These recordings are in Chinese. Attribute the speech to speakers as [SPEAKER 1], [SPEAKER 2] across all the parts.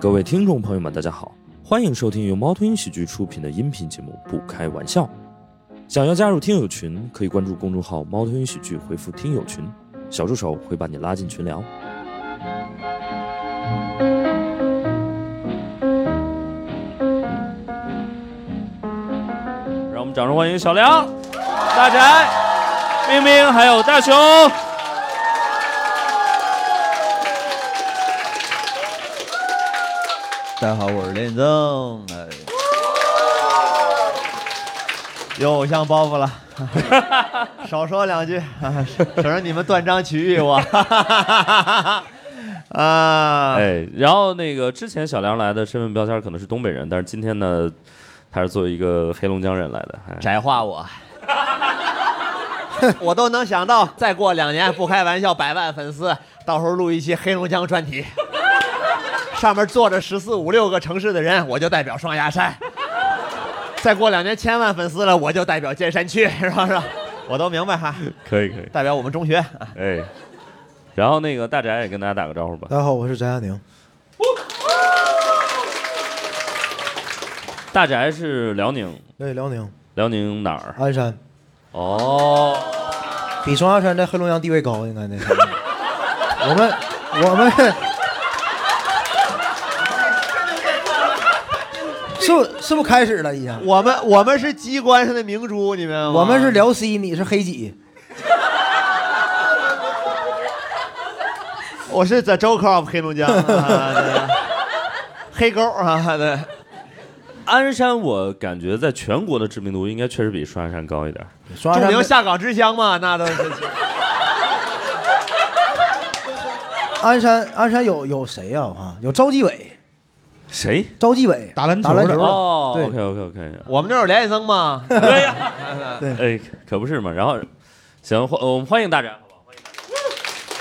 [SPEAKER 1] 各位听众朋友们，大家好，欢迎收听由猫头鹰喜剧出品的音频节目《不开玩笑》。想要加入听友群，可以关注公众号“猫头鹰喜剧”，回复“听友群”，小助手会把你拉进群聊。让我们掌声欢迎小梁、大宅、冰冰还有大雄。
[SPEAKER 2] 大家好，我是林增，哎，有偶像包袱了， 少说两句，省着你们断章取义我， 啊，
[SPEAKER 1] 哎，然后那个之前小梁来的身份标签可能是东北人，但是今天呢，他是作为一个黑龙江人来的。哎、
[SPEAKER 2] 窄化我，我都能想到，再过两年不开玩笑，百万粉丝，到时候录一期黑龙江专题，上面坐着十四五六个城市的人，我就代表双鸭山。再过两年千万粉丝了，我就代表建山区，是吧？是吧？我都明白哈，
[SPEAKER 1] 可以可以，
[SPEAKER 2] 代表我们中学啊。
[SPEAKER 1] 哎，然后那个大宅也跟大家打个招呼吧。
[SPEAKER 3] 大家好，我是翟亚宁。
[SPEAKER 1] 大宅是辽宁，
[SPEAKER 3] 对，辽宁
[SPEAKER 1] 辽宁哪儿？
[SPEAKER 3] 鞍山，
[SPEAKER 1] 哦，
[SPEAKER 3] 比双鸭山在黑龙江地位高，应该 那啥。我们我们是不是不开始了已经？
[SPEAKER 2] 我们我们是机关上的明珠，你明白吗？
[SPEAKER 3] 我们是辽西，你是黑几？
[SPEAKER 2] 我是在周口黑龙 江，啊对黑沟啊，对，
[SPEAKER 1] 鞍山，我感觉在全国的知名度应该确实比双鸭山高一点。
[SPEAKER 3] 双
[SPEAKER 2] 著
[SPEAKER 3] 鸭
[SPEAKER 2] 名
[SPEAKER 3] 山
[SPEAKER 2] 下岗之乡嘛，那 都是。
[SPEAKER 3] 鞍山鞍山有有谁啊呀？我看有赵继伟，
[SPEAKER 1] 谁？
[SPEAKER 3] 赵继伟
[SPEAKER 4] 打篮球
[SPEAKER 3] 打篮
[SPEAKER 4] 的
[SPEAKER 3] 球
[SPEAKER 1] 哦
[SPEAKER 3] 对
[SPEAKER 1] ，OK OK OK，
[SPEAKER 2] 我们那儿有连夜增嘛，
[SPEAKER 1] 对 呀，
[SPEAKER 3] 对
[SPEAKER 1] 哎，可不是嘛。然后，行，欢呃我们欢迎大宅，好不好？欢迎大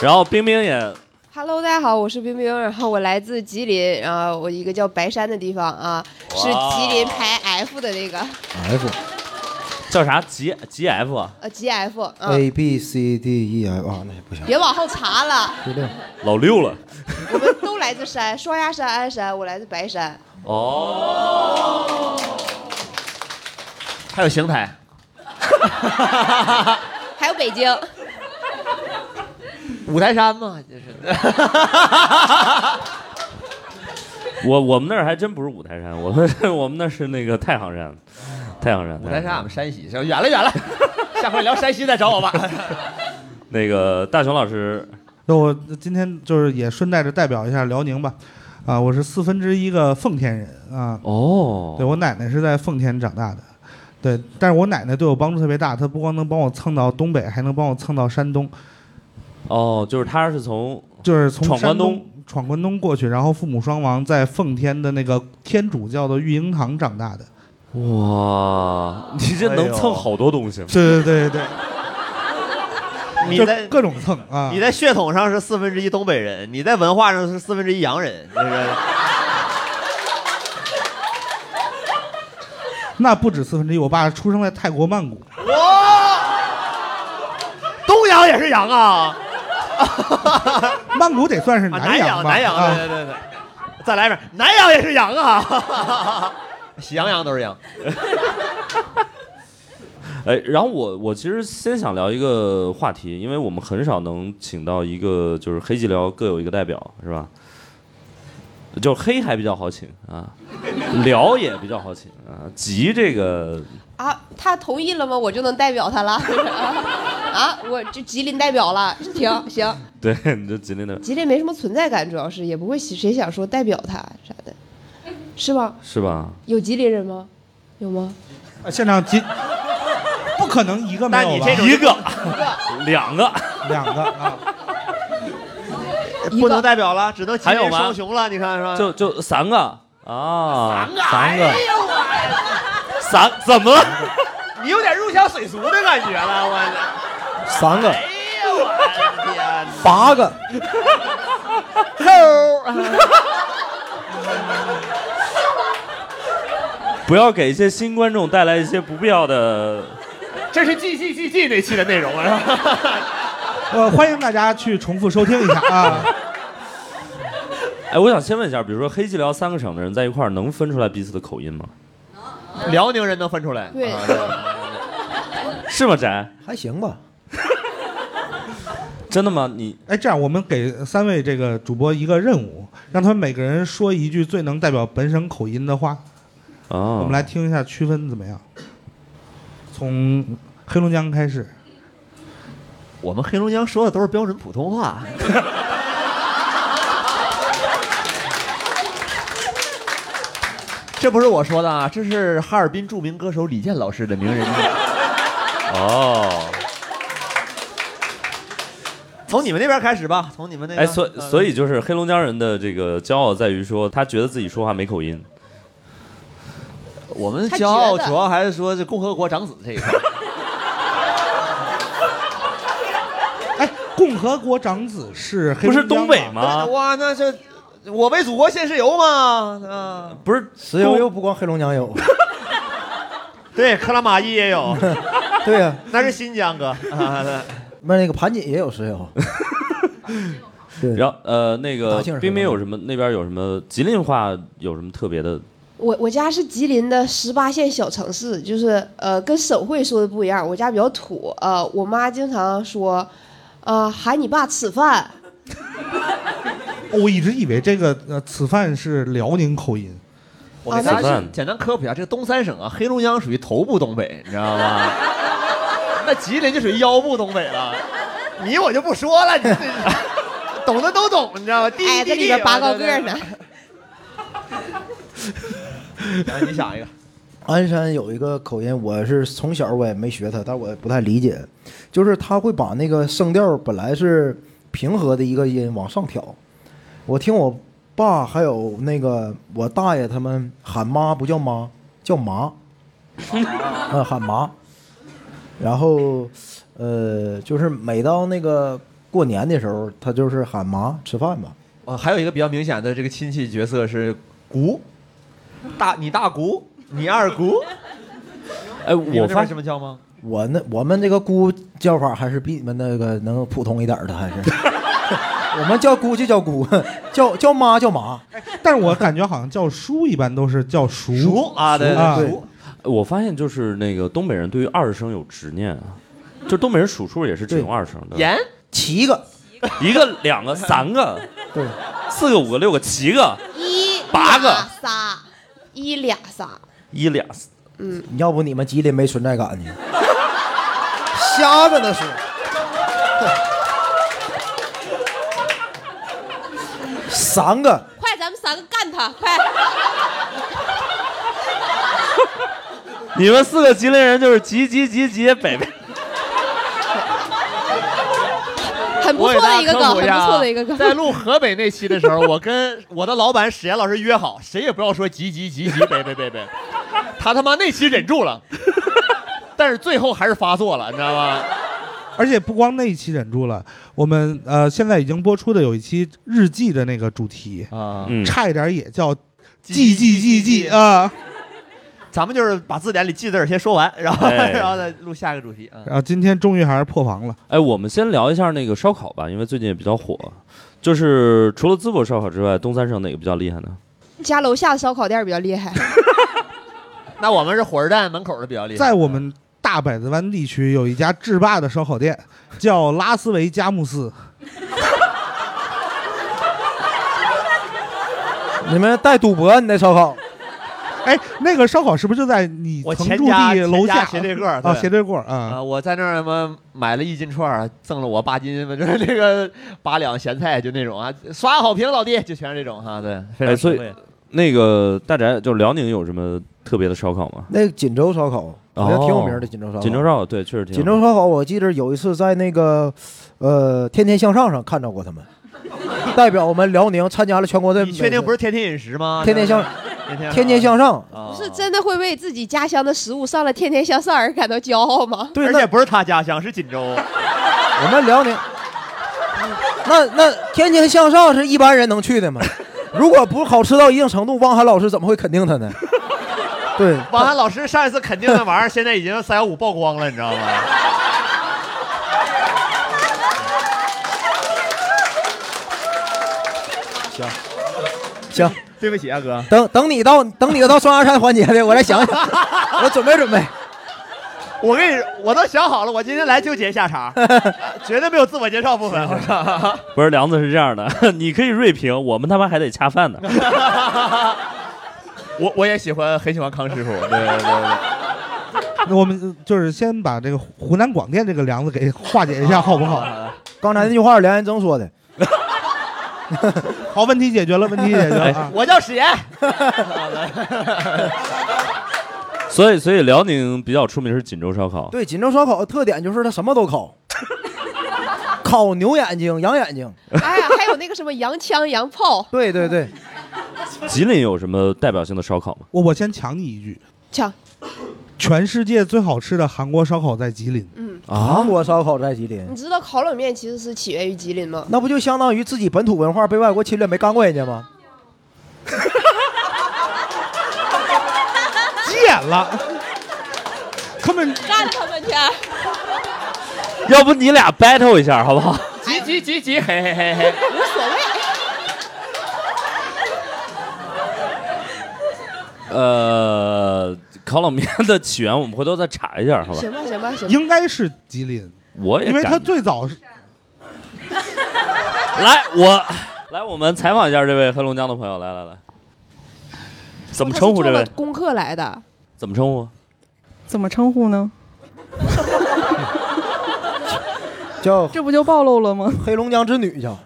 [SPEAKER 1] 宅。然后冰冰也
[SPEAKER 5] Hello，大家好，我是冰冰，然后我来自吉林，然后我一个叫白山的地方啊，是吉林排 F 的那个
[SPEAKER 3] F
[SPEAKER 1] 叫啥？吉吉 F 啊？
[SPEAKER 5] 呃 GF 啊，
[SPEAKER 3] A B C D E F 啊，那不行，
[SPEAKER 5] 别往后查了，
[SPEAKER 3] 就这样。
[SPEAKER 1] 老六了。
[SPEAKER 5] 我们都来自山，双鸭山、鞍山，我来自白山，
[SPEAKER 1] 哦，
[SPEAKER 2] 还有邢台，
[SPEAKER 5] 还有北 京，
[SPEAKER 2] 五台山嘛，就是。
[SPEAKER 1] 我我们那儿还真不是五台山，我们 我们那是那个太行山，太行 山。
[SPEAKER 2] 五台山，我们山西，远了 远了，下回聊山西再找 我吧。
[SPEAKER 1] 那个大雄老师，
[SPEAKER 4] 那我今天就是也顺带着代表一下辽宁吧，啊，我是四分之一个奉天人啊，对
[SPEAKER 1] 哦，
[SPEAKER 4] 我奶奶是在奉天长大的，对，但是我奶奶对我帮助特别大，她不光能帮我蹭到东北，还能帮我蹭到山东，
[SPEAKER 1] 哦，就是他是从
[SPEAKER 4] 就是从
[SPEAKER 1] 闯关
[SPEAKER 4] 山
[SPEAKER 1] 东
[SPEAKER 4] 东闯关东过去，然后父母双亡，在奉天的那个天主教的育婴堂长大的，
[SPEAKER 1] 哇，你这能
[SPEAKER 2] 哎
[SPEAKER 1] 蹭好多东西。
[SPEAKER 4] 对对对
[SPEAKER 2] 你
[SPEAKER 4] 对
[SPEAKER 2] 在
[SPEAKER 4] 对，就各种蹭啊
[SPEAKER 2] 你，在血统上是四分之一东北人，你在文化上是四分之一洋人， 就是
[SPEAKER 4] 那不止四分之一，我爸出生在泰国曼谷，
[SPEAKER 2] 东洋也是洋啊。
[SPEAKER 4] 曼谷得算是
[SPEAKER 2] 啊，南
[SPEAKER 4] 洋吧，
[SPEAKER 2] 南洋，
[SPEAKER 4] 啊
[SPEAKER 2] 对对对对，再来一遍，南洋也是洋啊，喜羊羊都是羊。
[SPEAKER 1] 哎，然后我我其实先想聊一个话题，因为我们很少能请到一个就是黑吉辽各有一个代表，是吧？就黑还比较好请啊，辽也比较好请啊，吉这个
[SPEAKER 5] 啊，他同意了吗？我就能代表他了， 啊，我这吉林代表了，停行，
[SPEAKER 1] 对，你就吉林的
[SPEAKER 5] 吉林没什么存在感，主要是也不会谁想说代表他啥的，是吗？
[SPEAKER 1] 是吧？
[SPEAKER 5] 有吉林人吗？有吗？
[SPEAKER 4] 啊 现场 几，不可能一个没
[SPEAKER 2] 但
[SPEAKER 4] 有
[SPEAKER 2] 你
[SPEAKER 4] 吧？
[SPEAKER 2] 这种一个
[SPEAKER 1] 两个，
[SPEAKER 4] 两个啊，
[SPEAKER 5] 一
[SPEAKER 2] 不
[SPEAKER 5] 个
[SPEAKER 2] 能代表了，只能吉
[SPEAKER 1] 还有
[SPEAKER 2] 林
[SPEAKER 1] 吗
[SPEAKER 2] 双雄了，你看是吧？
[SPEAKER 1] 就就三个啊，
[SPEAKER 3] 三
[SPEAKER 5] 哎
[SPEAKER 3] 个
[SPEAKER 1] 三怎么了？
[SPEAKER 2] 你有点入乡随俗的感觉了，我
[SPEAKER 3] 三个
[SPEAKER 2] 哎的天哪！
[SPEAKER 3] 八个，
[SPEAKER 1] 不要给一些新观众带来一些不必要的。
[SPEAKER 2] 这是 G G G G 那期的内容啊是吧？
[SPEAKER 4] 呃，欢迎大家去重复收听一下啊。
[SPEAKER 1] 哎，我想先问一下，比如说黑吉辽三个省的人在一块儿，能分出来彼此的口音吗？
[SPEAKER 2] 辽宁人能分出来，啊
[SPEAKER 5] 对，
[SPEAKER 1] 是吗？翟，
[SPEAKER 3] 还行吧。
[SPEAKER 1] 真的吗？你
[SPEAKER 4] 哎，这样我们给三位这个主播一个任务，让他们每个人说一句最能代表本省口音的话。
[SPEAKER 1] 哦，
[SPEAKER 6] 嗯
[SPEAKER 4] 我们来听一下区分怎么样？从黑龙江开始，
[SPEAKER 2] 我们黑龙江说的都是标准普通话。这不是我说的啊，这是哈尔滨著名歌手李健老师的名人录。
[SPEAKER 1] 哦，
[SPEAKER 2] 从你们那边开始吧，从你们那呃边。
[SPEAKER 1] 哎，所所以就是黑龙江人的这个骄傲在于说，他觉得自己说话没口音。
[SPEAKER 2] 我们
[SPEAKER 5] 他
[SPEAKER 2] 骄傲
[SPEAKER 5] 觉得
[SPEAKER 2] 主要还是说这共和国长子这一块。
[SPEAKER 4] 哎，共和国长子是黑
[SPEAKER 1] 不是
[SPEAKER 4] 龙江
[SPEAKER 1] 东北
[SPEAKER 4] 吧？
[SPEAKER 1] 吗？
[SPEAKER 2] 哇，那这我为祖国献石油嘛，啊，
[SPEAKER 1] 不是
[SPEAKER 3] 石油又不光黑龙江有，
[SPEAKER 2] 对，克拉玛依也
[SPEAKER 1] 哦
[SPEAKER 2] 有，
[SPEAKER 3] 对呀、
[SPEAKER 2] 那是新疆 哥啊，
[SPEAKER 3] 那那个盘锦也有石油。对，
[SPEAKER 1] 然后呃，那个
[SPEAKER 3] 大庆是
[SPEAKER 1] 冰冰
[SPEAKER 3] 什么
[SPEAKER 1] 有什么那边有什么吉林话有什么特别的？
[SPEAKER 5] 我我家是吉林的十八线小城市，就是呃跟省会说的不一样。我家比较土，呃，我妈经常说，呃喊你爸吃饭，
[SPEAKER 4] 哦我一直以为这个呃，此饭是辽宁口音。
[SPEAKER 2] 我给大
[SPEAKER 1] 啊那
[SPEAKER 2] 家
[SPEAKER 1] 是
[SPEAKER 2] 简单科普一下，这个东三省啊，黑龙江属于头部东北，你知道 吗？那吉林就属于腰部东北了。你我就不说了，你这懂的都懂，你知道吗？第一
[SPEAKER 5] 哎在里边拔高个儿。呢
[SPEAKER 2] 地。地地啊你想一个，
[SPEAKER 3] 鞍山有一个口音，我是从小我也没学它，但我也不太理解，就是他会把那个声调本来是平和的一个音往上挑。我听我爸还有那个我大爷他们喊妈不叫妈，叫麻，嗯，喊麻。然后，呃，就是每到那个过年的时候，他就是喊妈吃饭吧。
[SPEAKER 2] 哦，还有一个比较明显的这个亲戚角色是姑，大你大姑，你二姑，
[SPEAKER 1] 哎，
[SPEAKER 2] 你
[SPEAKER 1] 我
[SPEAKER 2] 们那
[SPEAKER 1] 发
[SPEAKER 2] 边
[SPEAKER 1] 现
[SPEAKER 2] 这么叫吗？
[SPEAKER 3] 我那我们这个姑叫法还是比你们那个能普通一点儿的，还是 我们叫姑就叫姑， 叫叫妈叫妈。
[SPEAKER 4] 但是我感觉好像叫叔一般都是叫叔
[SPEAKER 2] 熟啊，对
[SPEAKER 4] 啊
[SPEAKER 2] 对，
[SPEAKER 3] 对
[SPEAKER 2] 熟
[SPEAKER 1] 我发现就是那个东北人对于二声有执念啊，就东北人数数也是只用
[SPEAKER 3] 对
[SPEAKER 1] 二声的，
[SPEAKER 2] 盐
[SPEAKER 3] 七个，
[SPEAKER 1] 一个、两个、三个、
[SPEAKER 3] 对，
[SPEAKER 1] 四个、五个、六个、七个，
[SPEAKER 5] 一
[SPEAKER 1] 八个
[SPEAKER 5] 俩仨，一俩仨，嗯
[SPEAKER 1] 一俩四
[SPEAKER 3] 要不你们吉林没存在感呢？瞎子那是，三个
[SPEAKER 5] 快咱们三个干他，快！
[SPEAKER 1] 你们四个吉林人就是吉吉吉吉北北。
[SPEAKER 5] 很不
[SPEAKER 2] 我给
[SPEAKER 5] 错
[SPEAKER 2] 大家
[SPEAKER 5] 的一个
[SPEAKER 2] 科
[SPEAKER 5] 梗，
[SPEAKER 2] 普
[SPEAKER 5] 很
[SPEAKER 2] 一下
[SPEAKER 5] 不
[SPEAKER 2] 啊
[SPEAKER 5] 错的一个梗。
[SPEAKER 2] 在录河北那期的时候，我跟我的老板史岩老师约好，谁也不要说急急急急北北北北。他他妈那期忍住了，但是最后还是发作了，你知道吗？
[SPEAKER 4] 而且不光那一期忍住了，我们呃现在已经播出的有一期日记的那个主题，
[SPEAKER 2] 啊，
[SPEAKER 1] 嗯，
[SPEAKER 4] 差一点也叫
[SPEAKER 2] 记
[SPEAKER 4] 记记
[SPEAKER 2] 记
[SPEAKER 4] 记
[SPEAKER 2] 记记
[SPEAKER 4] 记啊，
[SPEAKER 2] 咱们就是把字典里记的字儿先说完，然后、
[SPEAKER 1] 哎
[SPEAKER 2] 然后再录下一个主题啊。
[SPEAKER 4] 然后今天终于还是破防了。
[SPEAKER 1] 哎，我们先聊一下那个烧烤吧，因为最近也比较火。就是除了淄博烧烤之外，东三省哪个比较厉害呢？
[SPEAKER 5] 家楼下烧烤店比较厉害，
[SPEAKER 2] 那我们是火车站门口的比较厉害，
[SPEAKER 4] 在我们大百子湾地区有一家制霸的烧烤店，叫拉斯维加姆斯。
[SPEAKER 3] 你们带赌博你那烧烤，
[SPEAKER 4] 哎，那个烧烤是不是就在你
[SPEAKER 2] 我
[SPEAKER 4] 曾
[SPEAKER 2] 前
[SPEAKER 4] 住
[SPEAKER 2] 家
[SPEAKER 4] 地楼
[SPEAKER 2] 前家
[SPEAKER 4] 下
[SPEAKER 2] 斜对过儿
[SPEAKER 4] 啊？
[SPEAKER 2] 对
[SPEAKER 4] 斜对过儿
[SPEAKER 2] 啊，
[SPEAKER 4] 啊，
[SPEAKER 2] 我在那儿什么买了一斤串儿，赠了我八斤，就是那个八两咸菜，就那种啊，刷好评老弟，就全是这种哈、对，非常
[SPEAKER 1] 哎所以
[SPEAKER 2] 实惠
[SPEAKER 1] 那个大宅就是辽宁有什么特别的烧烤吗？哦
[SPEAKER 3] 那锦州烧烤好像挺有名的，锦州烧烤。
[SPEAKER 1] 锦州烧烤对，确实挺有
[SPEAKER 3] 锦州烧烤，我记得有一次在那个，呃，《天天向上》上看到过他们，代表我们辽宁参加了全国的。
[SPEAKER 2] 你确定不是
[SPEAKER 3] 是
[SPEAKER 2] 天天饮食吗？
[SPEAKER 3] 天天向
[SPEAKER 2] 天啊
[SPEAKER 3] 《天天向上
[SPEAKER 2] 上
[SPEAKER 5] 不是真的会为自己家乡的食物上了天天向上而感到骄傲吗？》？
[SPEAKER 3] 对，
[SPEAKER 2] 而
[SPEAKER 3] 那
[SPEAKER 2] 且不是他家乡，是锦州。
[SPEAKER 3] 我们辽宁，那那《天天向上》是一般人能去的吗？如果不好吃到一定程度，汪涵老师怎么会肯定他呢？ 对，
[SPEAKER 2] 王涵老师上一次肯定那玩意儿，现在已经三幺五曝光了，你知道吗？
[SPEAKER 3] 行，行，
[SPEAKER 2] 对不起啊，哥。
[SPEAKER 3] 等等你到等你到双鸭山环节的，我再想想， 我准备准备。
[SPEAKER 2] 我跟你，我都想好了，我今天来就接下茬，绝对没有自我介绍部分。我操！
[SPEAKER 1] 不是梁子是这样的， 你可以锐评，我们他妈还得恰饭呢。
[SPEAKER 2] 我我也喜欢，很喜欢康师傅。对对 对。
[SPEAKER 4] 那我们呃就是先把这个湖南广电这个梁子给化解一
[SPEAKER 2] 啊
[SPEAKER 4] 下，好不好？
[SPEAKER 2] 哎
[SPEAKER 3] 刚才那句话是梁彦征说的。
[SPEAKER 4] 好，问题解决了，问题解决了。啊
[SPEAKER 2] 我叫史岩。
[SPEAKER 1] 所以，所以辽宁比较出名是锦州烧烤。
[SPEAKER 3] 对，锦州烧烤的特点就是它什么都烤，烤牛眼睛、羊眼睛。
[SPEAKER 5] 哎呀，还有那个什么洋枪、洋炮，
[SPEAKER 3] 对对对，
[SPEAKER 1] 吉林有什么代表性的烧烤吗？
[SPEAKER 4] 我我先抢你一句，
[SPEAKER 5] 抢
[SPEAKER 4] 全世界最好吃的韩国烧烤在吉林。
[SPEAKER 5] 嗯，
[SPEAKER 2] 哦
[SPEAKER 3] 韩国烧烤在吉林，
[SPEAKER 5] 你知道烤冷面其实是起源于吉林吗？
[SPEAKER 3] 那不就相当于自己本土文化被外国侵略没干过人家吗？
[SPEAKER 4] 急眼了，他们
[SPEAKER 5] 干他们去！
[SPEAKER 7] 啊
[SPEAKER 1] 要不你俩 battle 一下好 不好？
[SPEAKER 2] 急急急急，嘿嘿嘿嘿。
[SPEAKER 5] 无所谓。
[SPEAKER 1] 呃，烤冷面的起源我们回头再查一下，好吧？
[SPEAKER 5] 行吧，行吧，行吧。
[SPEAKER 4] 应该是吉林，
[SPEAKER 1] 我也
[SPEAKER 4] 因为他
[SPEAKER 1] 感
[SPEAKER 4] 最早是
[SPEAKER 1] 来，我来，我们采访一下这位黑龙江的朋友，来来来，怎么称呼这
[SPEAKER 5] 哦他是
[SPEAKER 1] 位
[SPEAKER 5] 做了？功课来的，
[SPEAKER 1] 怎么称呼？
[SPEAKER 7] 怎么称呼呢？
[SPEAKER 3] 叫
[SPEAKER 7] 这不就暴露了吗？
[SPEAKER 3] 黑龙江之女叫，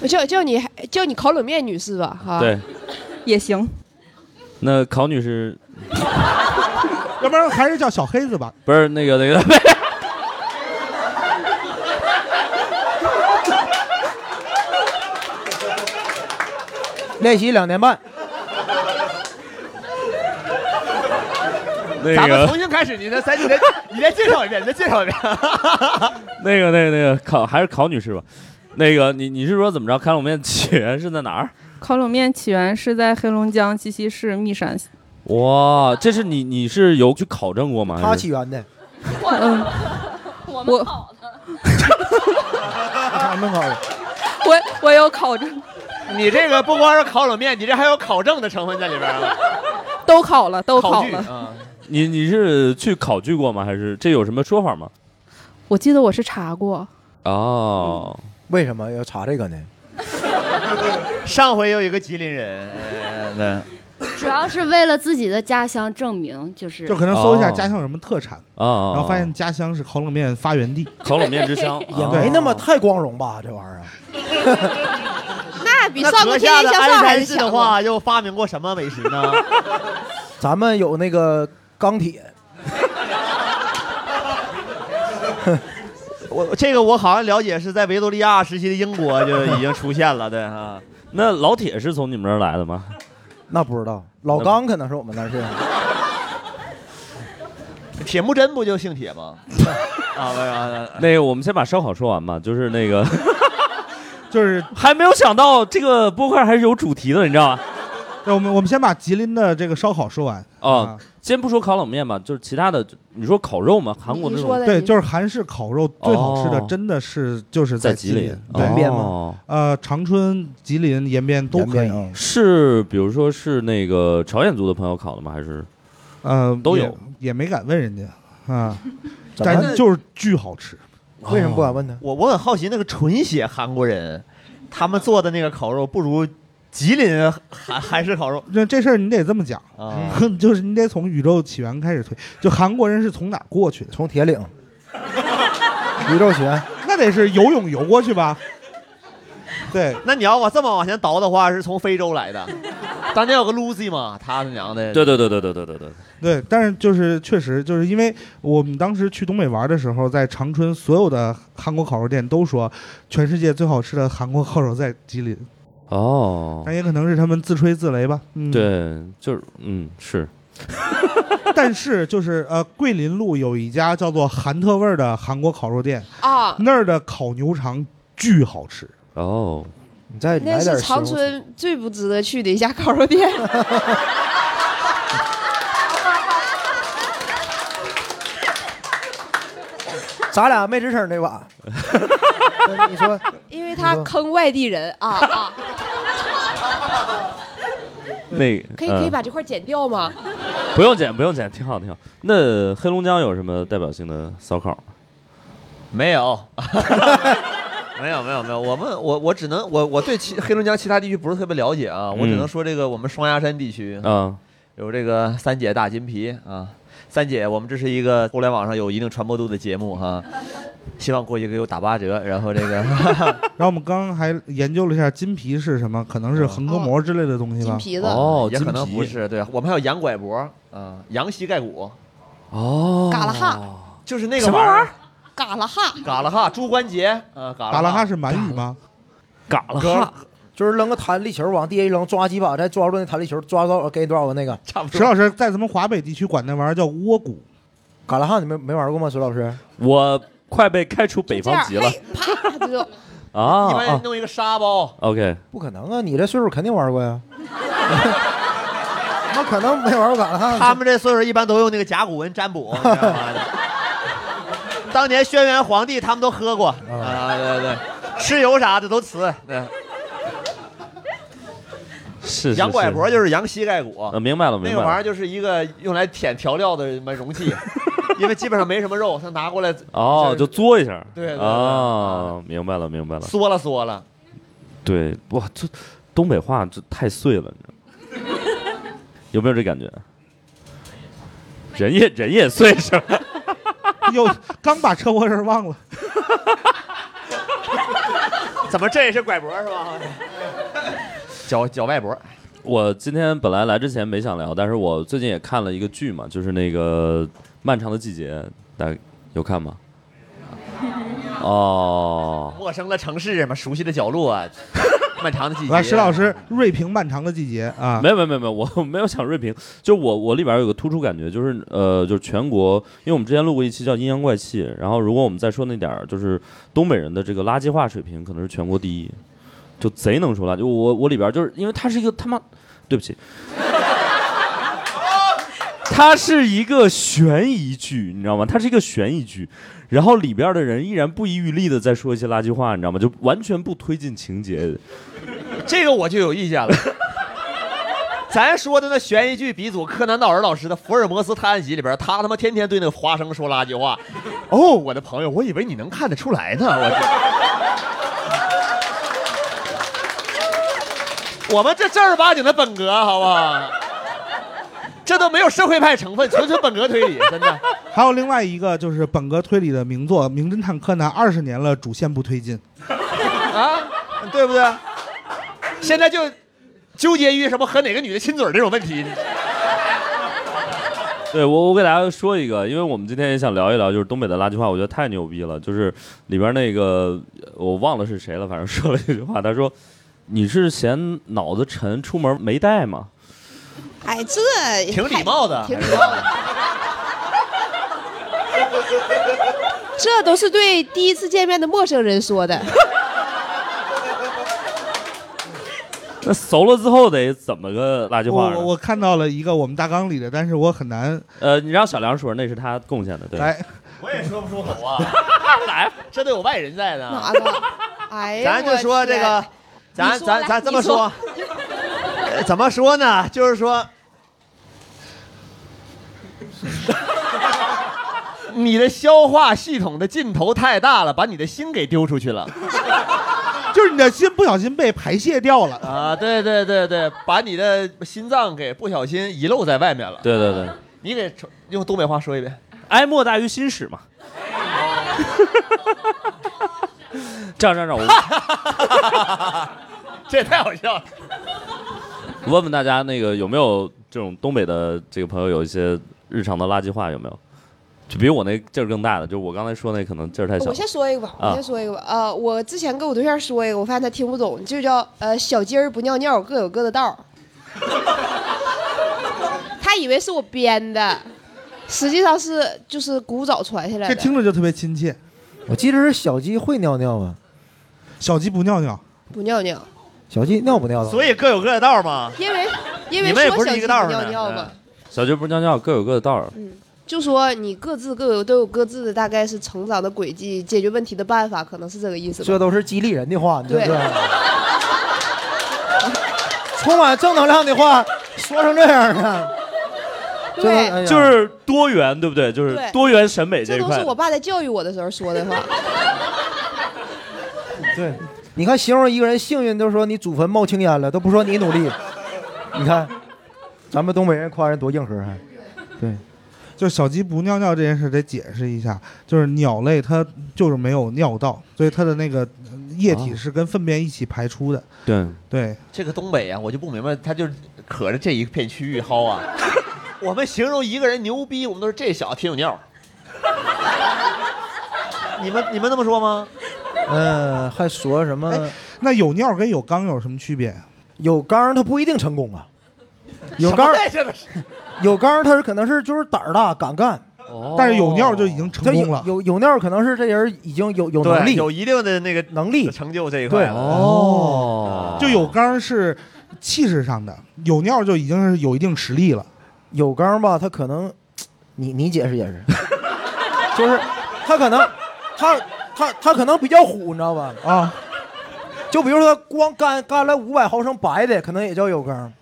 [SPEAKER 5] 我叫叫你叫你烤冷面女士吧，哈。。
[SPEAKER 1] 对，
[SPEAKER 7] 也行，
[SPEAKER 1] 那烤女士
[SPEAKER 4] 要不然还是叫小黑子吧。
[SPEAKER 1] 不是那个那 个，
[SPEAKER 3] 练习两年半，
[SPEAKER 1] 那
[SPEAKER 2] 咱们
[SPEAKER 1] 个
[SPEAKER 2] 重新开始，你再再你再你再介绍一遍，你再介绍一遍。
[SPEAKER 1] 那个那个那个烤还是烤女士吧？那个你你是说怎么着？烤冷面起源是在哪儿？
[SPEAKER 7] 烤冷面起源是在黑龙江鸡西市密山，
[SPEAKER 1] 哇，这是你你是有去考证过吗？
[SPEAKER 3] 她
[SPEAKER 1] 还是
[SPEAKER 3] 起源的，
[SPEAKER 7] 嗯，我
[SPEAKER 3] 他们烤的。
[SPEAKER 7] 我我有考证，
[SPEAKER 2] 你这个不光是烤冷面，你这还有考证的成分在里边啊，
[SPEAKER 7] 都考了，都
[SPEAKER 2] 考
[SPEAKER 7] 考
[SPEAKER 2] 据
[SPEAKER 7] 了。
[SPEAKER 2] 啊。
[SPEAKER 1] 你你是去考据过吗？还是这有什么说法吗？
[SPEAKER 7] 我记得我是查过，
[SPEAKER 1] 哦，
[SPEAKER 3] 为什么要查这个呢？
[SPEAKER 2] 上回有一个吉林人，呃
[SPEAKER 8] 主要是为了自己的家乡证明，就是
[SPEAKER 4] 就可能搜一下
[SPEAKER 1] 哦
[SPEAKER 4] 家乡有什么特产，
[SPEAKER 2] 哦
[SPEAKER 1] 啊啊，
[SPEAKER 4] 然后发现家乡是烤冷面发源地。
[SPEAKER 1] 烤冷面之 乡
[SPEAKER 3] 也没那么太光荣吧，这玩意儿。
[SPEAKER 5] 那比
[SPEAKER 2] 那
[SPEAKER 5] 上
[SPEAKER 2] 阁
[SPEAKER 5] 个
[SPEAKER 2] 下
[SPEAKER 5] 天
[SPEAKER 2] 的
[SPEAKER 5] 天向
[SPEAKER 2] 鞍
[SPEAKER 5] 上还
[SPEAKER 2] 山
[SPEAKER 5] 是
[SPEAKER 2] 市
[SPEAKER 5] 强
[SPEAKER 2] 的
[SPEAKER 5] 啊。
[SPEAKER 2] 话，又发明过什么美食呢？
[SPEAKER 3] 咱们有那个钢铁，
[SPEAKER 2] 我这个我好像了解是在维多利亚时期的英国就已经出现了，对啊。
[SPEAKER 1] 那老铁是从你们这儿来的吗？
[SPEAKER 3] 那不知道，老钢可能 是我们那儿是。
[SPEAKER 2] 铁木真不就姓铁吗？ 啊，不是啊，
[SPEAKER 1] 嗯那个，我们先把烧烤说完吧。就是那个，
[SPEAKER 4] 就是
[SPEAKER 1] 还没有想到这个播客还是有主题的，你知道吗？
[SPEAKER 4] 对我们我们先把吉林的这个烧烤说完。
[SPEAKER 1] 哦，先不说烤冷面吧，就是其他的，你说烤肉吗？韩国
[SPEAKER 5] 你
[SPEAKER 1] 那
[SPEAKER 5] 说
[SPEAKER 1] 种
[SPEAKER 5] 的
[SPEAKER 4] 对，
[SPEAKER 5] 你
[SPEAKER 4] 就是韩式烤肉最好吃的
[SPEAKER 1] 嗯哦，
[SPEAKER 4] 真的是就是
[SPEAKER 1] 在
[SPEAKER 4] 吉
[SPEAKER 1] 吉林
[SPEAKER 4] 对，
[SPEAKER 3] 延边吗
[SPEAKER 1] 哦
[SPEAKER 4] 呃，长春、吉林、延边都可以。
[SPEAKER 3] 啊，
[SPEAKER 1] 是，比如说是那个朝鲜族的朋友烤的吗？还是
[SPEAKER 4] 呃，
[SPEAKER 1] 都
[SPEAKER 4] 也
[SPEAKER 1] 有，
[SPEAKER 4] 也没敢问人家啊，
[SPEAKER 3] 怎么
[SPEAKER 4] 但就是巨好吃。
[SPEAKER 3] 为什么不敢问他？
[SPEAKER 2] 我我很好奇，那个纯血韩国人，他们做的那个烤肉不如吉林韩韩式烤肉
[SPEAKER 4] 那这事儿你得这么讲，
[SPEAKER 2] 啊。
[SPEAKER 4] 就是你得从宇宙起源开始推。就韩国人是从哪儿过去的？
[SPEAKER 3] 从铁岭，宇宙拳，
[SPEAKER 4] 那得是游泳游过去吧？对，
[SPEAKER 2] 那你要往这么往前倒的话，是从非洲来的。当年有个 Lucy 嘛，啊他他娘的，
[SPEAKER 1] 对对对对对对对对，
[SPEAKER 4] 对，但是就是确实就是因为我们当时去东北玩的时候，在长春所有的韩国烤肉店都说，全世界最好吃的韩国烤肉在吉林，
[SPEAKER 1] 哦
[SPEAKER 4] 那，也可能是他们自吹自擂吧。哎嗯，。
[SPEAKER 1] 对，就是嗯是
[SPEAKER 4] 但是就是呃，桂林路有一家叫做韩特味儿的韩国烤肉店，
[SPEAKER 5] 啊，
[SPEAKER 4] 那儿的烤牛肠巨好吃。
[SPEAKER 1] 哦，
[SPEAKER 3] 你再
[SPEAKER 5] 那
[SPEAKER 3] 来点
[SPEAKER 5] 是
[SPEAKER 3] 形容
[SPEAKER 5] 长
[SPEAKER 3] 词
[SPEAKER 5] 春最不值得去的一家烤 肉店。
[SPEAKER 3] 咱俩没吱声这 把。你说
[SPEAKER 5] 啊 因为他坑外地人啊啊！
[SPEAKER 1] 那
[SPEAKER 5] 可以可以
[SPEAKER 2] 呃
[SPEAKER 1] 嗯
[SPEAKER 5] 把这块剪掉吗？
[SPEAKER 1] 不用剪，不用剪，挺好，挺好。那黑龙江有什么代表性的烧烤？
[SPEAKER 2] 没有， 没有，没有，没有。我们我我只能我我对其黑龙江其他地区不是特别了解啊，我只
[SPEAKER 1] 嗯
[SPEAKER 2] 能说这个我们双鸭山地区
[SPEAKER 1] 啊、
[SPEAKER 2] 有这个三姐大金皮啊，三姐，我们这是一个互联网上有一定传播度的节目哈、希望过去给我打八折，然后这个
[SPEAKER 4] 然后我们刚刚还研究了一下金皮是什么，可能是横膈膜之类的东西
[SPEAKER 5] 金
[SPEAKER 4] 吧。
[SPEAKER 5] 皮子、
[SPEAKER 1] 哦，
[SPEAKER 2] 也可能
[SPEAKER 1] 金
[SPEAKER 2] 不
[SPEAKER 1] 皮
[SPEAKER 2] 是，对我们还有羊拐脖啊，羊膝盖骨，
[SPEAKER 1] 哦，
[SPEAKER 5] 嘎啦哈，
[SPEAKER 2] 就是那个玩意儿，
[SPEAKER 5] 嘎啦哈，
[SPEAKER 2] 嘎啦哈，猪关节啊，嘎
[SPEAKER 4] 嘎啦哈
[SPEAKER 2] 哈
[SPEAKER 4] 是满语吗？
[SPEAKER 1] 嘎啦哈，
[SPEAKER 3] 就是扔个弹力球往地下一扔，抓几把，再抓住那弹力球，抓到给你多少个那个
[SPEAKER 2] 差不
[SPEAKER 4] 石
[SPEAKER 2] 多。
[SPEAKER 4] 老师在咱们华北地区管那玩意儿叫窝骨，
[SPEAKER 3] 嘎啦哈，你没没玩过吗？石老师，
[SPEAKER 1] 我快被开除北
[SPEAKER 5] 这
[SPEAKER 1] 方
[SPEAKER 5] 样，
[SPEAKER 1] 籍了
[SPEAKER 5] 嘿，哎啪，这就
[SPEAKER 1] 啊
[SPEAKER 2] 一般
[SPEAKER 1] 啊
[SPEAKER 2] 弄一个沙
[SPEAKER 4] 哦
[SPEAKER 2] 包，
[SPEAKER 1] ！OK，
[SPEAKER 3] 不可能啊！你这岁数肯定玩过呀，怎么可能没玩过啊嘎啦哈？
[SPEAKER 2] 他们这岁数一般都用那个甲骨文占卜，你知道吗 当年轩辕皇帝他们都喝过啊，对对，蚩尤啥的都辞。对
[SPEAKER 1] 是是
[SPEAKER 2] 羊拐脖
[SPEAKER 1] 是
[SPEAKER 2] 就是羊膝盖骨，
[SPEAKER 1] 呃，明白了，
[SPEAKER 2] 那
[SPEAKER 1] 明白
[SPEAKER 2] 个
[SPEAKER 1] 了。
[SPEAKER 2] 玩意儿就是一个用来舔调料的什么容 器，因为基本上没什么肉，他拿过来
[SPEAKER 1] 哦，就嘬一下。
[SPEAKER 2] 对对对
[SPEAKER 1] 哦，明白了，明白了。
[SPEAKER 2] 缩了缩了。
[SPEAKER 1] 对，哇，这东北话这太碎了，你知道吗？ 有没有这感觉？人也人也碎是吧？
[SPEAKER 4] 又刚把车祸事儿忘了。
[SPEAKER 2] 怎么这也是拐脖是吧？ 脚脚外脖，
[SPEAKER 1] 我今天本来来之前没想聊，但是我最近也看了一个剧嘛，就是那个《漫长的季节》，大家有看吗？哦，
[SPEAKER 2] 陌生的城市嘛，熟悉的角落 啊，漫长的季节。
[SPEAKER 4] 来，石老师，锐评漫长的季节啊，
[SPEAKER 1] 没有没有没有没有，我没有想锐评， 就我我里边有个突出感觉，就是呃，就是全国，因为我们之前录过一期叫《阴阳怪气》，然后如果我们再说那点儿，就是东北人的这个垃圾话水平可能是全国第一，就贼能说垃圾。就我我里边就是因为他是一个他妈，对不起，它是一个悬疑剧，你知道吗？它是一个悬疑剧，然后里边的人依然不遗余力的在说一些垃圾话，你知道吗？就完全不推进情节。
[SPEAKER 2] 这个我就有意见了。咱说的那悬疑剧鼻祖柯南道尔老师的《福尔摩斯探案集》里边，他他妈天天对那个花生说垃圾话。哦，我的朋友，我以为你能看得出来呢。我 这，我们这正儿八经的本格，好不好？这都没有社会派成分，纯纯本格推理，真的。
[SPEAKER 4] 还有另外一个就是本格推理的名作《名侦探柯南》，二十年了，主线不推进。
[SPEAKER 2] 啊，对不对？现在就纠结于什么和哪个女的亲嘴儿这种问题。
[SPEAKER 1] 对我，我给大家说一个，因为我们今天也想聊一聊，就是东北的垃圾话，我觉得太牛逼了。就是里边那个我忘了是谁了，反正说了一句话，他说：“你是嫌脑子沉，出门没带吗
[SPEAKER 5] 哎，这
[SPEAKER 2] 挺礼貌的
[SPEAKER 5] 挺礼貌的。这都是对第一次见面的陌生人说的，？”
[SPEAKER 1] 那熟了之后得怎么个垃圾
[SPEAKER 4] 我
[SPEAKER 1] 话呢？
[SPEAKER 4] 我我看到了一个我们大纲里的，但是我很难
[SPEAKER 1] 呃，你让小梁说，那是他贡献的，对。
[SPEAKER 4] 来。
[SPEAKER 2] 我也说不出口啊，来， 这都有外人在呢。
[SPEAKER 5] 哪个？哎呀，
[SPEAKER 2] 咱就说这个，咱
[SPEAKER 5] 你说
[SPEAKER 2] 咱
[SPEAKER 5] 来
[SPEAKER 2] 咱这么
[SPEAKER 5] 你说
[SPEAKER 2] 说，呃怎么说呢？就是 说，你的消化系统的尽头太大了，把你的心给丢出去 了
[SPEAKER 4] 就是你的心不小心被排泄掉了。
[SPEAKER 2] 啊！对对对对，把你的心脏给不小心遗漏在外面了。
[SPEAKER 1] 对对对，
[SPEAKER 2] 你给重用东北话说一遍。
[SPEAKER 1] 哀莫大于心死嘛。这样这样这样，
[SPEAKER 2] 这也太好笑了。
[SPEAKER 1] 我问问大家，那个有没有这种东北的这个朋友有一些日常的垃圾话有没有？就比我那劲儿更大的，就是我刚才说那可能劲儿太小
[SPEAKER 5] 我。先说一个吧，
[SPEAKER 1] 啊
[SPEAKER 5] 我先说一个吧。呃，我之前跟我对象说一个，我发现他听不懂，就叫呃小鸡儿不尿尿，各有各的道儿。 他以为是我编的，实际上是就是古早传下来
[SPEAKER 4] 这
[SPEAKER 5] 的。
[SPEAKER 4] 听着就特别亲切。
[SPEAKER 3] 我记得是小鸡会尿尿啊，
[SPEAKER 4] 小鸡不尿尿，
[SPEAKER 5] 不尿尿，
[SPEAKER 3] 小鸡尿不尿了？
[SPEAKER 2] 所以各有各的道
[SPEAKER 4] 啊
[SPEAKER 2] 嘛。
[SPEAKER 5] 因为因为
[SPEAKER 2] 你们也
[SPEAKER 5] 说
[SPEAKER 2] 不是
[SPEAKER 5] 小
[SPEAKER 2] 一个
[SPEAKER 5] 鸡不
[SPEAKER 2] 道儿
[SPEAKER 5] 尿
[SPEAKER 2] 的
[SPEAKER 5] 尿嘛
[SPEAKER 2] 嗯，
[SPEAKER 1] 小鸡不尿尿，各有各的道儿。
[SPEAKER 5] 就说你各自各有都有各自的大概是成长的轨迹，解决问题的办法，可能是这个意思吧。
[SPEAKER 3] 这都是激励人的话，你知不知道
[SPEAKER 5] 对
[SPEAKER 3] 充满正能量的话，说成这样呢？真的
[SPEAKER 5] 对，
[SPEAKER 3] 哎呀
[SPEAKER 1] 就是多元，对不对？就是
[SPEAKER 5] 对
[SPEAKER 1] 多元审美这
[SPEAKER 5] 这
[SPEAKER 1] 一
[SPEAKER 5] 都是
[SPEAKER 1] 块。
[SPEAKER 5] 我爸在教育我的时候说的话。
[SPEAKER 3] 对，你看形容一个人幸运，都说你祖坟冒青烟了，都不说你努 力。你看，咱们东北人夸人多硬核，还对，
[SPEAKER 4] 就是小鸡不尿尿这件事得解释一下，就是鸟类它就是没有尿道，所以它的那个呃液体
[SPEAKER 1] 哦
[SPEAKER 4] 是跟粪便一起排出的。
[SPEAKER 1] 对，
[SPEAKER 4] 对，
[SPEAKER 2] 这个东北啊，我就不明白，他就是可着这一片区域薅啊。 我们形容一个人牛逼，我们都是这小子挺有尿。 你们你们那么说吗？
[SPEAKER 3] 嗯、还说什么
[SPEAKER 4] 哎那有尿跟有肛有什么区别？啊
[SPEAKER 3] 有刚儿他不一定成功啊，有
[SPEAKER 2] 什
[SPEAKER 3] 刚
[SPEAKER 2] 么
[SPEAKER 3] 儿
[SPEAKER 2] 在这个
[SPEAKER 3] 有刚儿他是可能是就是胆儿大敢干，
[SPEAKER 4] 哦但是有尿就已经成
[SPEAKER 3] 他
[SPEAKER 4] 功
[SPEAKER 3] 有
[SPEAKER 4] 了。
[SPEAKER 3] 有有那儿可能是这人已经有有能
[SPEAKER 2] 对
[SPEAKER 3] 力
[SPEAKER 2] 有一定的那个
[SPEAKER 3] 能力
[SPEAKER 2] 成就这一块
[SPEAKER 3] 对
[SPEAKER 2] 了。啊
[SPEAKER 1] 哦
[SPEAKER 4] 就有肛是气势上的，有尿就已经是有一定实力了。
[SPEAKER 3] 有刚儿吧，他可能，你你解释解释，就是他可能他他他可能比较虎，你知道吧？
[SPEAKER 4] 啊，
[SPEAKER 3] 就比如说光干干了五百毫升白的，可能也叫有缸，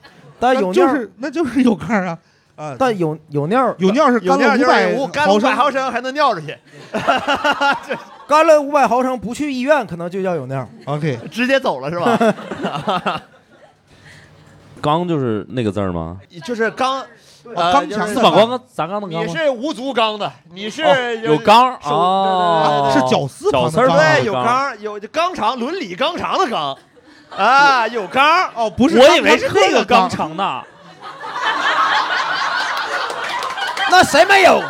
[SPEAKER 3] 但有尿，
[SPEAKER 4] 那就是那就是有肛啊啊！
[SPEAKER 3] 但有有尿，
[SPEAKER 4] 有尿是
[SPEAKER 2] 有
[SPEAKER 4] 干
[SPEAKER 2] 尿就
[SPEAKER 4] 了
[SPEAKER 2] 是
[SPEAKER 4] 五
[SPEAKER 2] 五
[SPEAKER 4] 百
[SPEAKER 2] 干五百
[SPEAKER 4] 升
[SPEAKER 2] 毫升还能尿出去，
[SPEAKER 3] 干了五百毫升不去医院，可能就叫有尿。
[SPEAKER 4] ，OK，
[SPEAKER 2] 直接走了是吧？
[SPEAKER 1] 刚就是那个字儿吗？
[SPEAKER 2] 就是刚，
[SPEAKER 4] 哦
[SPEAKER 2] 呃，
[SPEAKER 4] 刚
[SPEAKER 2] 就
[SPEAKER 4] 强
[SPEAKER 2] 是
[SPEAKER 4] 的
[SPEAKER 1] 四反光刚砸缸的
[SPEAKER 2] 你
[SPEAKER 1] 缸吗？
[SPEAKER 2] 是无足纲的，你是
[SPEAKER 1] 哦有缸
[SPEAKER 2] 手
[SPEAKER 1] 哦，
[SPEAKER 4] 是绞丝旁的
[SPEAKER 1] 绞丝儿
[SPEAKER 4] 缸
[SPEAKER 1] 旁
[SPEAKER 2] 对，
[SPEAKER 1] 的
[SPEAKER 2] 有
[SPEAKER 1] 缸。
[SPEAKER 2] 纲，有纲常，伦理纲常的纲，啊，有纲
[SPEAKER 4] 哦，不是，
[SPEAKER 1] 我以为是那个
[SPEAKER 4] 肛
[SPEAKER 1] 肛。肠呢，
[SPEAKER 3] 那谁没有？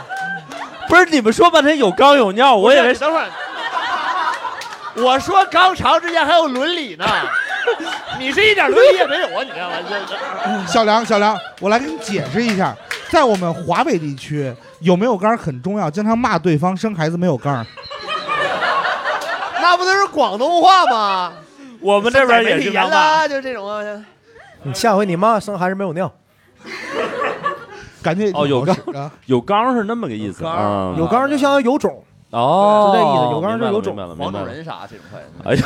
[SPEAKER 1] 不是你们说半天有肛有尿，我以为
[SPEAKER 2] 是等会儿，我说纲常之间还有伦理 呢，你是一点伦理也没有啊！你这玩意儿，
[SPEAKER 4] 小梁，小梁，我来给你解释一下，在我们华北地区，有没有杆儿很重要，经常骂对方生孩子没有杆儿。
[SPEAKER 2] 那不都是广东话吗？
[SPEAKER 1] 我们这边也是
[SPEAKER 2] 言
[SPEAKER 1] 脏话。
[SPEAKER 2] 啦，就这种啊。
[SPEAKER 3] 你下回你妈生孩子没有尿，
[SPEAKER 4] 感觉
[SPEAKER 1] 哦有
[SPEAKER 4] 好使啊，
[SPEAKER 1] 有肛是那么个意思
[SPEAKER 2] 有肛
[SPEAKER 1] 啊，
[SPEAKER 3] 有缸就相当于有种。
[SPEAKER 1] 哦，
[SPEAKER 3] 就这意思有肛是
[SPEAKER 1] 明白了
[SPEAKER 3] 有种
[SPEAKER 1] 明白了，明
[SPEAKER 2] 黄
[SPEAKER 1] 白
[SPEAKER 2] 种
[SPEAKER 1] 了。
[SPEAKER 2] 人啥这种快，
[SPEAKER 1] 哎呀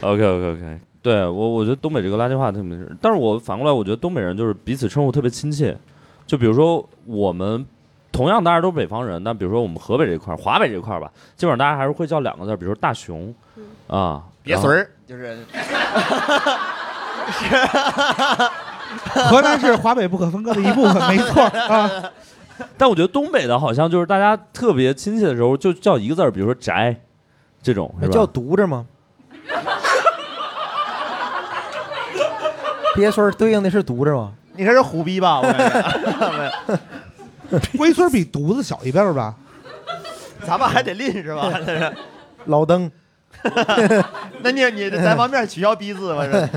[SPEAKER 1] ，OK OK OK，对我我觉得东北这个垃圾话特别是，但是我反过来我觉得东北人就是彼此称呼特别亲切，就比如说我们同样大家都是北方人，但比如说我们河北这块儿、华北这块儿吧，基本上大家还是会叫两个字，比如说大熊
[SPEAKER 3] 嗯
[SPEAKER 1] 啊，
[SPEAKER 2] 别
[SPEAKER 1] 然
[SPEAKER 2] 随
[SPEAKER 1] 后
[SPEAKER 2] 儿， 就是
[SPEAKER 4] 河南是华北不可分割的一部分，没错 啊。
[SPEAKER 1] 但我觉得东北的好像就是大家特别亲切的时候就叫一个字儿，比如说宅这种
[SPEAKER 3] 那
[SPEAKER 1] 是吧？
[SPEAKER 3] 叫犊子吗？ 鳖孙儿对应的是犊子吗？
[SPEAKER 2] 你这是虎逼吧？我感觉，
[SPEAKER 4] 龟孙儿比犊子小一辈儿吧？
[SPEAKER 2] 咱们还得吝是吧？
[SPEAKER 3] 老登，
[SPEAKER 2] 那你你咱方面取消逼字吗？是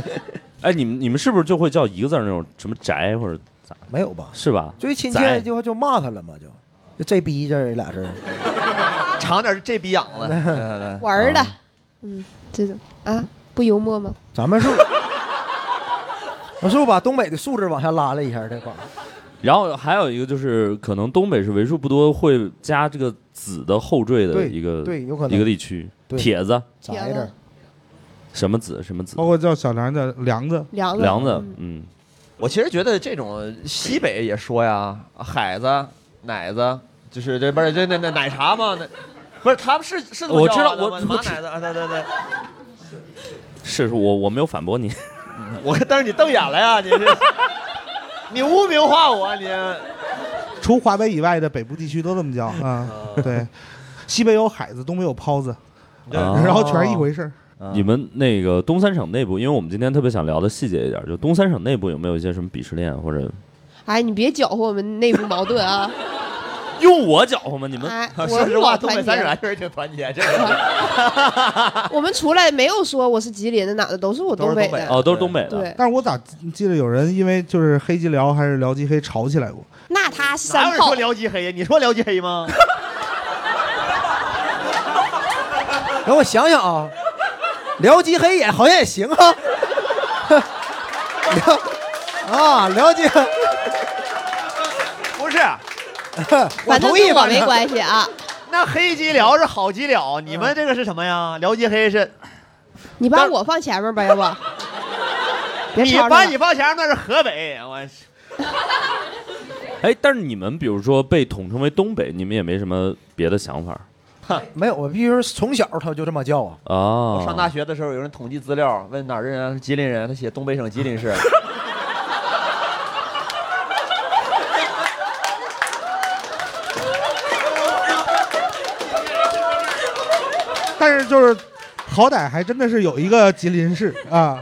[SPEAKER 1] 哎，你们你们是不是就会叫一个字儿那种什么宅或者咋？
[SPEAKER 3] 没有吧？
[SPEAKER 1] 是吧？
[SPEAKER 3] 最亲
[SPEAKER 1] 宅
[SPEAKER 3] 切就就骂他了嘛，就就这逼这儿俩字儿。
[SPEAKER 2] 尝点这逼养的。
[SPEAKER 5] 玩
[SPEAKER 3] 啊
[SPEAKER 5] 儿的，嗯，这种啊，不幽默吗？
[SPEAKER 3] 咱们是不是，我是不是把东北的素质往下拉了一下？这块儿
[SPEAKER 1] 然后还有一个就是，可能东北是为数不多会加这个“子”的后缀的
[SPEAKER 3] 对
[SPEAKER 1] 一个
[SPEAKER 3] 对有可能
[SPEAKER 1] 一个地区。
[SPEAKER 3] 对啊
[SPEAKER 1] 铁子
[SPEAKER 3] 咋一点儿？
[SPEAKER 1] 什么子什么子
[SPEAKER 4] 包，括叫小梁叫梁子，
[SPEAKER 5] 梁子，
[SPEAKER 1] 梁子
[SPEAKER 5] 嗯，
[SPEAKER 1] 嗯，
[SPEAKER 2] 我其实觉得这种西北也说呀，海子、奶子，就是这不是这那那奶茶吗？那不是他们是是这么
[SPEAKER 1] 我
[SPEAKER 2] 叫
[SPEAKER 1] 知道
[SPEAKER 2] 的
[SPEAKER 1] 我
[SPEAKER 2] 吗
[SPEAKER 1] 我
[SPEAKER 2] 马
[SPEAKER 1] 知
[SPEAKER 2] 奶子啊，对对对，
[SPEAKER 1] 是是我我没有反驳 你，
[SPEAKER 2] 我但是你 瞪眼了呀，你这你污名化我你。
[SPEAKER 4] 除华北以外的北部地区都这么叫啊。对，西北有海子，东北有泡子，
[SPEAKER 1] 啊
[SPEAKER 4] 然后全是一回事儿。
[SPEAKER 1] 哦
[SPEAKER 4] 嗯
[SPEAKER 1] 你们那个东三省内部，因为我们今天特别想聊的细节一点，就东三省内部有没有一些什么鄙视链或者
[SPEAKER 5] 哎，你别搅和我们内部矛盾 啊！
[SPEAKER 1] 用我搅和吗？你们
[SPEAKER 5] 哎，我
[SPEAKER 2] 啊说
[SPEAKER 5] 们
[SPEAKER 2] 实话，
[SPEAKER 5] 老
[SPEAKER 2] 东北三
[SPEAKER 5] 团
[SPEAKER 2] 省还
[SPEAKER 5] 结，
[SPEAKER 2] 确实挺团结，这个
[SPEAKER 5] 我们出来没有说我是吉林的，哪的都是我
[SPEAKER 2] 都是
[SPEAKER 5] 北
[SPEAKER 2] 东北
[SPEAKER 5] 的。
[SPEAKER 1] 哦，都是东北的，
[SPEAKER 5] 对，
[SPEAKER 4] 但是我咋记得有人因为就是黑吉辽还是辽吉黑吵起来过？
[SPEAKER 5] 那他是
[SPEAKER 2] 哪有
[SPEAKER 5] 三
[SPEAKER 2] 人
[SPEAKER 5] 炮
[SPEAKER 2] 说，辽吉黑呀？你说辽吉黑吗？
[SPEAKER 3] 让我想想啊，辽吉黑也好像也行啊， 辽啊辽吉，
[SPEAKER 2] 不是，
[SPEAKER 3] 我
[SPEAKER 5] 反正
[SPEAKER 3] 同
[SPEAKER 5] 跟
[SPEAKER 3] 意
[SPEAKER 5] 我
[SPEAKER 3] 吧？
[SPEAKER 5] 没关系啊。 嗯
[SPEAKER 2] 那黑吉辽是好吉辽，你们这个是什么呀？辽吉黑是
[SPEAKER 5] 你把
[SPEAKER 2] 但
[SPEAKER 5] 我放前面吧，要不？ 别
[SPEAKER 2] 你
[SPEAKER 5] 吵
[SPEAKER 2] 把
[SPEAKER 5] 吵
[SPEAKER 2] 你报前那是河北，我去
[SPEAKER 1] 哎，但是你们比如说被统称为东北，你们也没什么别的想法
[SPEAKER 3] 没有，我必须说从小他就这么叫啊。
[SPEAKER 1] 啊？
[SPEAKER 4] 哦
[SPEAKER 2] 我上大学的时候，有人统计资料，问哪儿人啊？是吉林人，他写东北省吉林 市。
[SPEAKER 4] 但是就是好歹还真的是有一个吉林市啊，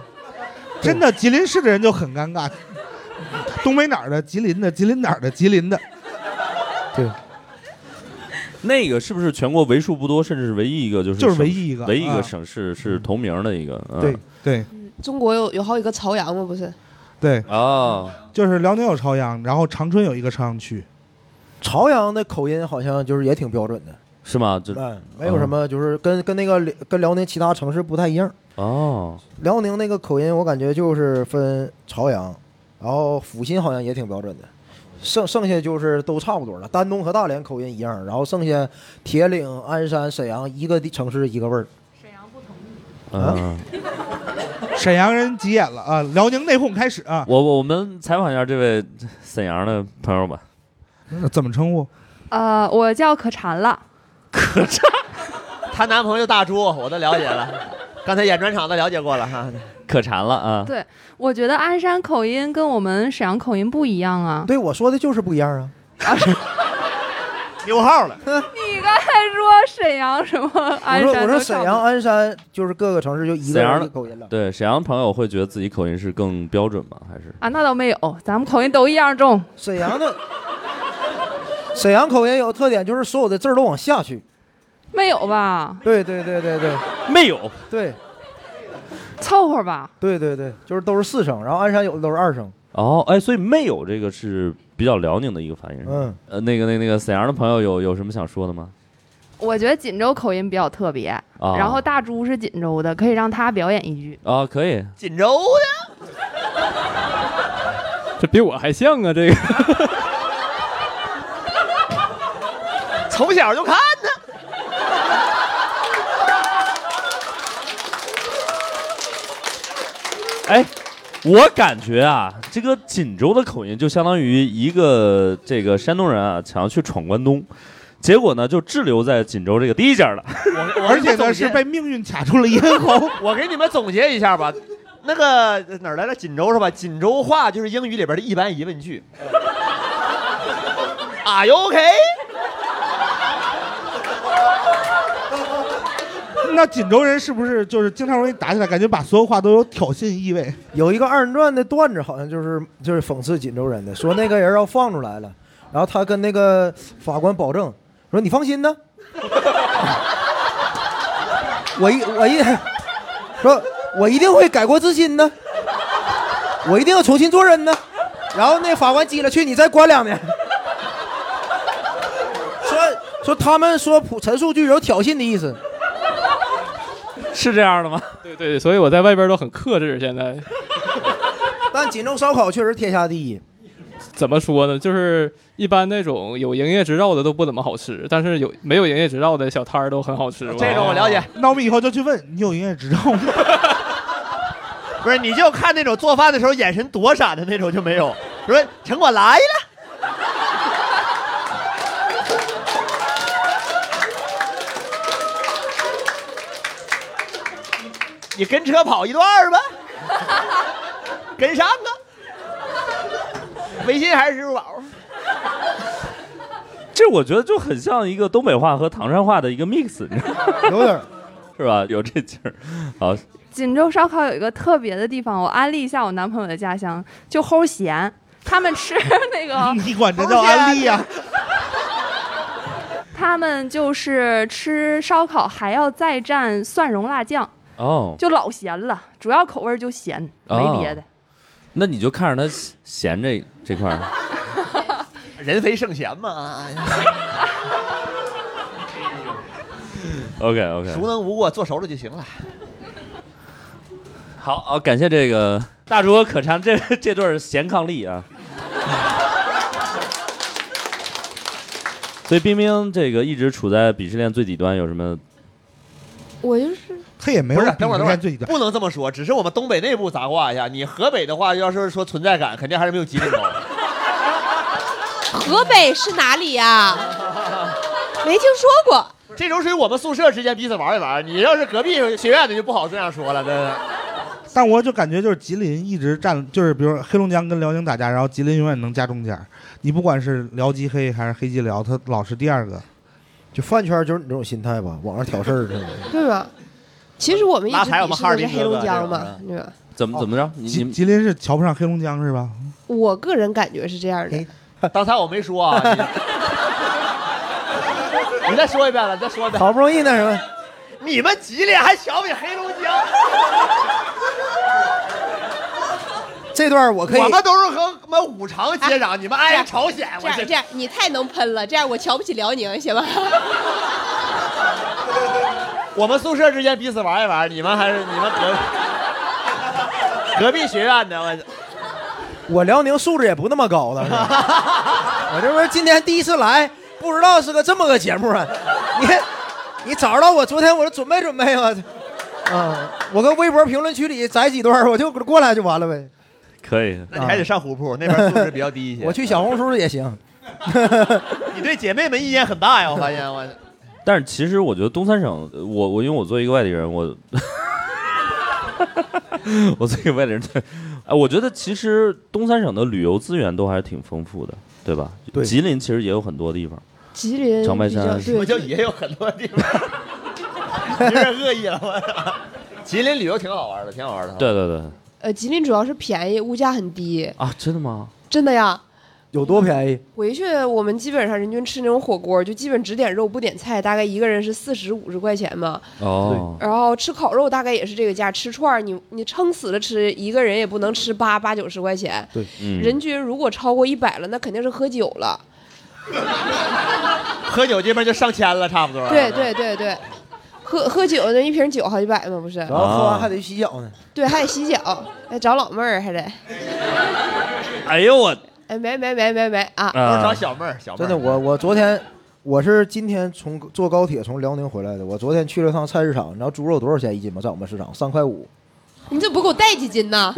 [SPEAKER 4] 真的吉林市的人就很尴尬，东北哪儿的，吉林的，吉林哪儿的，吉林的，
[SPEAKER 3] 对，
[SPEAKER 1] 那个是不是全国为数不多，甚至是唯一一个就是
[SPEAKER 4] 就是
[SPEAKER 1] 省
[SPEAKER 4] 唯一一个
[SPEAKER 1] 唯一一
[SPEAKER 4] 啊
[SPEAKER 1] 个省市是同名的一个？嗯
[SPEAKER 4] 对对
[SPEAKER 5] 中国有有好几个朝阳吗？不是，
[SPEAKER 4] 对，
[SPEAKER 1] 哦，
[SPEAKER 4] 就是辽宁有朝阳，然后长春有一个朝阳区，
[SPEAKER 3] 朝阳的口音好像就是也挺标准的，
[SPEAKER 1] 是吗？这
[SPEAKER 3] 嗯，没有什么，就是跟跟那个辽跟辽宁其他城市不太一样。
[SPEAKER 1] 哦，
[SPEAKER 3] 辽宁那个口音，我感觉就是分朝阳，然后阜新好像也挺标准的，剩剩下就是都差不多了。丹东和大连口音一样，然后剩下铁岭、鞍山、沈阳一个地城市一个味儿。
[SPEAKER 1] 嗯，
[SPEAKER 4] 沈阳人急啊 眼了啊，辽宁内讧开始啊，
[SPEAKER 1] 我我我们采访一下这位沈阳的朋友吧。
[SPEAKER 4] 那怎么称呼？
[SPEAKER 9] 呃，我叫可馋了，
[SPEAKER 3] 啊
[SPEAKER 2] 她男朋友大猪，我都了解了，刚才演专场的了解过了哈。
[SPEAKER 1] 可馋 了啊！
[SPEAKER 9] 对我觉得鞍山口音跟我们沈阳口音不一样啊。
[SPEAKER 3] 对，我说的就是不一 样啊。
[SPEAKER 2] 溜号了，
[SPEAKER 9] 你刚才说沈阳什么
[SPEAKER 3] 我
[SPEAKER 9] 鞍
[SPEAKER 3] 说
[SPEAKER 9] 山？
[SPEAKER 3] 我说沈阳、，鞍山就是各个城市就一个
[SPEAKER 1] 沈阳
[SPEAKER 3] 人
[SPEAKER 1] 的
[SPEAKER 3] 的口音了。
[SPEAKER 1] 对，沈阳朋友会觉得自己口音是更标准吗？还是
[SPEAKER 9] 啊，那倒没有，咱们口音都一样重。
[SPEAKER 3] 沈阳的沈阳口音有特点，就是所有的字儿都往下去。
[SPEAKER 9] 没有吧？
[SPEAKER 3] 对对对对对
[SPEAKER 1] 没有？
[SPEAKER 3] 对
[SPEAKER 9] 凑合吧。
[SPEAKER 3] 对对对，就是都是四声，然后鞍山有的都是二声。
[SPEAKER 1] 哦，哎，所以没有这个是比较辽宁的一个发音。是吧
[SPEAKER 3] 嗯，
[SPEAKER 1] 呃，那个、那个、那个沈阳的朋友有有什么想说的吗？
[SPEAKER 9] 我觉得锦州口音比较特别，
[SPEAKER 1] 啊，
[SPEAKER 9] 然后大猪是锦州的，可以让他表演一句。
[SPEAKER 1] 啊，可以，
[SPEAKER 2] 锦州的，
[SPEAKER 10] 这比我
[SPEAKER 1] 哎
[SPEAKER 10] 还像啊！ 这个
[SPEAKER 2] 从小就看呢。
[SPEAKER 1] 哎，我感觉啊，这个锦州的口音就相当于一个这个山东人啊，想要去闯关东，结果呢就滞留在锦州这个地界儿了。
[SPEAKER 2] 我我
[SPEAKER 4] 而且呢
[SPEAKER 2] 呢
[SPEAKER 4] 是被命运卡住了咽喉，
[SPEAKER 2] 我给你们总结一下吧，那个哪儿来着？锦州是吧？锦州话就是英语里边的一般疑问句。Are you OK？
[SPEAKER 4] 那锦州人是不是就是经常容易打起来？感觉把所有话都有挑衅意味。
[SPEAKER 3] 有一个二人转的段子，好像就是就是讽刺锦州人的，说那个人要放出来了，然后他跟那个法官保证说：“你放心呢。” 我一我一说，我一定会改过自新的，我一定要重新做人呢。然后那法官急了，去你再关两年。说说他们说普陈述句有挑衅的意思，
[SPEAKER 1] 是这样的吗？
[SPEAKER 10] 对对对，所以我在外边都很克制。现在
[SPEAKER 3] 但锦州烧烤确实天下第一。
[SPEAKER 10] 怎么说呢？就是一般那种有营业执照的都不怎么好吃，但是有没有营业执照的小摊儿都很好吃。
[SPEAKER 2] 这个我了解，
[SPEAKER 4] 那我们以后就去问你有营业执照吗？
[SPEAKER 2] 不是你就看那种做饭的时候眼神躲闪的那种就没有。说请我来了，你跟车跑一段儿吧，跟上啊。微信还是支付宝？
[SPEAKER 1] 这我觉得就很像一个东北话和唐山话的一个 mix，你知道吗
[SPEAKER 3] 有 点儿
[SPEAKER 1] 是吧？有这劲儿。好，
[SPEAKER 9] 锦州烧烤有一个特别的地方，我安利一下我男朋友的家乡，就齁咸。他们 吃 那个，
[SPEAKER 4] 你管这叫安利呀、啊
[SPEAKER 9] 他们就是吃烧烤还要再蘸蒜蓉辣酱，
[SPEAKER 1] 哦，
[SPEAKER 9] 就老咸了，主要口味儿就咸，
[SPEAKER 1] 哦
[SPEAKER 9] 没别的。
[SPEAKER 1] 那你就看着他闲这这块儿。
[SPEAKER 2] 人非圣贤嘛，哎呀
[SPEAKER 1] OK OK，
[SPEAKER 2] 孰能无过，做熟了就行了。
[SPEAKER 1] 好，好，感谢这个大主和可长这这对儿闲伉俪啊。所以冰冰这个一直处在鄙视链最底端，有什么
[SPEAKER 5] 我就是
[SPEAKER 4] 黑也没有
[SPEAKER 2] 不是，
[SPEAKER 4] 比
[SPEAKER 2] 等会儿
[SPEAKER 4] 明
[SPEAKER 2] 等会
[SPEAKER 4] 天最
[SPEAKER 2] 儿，不能这么说，只是我们东北内部杂话呀。你河北的话，要是说存在感，肯定还是没有吉林高。
[SPEAKER 5] 河北是哪里呀、 没听说过。
[SPEAKER 2] 这种属于我们宿舍之间彼此玩一玩。你要是隔壁学院的就不好这样说了，真 的。
[SPEAKER 4] 但我就感觉就是吉林一直占，就是比如说黑龙江跟辽宁打架，然后吉林永远能夹中间儿。你不管是辽吉黑还是黑吉辽，他老是第二个。
[SPEAKER 3] 就饭圈就是你这种心态吧，网上挑事 儿似的。
[SPEAKER 5] 对吧？其实我们一
[SPEAKER 2] 拉
[SPEAKER 5] 直
[SPEAKER 2] 踩我
[SPEAKER 5] 鄙
[SPEAKER 2] 们
[SPEAKER 5] 视
[SPEAKER 2] 哈尔
[SPEAKER 5] 的
[SPEAKER 2] 滨
[SPEAKER 5] 是黑
[SPEAKER 2] 哥哥
[SPEAKER 5] 龙江
[SPEAKER 2] 这
[SPEAKER 5] 嘛
[SPEAKER 2] 种，
[SPEAKER 5] 对吧？
[SPEAKER 1] 怎么怎么着？你你
[SPEAKER 4] 吉吉林是瞧不上黑龙江是吧？
[SPEAKER 5] 我个人感觉是这样的。
[SPEAKER 3] 哎
[SPEAKER 2] 刚才我没说啊， 你你再说一遍了，再说一遍。
[SPEAKER 3] 好不容易那什么，
[SPEAKER 2] 你们吉林还瞧不起黑龙 江？
[SPEAKER 3] 这段我可以
[SPEAKER 2] 我，们都是和我们五常接壤，你们挨着朝鲜，
[SPEAKER 5] 啊这
[SPEAKER 2] 我
[SPEAKER 5] 样这样，你太能喷了，这样我瞧不起辽宁，行吧？
[SPEAKER 2] 我们宿舍之间彼此玩一玩，你们还是你们隔 隔壁学院的，我
[SPEAKER 3] 我辽宁素质也不那么高了。是吧我这不是今天第一次来，不知道是个这么个节目啊。 你你找着我，昨天我就准备准备我。啊！我跟微博评论区里载几段，我就过来就完了呗。
[SPEAKER 1] 可以，
[SPEAKER 2] 那你还得上虎扑，那边素质比较 低一些。
[SPEAKER 3] 我去小红书也行。
[SPEAKER 2] 你对姐妹们意见很大呀，我发现我。
[SPEAKER 1] 但是其实我觉得东三省，呃我我因为我作为一个外地人，我 我作为一个外地人，对，哎，我觉得其实东三省的旅游资源都还是挺丰富的，对吧？
[SPEAKER 3] 对
[SPEAKER 1] 吉林其实也有很多地方，
[SPEAKER 5] 吉林
[SPEAKER 1] 长白山
[SPEAKER 5] 嗯比较对
[SPEAKER 2] 我就也有很多地 方，有点恶意了。我操，吉林旅游挺好玩的，挺好
[SPEAKER 3] 啊
[SPEAKER 2] 玩的。，
[SPEAKER 1] 对对对，
[SPEAKER 5] 呃，吉林主要是便宜，物价很低，
[SPEAKER 1] 啊，真的吗？
[SPEAKER 5] 真的呀。
[SPEAKER 3] 有多便宜？
[SPEAKER 5] 回去我们基本上人均吃那种火锅，就基本只点肉不点菜，大概一个人是四十五十块钱嘛。
[SPEAKER 1] 哦，
[SPEAKER 5] 然后吃烤肉大概也是这个价，吃串儿你你撑死了吃，一个人也不能吃八八九十块钱。
[SPEAKER 1] 嗯，
[SPEAKER 5] 人均如果超过一百了，那肯定是喝酒了。
[SPEAKER 2] 喝酒这边就上千了，差不多。
[SPEAKER 5] 对对对对，喝喝酒那一瓶酒好几百嘛，不是？
[SPEAKER 3] 然后喝完还得洗脚呢。
[SPEAKER 5] 对，还得洗脚，还找老妹儿，还得
[SPEAKER 1] 哎呦我
[SPEAKER 5] 哎没没没没没啊！
[SPEAKER 2] 都是
[SPEAKER 1] 啊
[SPEAKER 2] 找，小妹儿，小妹
[SPEAKER 3] 嗯真
[SPEAKER 2] 儿。
[SPEAKER 3] 的，
[SPEAKER 4] 嗯
[SPEAKER 3] 我我昨天我是今天从坐高铁从辽宁回来的。我昨天去了趟菜市场，你知道猪肉多少钱一斤吗？在我们市场三块五，
[SPEAKER 5] 你怎么不给我带几斤呢？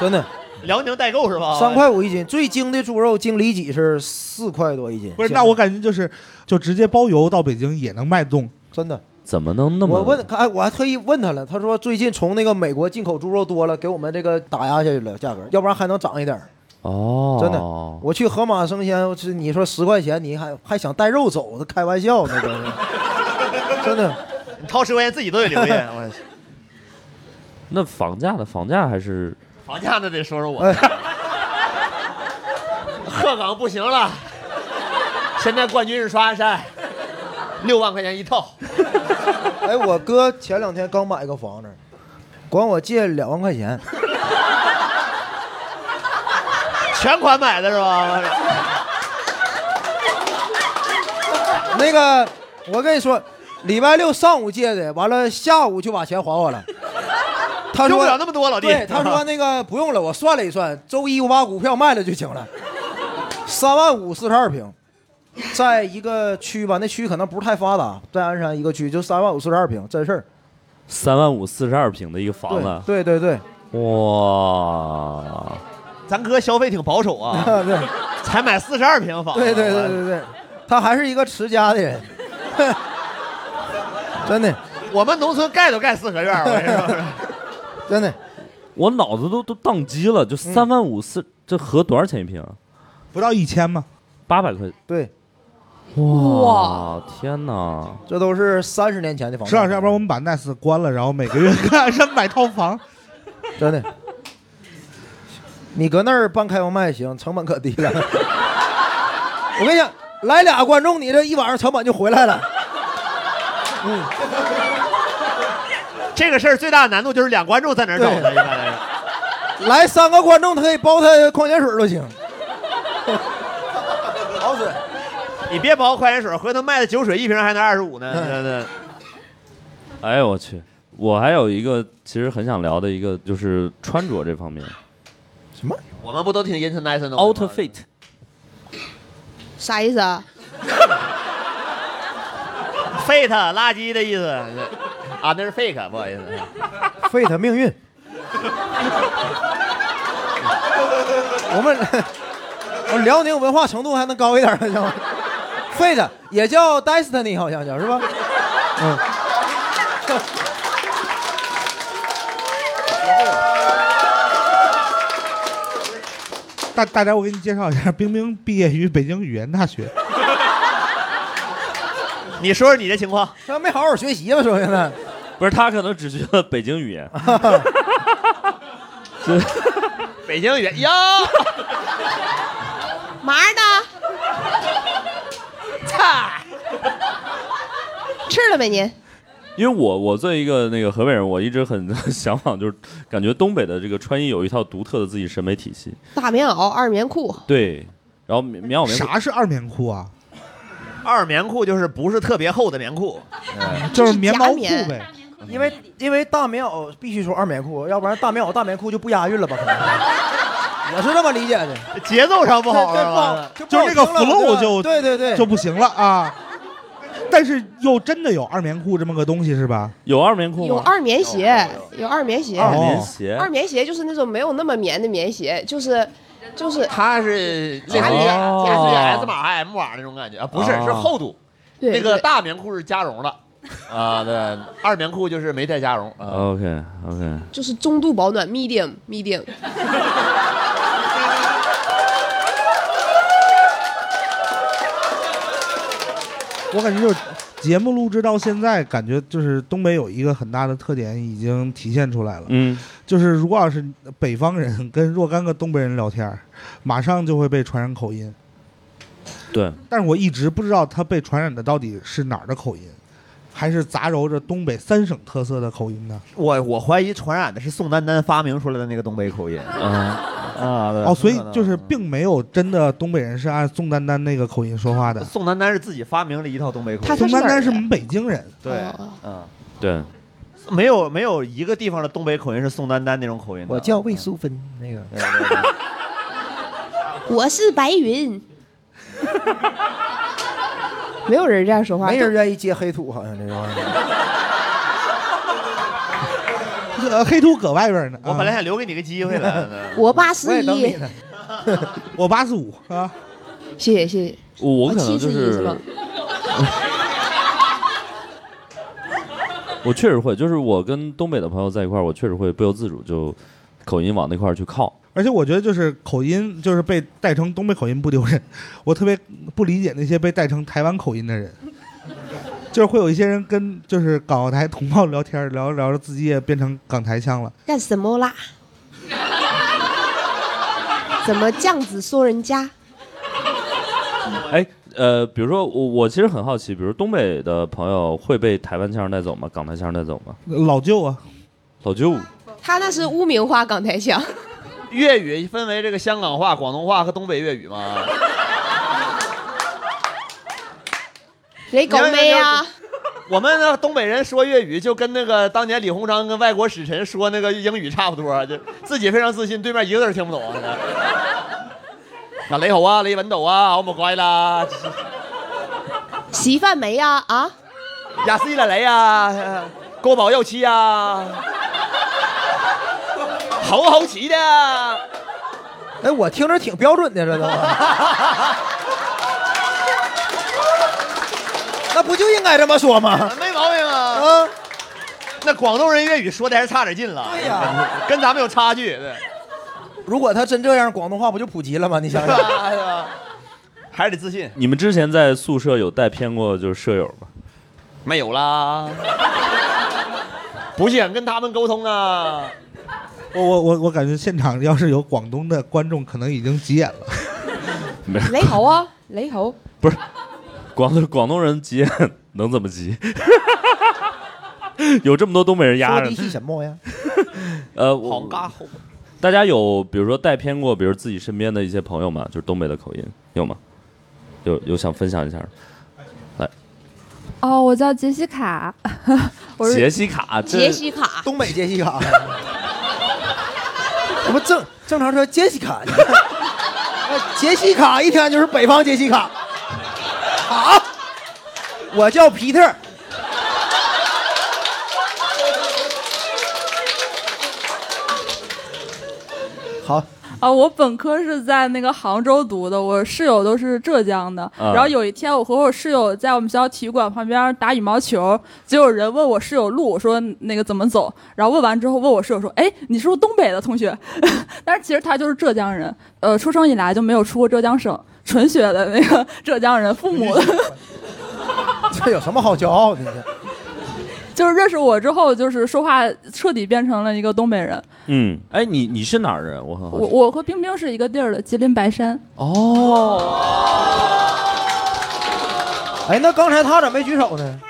[SPEAKER 3] 真的
[SPEAKER 2] 辽宁代购是
[SPEAKER 4] 哦
[SPEAKER 2] 吧？
[SPEAKER 3] 三。块五一斤。最精的猪肉经里脊是四块多一斤。
[SPEAKER 4] 不是，那我感觉就是就直接包邮到北京也能卖动。
[SPEAKER 3] 真的，
[SPEAKER 1] 怎么能那么
[SPEAKER 3] 我问他，哎，我还特意问他了，他说最近从那个美国进口猪肉多了，给我们这个打压下去了价格，要不然还能涨一点儿。
[SPEAKER 1] 哦，
[SPEAKER 3] 真的我去盒马生鲜，是你说十块钱，你还还想带肉走？他开玩笑呢，都是 真的。
[SPEAKER 2] 你掏十块钱自己都得留 下。我去
[SPEAKER 1] 那房价呢？房价还是
[SPEAKER 2] 房价那得说说我。
[SPEAKER 3] 哎，
[SPEAKER 2] 鹤岗不行了，现在冠军是双鸭山，六万块钱一套。
[SPEAKER 3] 哎，我哥前两天刚买个房子，管我借两万块钱，
[SPEAKER 2] 全款买的是吧？
[SPEAKER 3] 那个我跟你说，礼拜六上午借的，完了下午就把钱还我 了。他
[SPEAKER 2] 用
[SPEAKER 3] 说
[SPEAKER 2] 不了那么多，老弟。
[SPEAKER 3] 对，他 说那个不用了，我算了一算，周一我把股票卖了就行了，三万五四十二平，在一个区吧，那区可能不是太发达，在鞍山一个区就三万五四十二平，真事儿。
[SPEAKER 1] 三万五四十二平的一个房子？
[SPEAKER 3] 对对对
[SPEAKER 1] 哇，
[SPEAKER 2] 咱哥消费挺保守 啊，
[SPEAKER 3] 对对
[SPEAKER 2] 才买四十二平方。
[SPEAKER 3] 对对对对对，他还是一个持家的人， 真的
[SPEAKER 2] 我们农村盖都盖四合院儿，我跟你说。
[SPEAKER 3] 真的，嗯
[SPEAKER 1] 我脑子都都宕机了，就三万五四，这合多少钱一平啊？
[SPEAKER 4] 不到一千吗？
[SPEAKER 1] 八百块
[SPEAKER 3] 对，
[SPEAKER 1] 哇！天哪！
[SPEAKER 3] 这都是三十年前的房子。
[SPEAKER 4] 石老师，要不然我们把 Nice 关了，然后每个月啊看上买套房。
[SPEAKER 3] 真的，你搁那儿办开放麦行，成本可低了。 我跟你讲，来俩观众，你这一晚上成本就回来 了。嗯
[SPEAKER 2] 这个事儿最大的难度就是两观众在哪儿找的，
[SPEAKER 3] 对
[SPEAKER 2] 一般来说。
[SPEAKER 3] 来三个观众，他可以包他矿泉水都行。好水，
[SPEAKER 2] 你别包矿泉水，回头卖的酒水一瓶还能二十五呢。
[SPEAKER 3] 嗯
[SPEAKER 2] 真的，
[SPEAKER 1] 哎呦我去！我还有一个其实很想聊的一个就是穿着这 方面
[SPEAKER 3] 什么？
[SPEAKER 2] 我们不都挺 international 的吗
[SPEAKER 1] ，outfit
[SPEAKER 5] 啥意思啊？
[SPEAKER 2] fit 垃圾的意思啊，那是 fake，不好意思。
[SPEAKER 3] ，fate 命运。 我们 我辽宁文化程度还能高一点儿，行吗？fate 也叫 destiny，好像叫是吧？嗯。
[SPEAKER 4] 大大家，我给你介绍一下，冰冰毕业于北京语言大学。
[SPEAKER 2] 你说说你的情况，
[SPEAKER 3] 他没好好学习吗？说现在
[SPEAKER 1] 不是他可能只学了北京语言，
[SPEAKER 2] 北京语哟，
[SPEAKER 5] 嘛呢？
[SPEAKER 2] 菜
[SPEAKER 5] 吃了没您？
[SPEAKER 1] 因为我我作为一个那个河北人，我一直很 向往，就是感觉东北的这个穿衣有一套独特的自己审美体系。
[SPEAKER 5] 大棉袄、二棉裤，
[SPEAKER 1] 对，然后棉棉袄棉裤
[SPEAKER 4] 哎啥是二棉裤啊？
[SPEAKER 2] 二棉裤就是不是特别厚的棉裤，
[SPEAKER 3] 嗯
[SPEAKER 4] 就是
[SPEAKER 5] 是
[SPEAKER 4] 棉
[SPEAKER 5] 夹
[SPEAKER 4] 毛裤
[SPEAKER 5] 棉
[SPEAKER 4] 呗。
[SPEAKER 3] 因为因为大棉袄必须穿二棉裤，要不然大棉袄大棉裤就不押韵了 吧？可能我是这么理解的。
[SPEAKER 2] 节奏上不好
[SPEAKER 3] 对对
[SPEAKER 2] 是吧？
[SPEAKER 3] 不好
[SPEAKER 4] 就是那个
[SPEAKER 3] 不好听了
[SPEAKER 4] flow 就
[SPEAKER 3] 对对 对，
[SPEAKER 4] 就不行了啊。但是又真的有二棉裤这么个东西是吧？
[SPEAKER 1] 有二棉裤
[SPEAKER 5] 有
[SPEAKER 1] 吗？
[SPEAKER 5] 二棉鞋，有二棉鞋。
[SPEAKER 1] 二
[SPEAKER 4] 哦
[SPEAKER 1] 棉鞋，
[SPEAKER 5] 二棉鞋就是那种没有那么棉的棉鞋，就是就是
[SPEAKER 2] 它是类似于
[SPEAKER 1] 哦
[SPEAKER 2] 类似于 S 码还 M 码那种感觉啊，不是
[SPEAKER 1] 哦
[SPEAKER 2] 是厚度。
[SPEAKER 5] 对
[SPEAKER 2] 那个
[SPEAKER 5] 对
[SPEAKER 2] 大棉裤是加绒的，啊，对，二棉裤就是没带加绒啊。
[SPEAKER 1] OK OK，
[SPEAKER 5] 就是中度保暖，medium medium。
[SPEAKER 4] 我感觉就是节目录制到现在，感觉就是东北有一个很大的特点已经体现出来了，
[SPEAKER 1] 嗯，
[SPEAKER 4] 就是如果要是北方人跟若干个东北人聊天儿，马上就会被传染口音。
[SPEAKER 1] 对，
[SPEAKER 4] 但是我一直不知道他被传染的到底是哪儿的口音，还是杂糅着东北三省特色的口音呢？
[SPEAKER 2] 我我怀疑传染的是宋丹丹发明出来的那个东北口音
[SPEAKER 1] 嗯，
[SPEAKER 2] 啊。对
[SPEAKER 4] 哦，所以
[SPEAKER 2] 很可能
[SPEAKER 4] 就是并没有真的东北人是按宋丹丹那个口音说话 的，
[SPEAKER 2] 宋丹丹是自己发明了一套东北口
[SPEAKER 5] 他
[SPEAKER 2] 音，
[SPEAKER 5] 是
[SPEAKER 4] 宋丹
[SPEAKER 5] 哪儿
[SPEAKER 4] 丹是
[SPEAKER 5] 人
[SPEAKER 4] 北京人。
[SPEAKER 2] 对
[SPEAKER 5] 哦，
[SPEAKER 2] 嗯，
[SPEAKER 1] 对，
[SPEAKER 2] 没有没有一个地方的东北口音是宋丹丹那种口音的。嗯
[SPEAKER 3] 我叫魏淑芬，那个
[SPEAKER 2] 对。对 对
[SPEAKER 5] 我是白云。没有人这样说话，
[SPEAKER 3] 没人愿意接黑土，好像这个玩意儿。
[SPEAKER 4] 呃，黑土搁外边呢。
[SPEAKER 2] 我本来
[SPEAKER 4] 啊、
[SPEAKER 2] 想留给你个机 会的，嗯
[SPEAKER 5] 我八
[SPEAKER 3] 我
[SPEAKER 5] 十
[SPEAKER 3] 也等
[SPEAKER 5] 一
[SPEAKER 3] 你，呢。
[SPEAKER 4] 我八十五啊，
[SPEAKER 5] 谢谢谢谢。
[SPEAKER 1] 我我可
[SPEAKER 5] 啊
[SPEAKER 1] 能
[SPEAKER 5] 七
[SPEAKER 1] 就
[SPEAKER 5] 十一是吧？
[SPEAKER 1] 我确实会，就是我跟东北的朋友在一块儿，我确实会不由自主就口音往那块儿去靠。
[SPEAKER 4] 而且我觉得就是口音，就是被带成东北口音不丢人。 我特别不理解那些被带成台湾口音的人， 就是会有一些人跟就是港澳台同胞聊天，聊着聊着自己也变成港台腔了。
[SPEAKER 5] 干什么啦？怎么这样子说人家？
[SPEAKER 1] 哎，呃，比如说我我其实很好奇，比如东北的朋友会被台湾腔带走吗？港台腔带走吗？
[SPEAKER 4] 老舅啊，
[SPEAKER 1] 老舅，
[SPEAKER 5] 他那是污名化港台腔，
[SPEAKER 2] 粤语分为这个香港话、广东话和东北粤语嘛。
[SPEAKER 5] 谁狗妹呀、啊？
[SPEAKER 2] 我们呢，东北人说粤语就跟那个当年李鸿章跟外国使臣说那个英语差不多，就自己非常自信，对面一个字儿听不懂。 啊，你好啊，你文斗啊，我冇乖啦，
[SPEAKER 5] 稀饭没呀、啊？啊，
[SPEAKER 2] 亚斯了雷啊，高保又期啊，猴猴齐的，
[SPEAKER 3] 哎，我听着挺标准的，这都。那不就应该这么说 吗？
[SPEAKER 2] 没毛病啊。
[SPEAKER 3] 啊，
[SPEAKER 2] 那广东人粤语说的还是差点劲了，
[SPEAKER 3] 对呀
[SPEAKER 2] 跟咱们有差距，对，
[SPEAKER 3] 如果他真这样，广东话不就普及了吗？你想
[SPEAKER 2] 是
[SPEAKER 3] 想，
[SPEAKER 2] 吧？是吧 还是得自信，
[SPEAKER 1] 你们之前在宿舍有带偏过就是舍友吗？
[SPEAKER 2] 没有啦， 不想跟他们沟通啊，
[SPEAKER 4] 我我我我感觉现场要是有广东的观众，可能已经急眼了。
[SPEAKER 5] 雷猴啊，雷猴。
[SPEAKER 1] 不是，广东广东人急能怎么急？ 有这么多东北人压
[SPEAKER 3] 说
[SPEAKER 1] 着
[SPEAKER 3] 的，是什么呀？
[SPEAKER 1] 呃，
[SPEAKER 2] 好
[SPEAKER 1] 我
[SPEAKER 2] 嘎吼，
[SPEAKER 1] 大家有比如说带偏过，比如自己身边的一些朋友嘛，就是东北的口音有吗？有有想分享一下的？
[SPEAKER 9] 哦，我叫杰西 卡，我是
[SPEAKER 1] 杰西卡，这
[SPEAKER 5] 杰西卡，
[SPEAKER 3] 东北杰西卡， 我们正正常说杰西卡， 杰西卡一听就是北方杰西卡。啊，我叫皮特，好，
[SPEAKER 7] 啊，我本科是在那个杭州读的，我室友都是浙江的。
[SPEAKER 11] 啊
[SPEAKER 7] 然后有一天，我和我室友在我们学校体育馆旁边打羽毛球，结果有人问我室友路，我说那个怎么走，然后问完之后问我室友说，哎，你是不是东北的同学？ 但是其实他就是浙江人，呃，出生以来就没有出过浙江省，纯血的那个 浙江人，父母
[SPEAKER 3] 这有什么好骄傲的？
[SPEAKER 7] 就是认识我之后，就是说话彻底变成了一个东北人。
[SPEAKER 1] 嗯，哎，你你是哪儿人？我很好
[SPEAKER 7] 我
[SPEAKER 1] 奇。
[SPEAKER 7] 我和冰冰是一个地儿的，吉林白山。
[SPEAKER 1] 哦，
[SPEAKER 3] 哎，那刚才他咋没举手呢？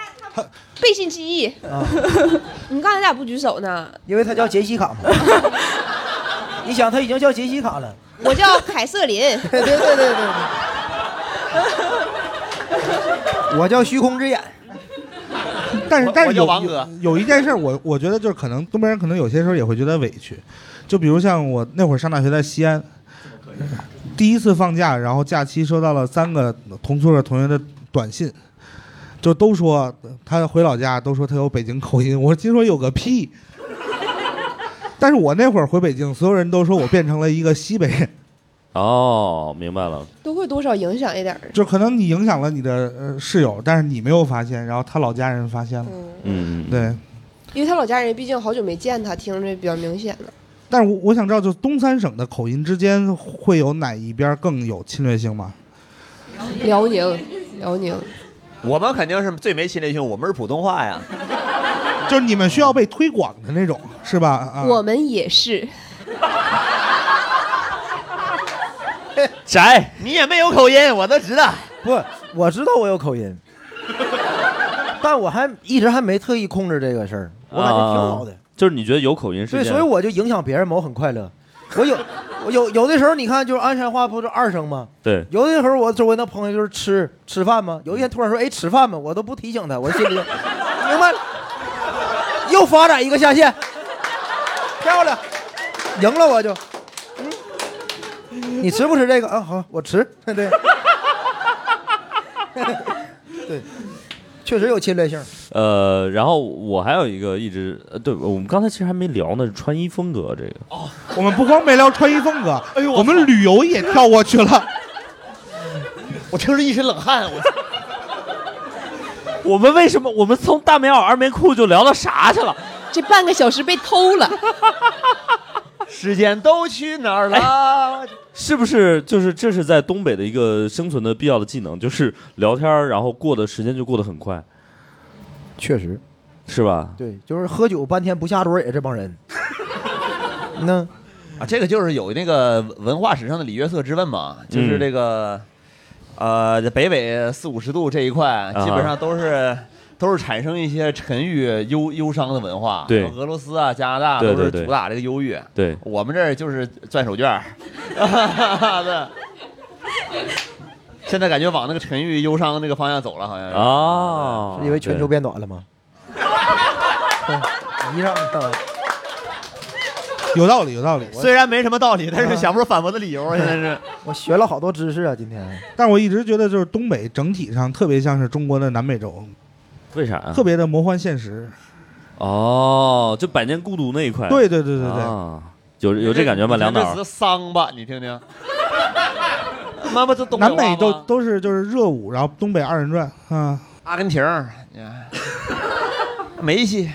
[SPEAKER 5] 背信弃义。
[SPEAKER 3] 啊
[SPEAKER 5] 你刚才咋不举手呢？
[SPEAKER 3] 因为他叫杰西卡嘛。 你想，他已经叫杰西卡了。
[SPEAKER 5] 我叫凯瑟琳。
[SPEAKER 3] 对对对对对。我叫虚空之眼。
[SPEAKER 4] 但是
[SPEAKER 3] 我
[SPEAKER 4] 但
[SPEAKER 3] 我
[SPEAKER 4] 是
[SPEAKER 3] 叫
[SPEAKER 4] 有
[SPEAKER 3] 王
[SPEAKER 4] 有
[SPEAKER 3] 哥
[SPEAKER 4] 有一件事儿我，我觉得就是可能东北人可能有些时候也会觉得委屈，就比如像我那会儿上大学在西安，第一次放假，然后假期收到了三个同宿舍同学的短信，就都说他回老家，都说他有北京口音，我心说有个屁。但是我那会儿回北京，所有人都说我变成了一个西北人，
[SPEAKER 1] 哦，明白了。
[SPEAKER 5] 都会多少影响一点儿。
[SPEAKER 4] 就可能你影响了你的呃室友，但是你没有发现，然后他老家人发现了，
[SPEAKER 1] 嗯，
[SPEAKER 4] 对。
[SPEAKER 5] 因为他老家人毕竟好久没见他，听着比较明显了。
[SPEAKER 4] 但是我我想知道，就东三省的口音之间会有哪一边更有侵略性吗？
[SPEAKER 5] 辽宁，辽宁，
[SPEAKER 2] 我们肯定是最没侵略性，我们是普通话呀。
[SPEAKER 4] 就是你们需要被推广的那种，是吧？啊，
[SPEAKER 5] 我们也是。
[SPEAKER 2] 宅，你也没有口音，我都知道。
[SPEAKER 3] 不，我知道我有口音，但我还一直还没特意控制这个事儿，我感觉挺好的。
[SPEAKER 1] 啊就是你觉得有口音是
[SPEAKER 3] 对，
[SPEAKER 1] 这样
[SPEAKER 3] 所以我就影响别人嘛，我很快乐。我有，我有有的时候你看，就是鞍山话不是二声吗？
[SPEAKER 1] 对
[SPEAKER 3] 有的时候我周围的朋友就是吃吃饭吗？有一天突然说哎吃饭吗？我都不提醒他，我心里就明白了，又发展一个下线，漂亮，赢了我就，嗯，你吃不吃这个啊？好，我吃， 对，对，确实有侵略性。
[SPEAKER 1] 呃，然后我还有一个一直，呃，对我们刚才其实还没聊呢，穿衣风格这个。哦，
[SPEAKER 4] 我们不光没聊穿衣风格，哎呦，我们旅游也跳过去了。
[SPEAKER 2] 我听着一身冷汗，我
[SPEAKER 1] 我们为什么我们从大棉袄、二棉裤就聊到啥去了？
[SPEAKER 5] 这半个小时被偷了。
[SPEAKER 2] 时间都去哪儿了？
[SPEAKER 1] 是不是就是这是在东北的一个生存的必要的技能，就是聊天儿，然后过的时间就过得很快，
[SPEAKER 3] 确实，
[SPEAKER 1] 是吧？
[SPEAKER 3] 对，就是喝酒半天不下桌也这帮人。那
[SPEAKER 2] 啊，这个就是有那个文化史上的里约瑟之问嘛，
[SPEAKER 1] 嗯
[SPEAKER 2] 就是这个，呃，北纬四五十度这一块，
[SPEAKER 1] 啊
[SPEAKER 2] 基本上都是、都是产生一些沉郁忧忧伤的文化。
[SPEAKER 1] 对
[SPEAKER 2] 俄罗斯啊、加拿大
[SPEAKER 1] 对
[SPEAKER 2] 都
[SPEAKER 1] 对
[SPEAKER 2] 是
[SPEAKER 1] 对
[SPEAKER 2] 主打这个忧郁。
[SPEAKER 1] 对，
[SPEAKER 2] 我们这儿就是转手绢儿， 对。现在感觉往那个沉郁忧伤那个方向走了，好像是。
[SPEAKER 1] 啊，
[SPEAKER 3] 是因为全球变暖了吗？对，一上
[SPEAKER 4] 有道理，有道理。
[SPEAKER 2] 虽然没什么道理，但是想不出反驳的理由啊，现在是。
[SPEAKER 3] 我学了好多知识啊，今天
[SPEAKER 4] 但我一直觉得，就是东北整体上特别像是中国的南美洲，
[SPEAKER 1] 为啥
[SPEAKER 2] 啊
[SPEAKER 1] 呀？
[SPEAKER 4] 特别的魔幻现实。
[SPEAKER 1] 哦，就百年孤独那一块。
[SPEAKER 4] 对对对对对
[SPEAKER 1] 啊，有有这感觉吗？
[SPEAKER 2] 你看
[SPEAKER 1] 梁导
[SPEAKER 2] 这词桑吧，你听听。妈妈，这东
[SPEAKER 4] 南美
[SPEAKER 2] 话
[SPEAKER 4] 都
[SPEAKER 2] 吗
[SPEAKER 4] 都是就是热舞，然后东北二人转啊。
[SPEAKER 2] 阿根廷儿，你看梅西，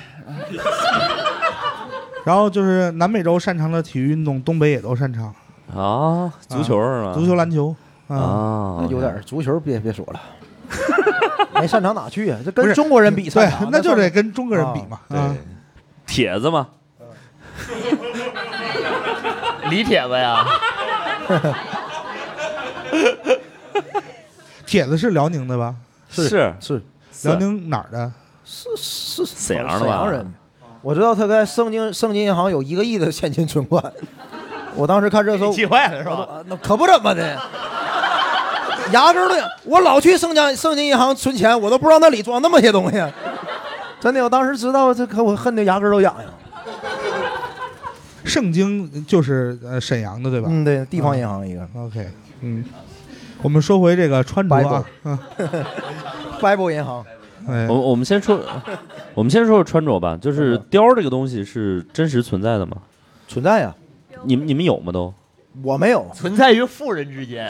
[SPEAKER 4] 然后就是南美洲擅长的体育运动，东北也都擅长，
[SPEAKER 1] 啊，足球是吗？
[SPEAKER 4] 足球、篮球啊。
[SPEAKER 1] 啊，
[SPEAKER 3] 那有点儿足球别别说了， 没擅长哪去啊？这
[SPEAKER 4] 不
[SPEAKER 3] 跟
[SPEAKER 4] 是
[SPEAKER 3] 中国人比
[SPEAKER 4] 对
[SPEAKER 3] 擅长，，
[SPEAKER 4] 那就
[SPEAKER 3] 算
[SPEAKER 4] 得跟中国人比嘛。啊，
[SPEAKER 1] 铁子嘛，
[SPEAKER 2] 李铁
[SPEAKER 1] 哎
[SPEAKER 2] 子呀，
[SPEAKER 4] 铁子是辽宁的吧？
[SPEAKER 1] 是是
[SPEAKER 3] 是
[SPEAKER 4] 辽宁哪儿的？
[SPEAKER 3] 是
[SPEAKER 1] 沈阳的
[SPEAKER 3] 沈
[SPEAKER 1] 吧
[SPEAKER 3] 阳？人。我知道他在盛京盛京银行有一个亿的现金存款，我当时看热搜，
[SPEAKER 2] 气坏了是吧？
[SPEAKER 3] 啊那可不怎么的，牙根儿都痒。我老去盛江盛京银行存钱，我都不知道那里装那么些东西。真的，我当时知道这可我恨的牙根儿都痒痒。
[SPEAKER 4] 盛京就是呃沈阳的对吧？啊
[SPEAKER 3] 嗯，对，地方银行一个
[SPEAKER 4] OK，嗯，我们说回这个穿着啊，嗯，
[SPEAKER 3] ，Bible 银行。
[SPEAKER 4] 哎
[SPEAKER 1] 我，我们先说，我们先说说穿着吧。就是貂儿这个东西是真实存在的吗？
[SPEAKER 3] 存在呀、
[SPEAKER 1] 你们你们有吗都？
[SPEAKER 3] 我没有，
[SPEAKER 2] 存在于富人之间。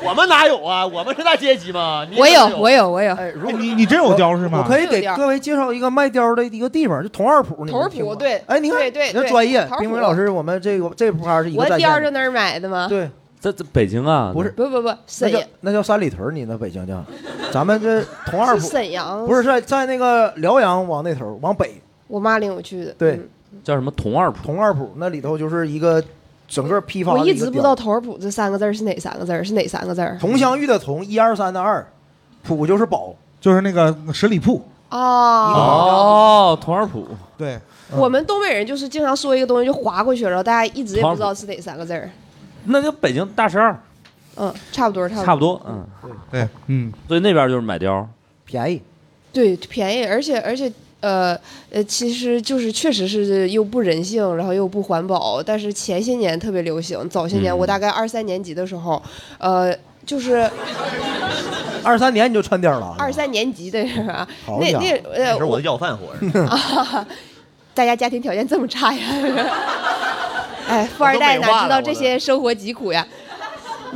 [SPEAKER 2] 我们哪有啊？我们是那阶级吗？你
[SPEAKER 5] 我
[SPEAKER 2] 也
[SPEAKER 5] 有，我有，我有。
[SPEAKER 4] 哎你你真有貂是吗？
[SPEAKER 3] 我可以
[SPEAKER 5] 有
[SPEAKER 3] 给
[SPEAKER 5] 点儿
[SPEAKER 3] 各位介绍一个卖貂的一个地方，就同二铺。你
[SPEAKER 5] 头
[SPEAKER 3] 们
[SPEAKER 5] 儿
[SPEAKER 3] 听
[SPEAKER 5] 铺
[SPEAKER 3] 过
[SPEAKER 5] 对，
[SPEAKER 3] 哎，你看，
[SPEAKER 5] 对对
[SPEAKER 3] 你看
[SPEAKER 5] 对
[SPEAKER 3] 专业
[SPEAKER 5] 头，儿
[SPEAKER 3] 冰
[SPEAKER 5] 铺
[SPEAKER 3] 伟老师，我们这个这趴是一
[SPEAKER 5] 我
[SPEAKER 3] 个在
[SPEAKER 5] 貂
[SPEAKER 3] 线
[SPEAKER 5] 是
[SPEAKER 3] 的。
[SPEAKER 5] 哪儿买的吗？
[SPEAKER 3] 对，
[SPEAKER 1] 在在北京啊？
[SPEAKER 3] 不是
[SPEAKER 5] 啊不不不，
[SPEAKER 3] 那
[SPEAKER 5] 沈
[SPEAKER 3] 叫
[SPEAKER 5] 阳
[SPEAKER 3] 那叫三里屯儿，你那北京叫，咱们这同二
[SPEAKER 5] 是
[SPEAKER 3] 铺
[SPEAKER 5] 沈阳，
[SPEAKER 3] 不是在在那个辽阳往那头儿往北，
[SPEAKER 5] 我妈领我去的。
[SPEAKER 3] 对
[SPEAKER 5] 嗯
[SPEAKER 1] 叫什么同二铺？
[SPEAKER 3] 同二铺那里头就是一个整个批发的
[SPEAKER 5] 我
[SPEAKER 3] 个
[SPEAKER 5] 一
[SPEAKER 3] 地方。
[SPEAKER 5] 直不知道“头儿铺”这三个字儿是哪三个字儿，是哪三个字儿
[SPEAKER 3] 佟湘玉的佟，一二三的二，普就是宝。
[SPEAKER 4] 就是那个十里铺，
[SPEAKER 5] 啊？
[SPEAKER 1] 哦，同二铺，
[SPEAKER 4] 对，
[SPEAKER 5] 我们东北人就是经常说一个东西就划过去了，然后大家一直也
[SPEAKER 1] 头儿铺
[SPEAKER 5] 不知道是哪三个字儿。
[SPEAKER 1] 那就北京大十二，
[SPEAKER 5] 嗯，差不多，
[SPEAKER 1] 差不
[SPEAKER 5] 不
[SPEAKER 1] 多，嗯。
[SPEAKER 4] 对，嗯，
[SPEAKER 1] 所以那边就是买貂，
[SPEAKER 3] 便宜，
[SPEAKER 5] 对，便宜，而且而且呃呃，其实就是确实是又不人性，然后又不环保。但是前些年特别流行，早些年、
[SPEAKER 1] 嗯
[SPEAKER 5] 我大概二三年级的时候，呃，就是
[SPEAKER 3] 二三年你就穿貂了。
[SPEAKER 5] 二三年级的人啊，
[SPEAKER 3] 好
[SPEAKER 5] 那
[SPEAKER 3] 家伙
[SPEAKER 5] 那呃
[SPEAKER 2] 那时候我的要饭活着，
[SPEAKER 5] 大家家庭条件这么差呀？ 哎，富二代哪知道这些生活疾苦呀？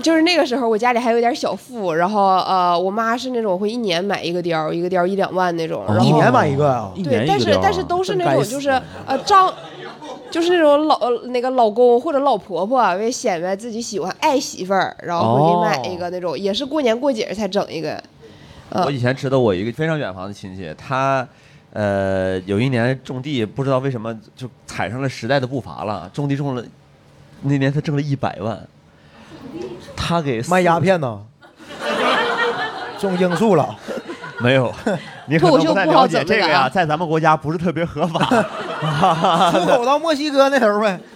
[SPEAKER 5] 就是那个时候，我家里还有点小富，然后呃，我妈是那种会一年买一个貂儿，一个貂儿一两万那种，
[SPEAKER 2] 哦
[SPEAKER 5] 然后
[SPEAKER 3] 哦一年买一个啊
[SPEAKER 1] 一年
[SPEAKER 5] 对，
[SPEAKER 1] 一
[SPEAKER 5] 但
[SPEAKER 1] 个貂
[SPEAKER 5] 是
[SPEAKER 1] 啊
[SPEAKER 5] 但是都是那
[SPEAKER 3] 真
[SPEAKER 5] 种
[SPEAKER 3] 该
[SPEAKER 5] 就是呃丈，就是那种老呃那个老公或者老婆婆为显摆自己喜欢爱媳妇儿，然后回去买一个那种，也是过年过节才整一个。嗯
[SPEAKER 2] 我以前知道我一个非常远房的亲戚，他呃有一年种地，不知道为什么就踩上了时代的步伐了，种地种了，那年他挣了一百万。他给
[SPEAKER 3] 卖鸦片呢，种罂粟了，
[SPEAKER 2] 没有，你可
[SPEAKER 5] 脱口
[SPEAKER 2] 能
[SPEAKER 5] 秀
[SPEAKER 2] 不太
[SPEAKER 5] 不好
[SPEAKER 2] 了解
[SPEAKER 5] 整这
[SPEAKER 2] 这
[SPEAKER 5] 个
[SPEAKER 2] 个呀，
[SPEAKER 5] 啊
[SPEAKER 2] 在咱们国家不是特别 合法，
[SPEAKER 3] 出口到墨西哥那头呗。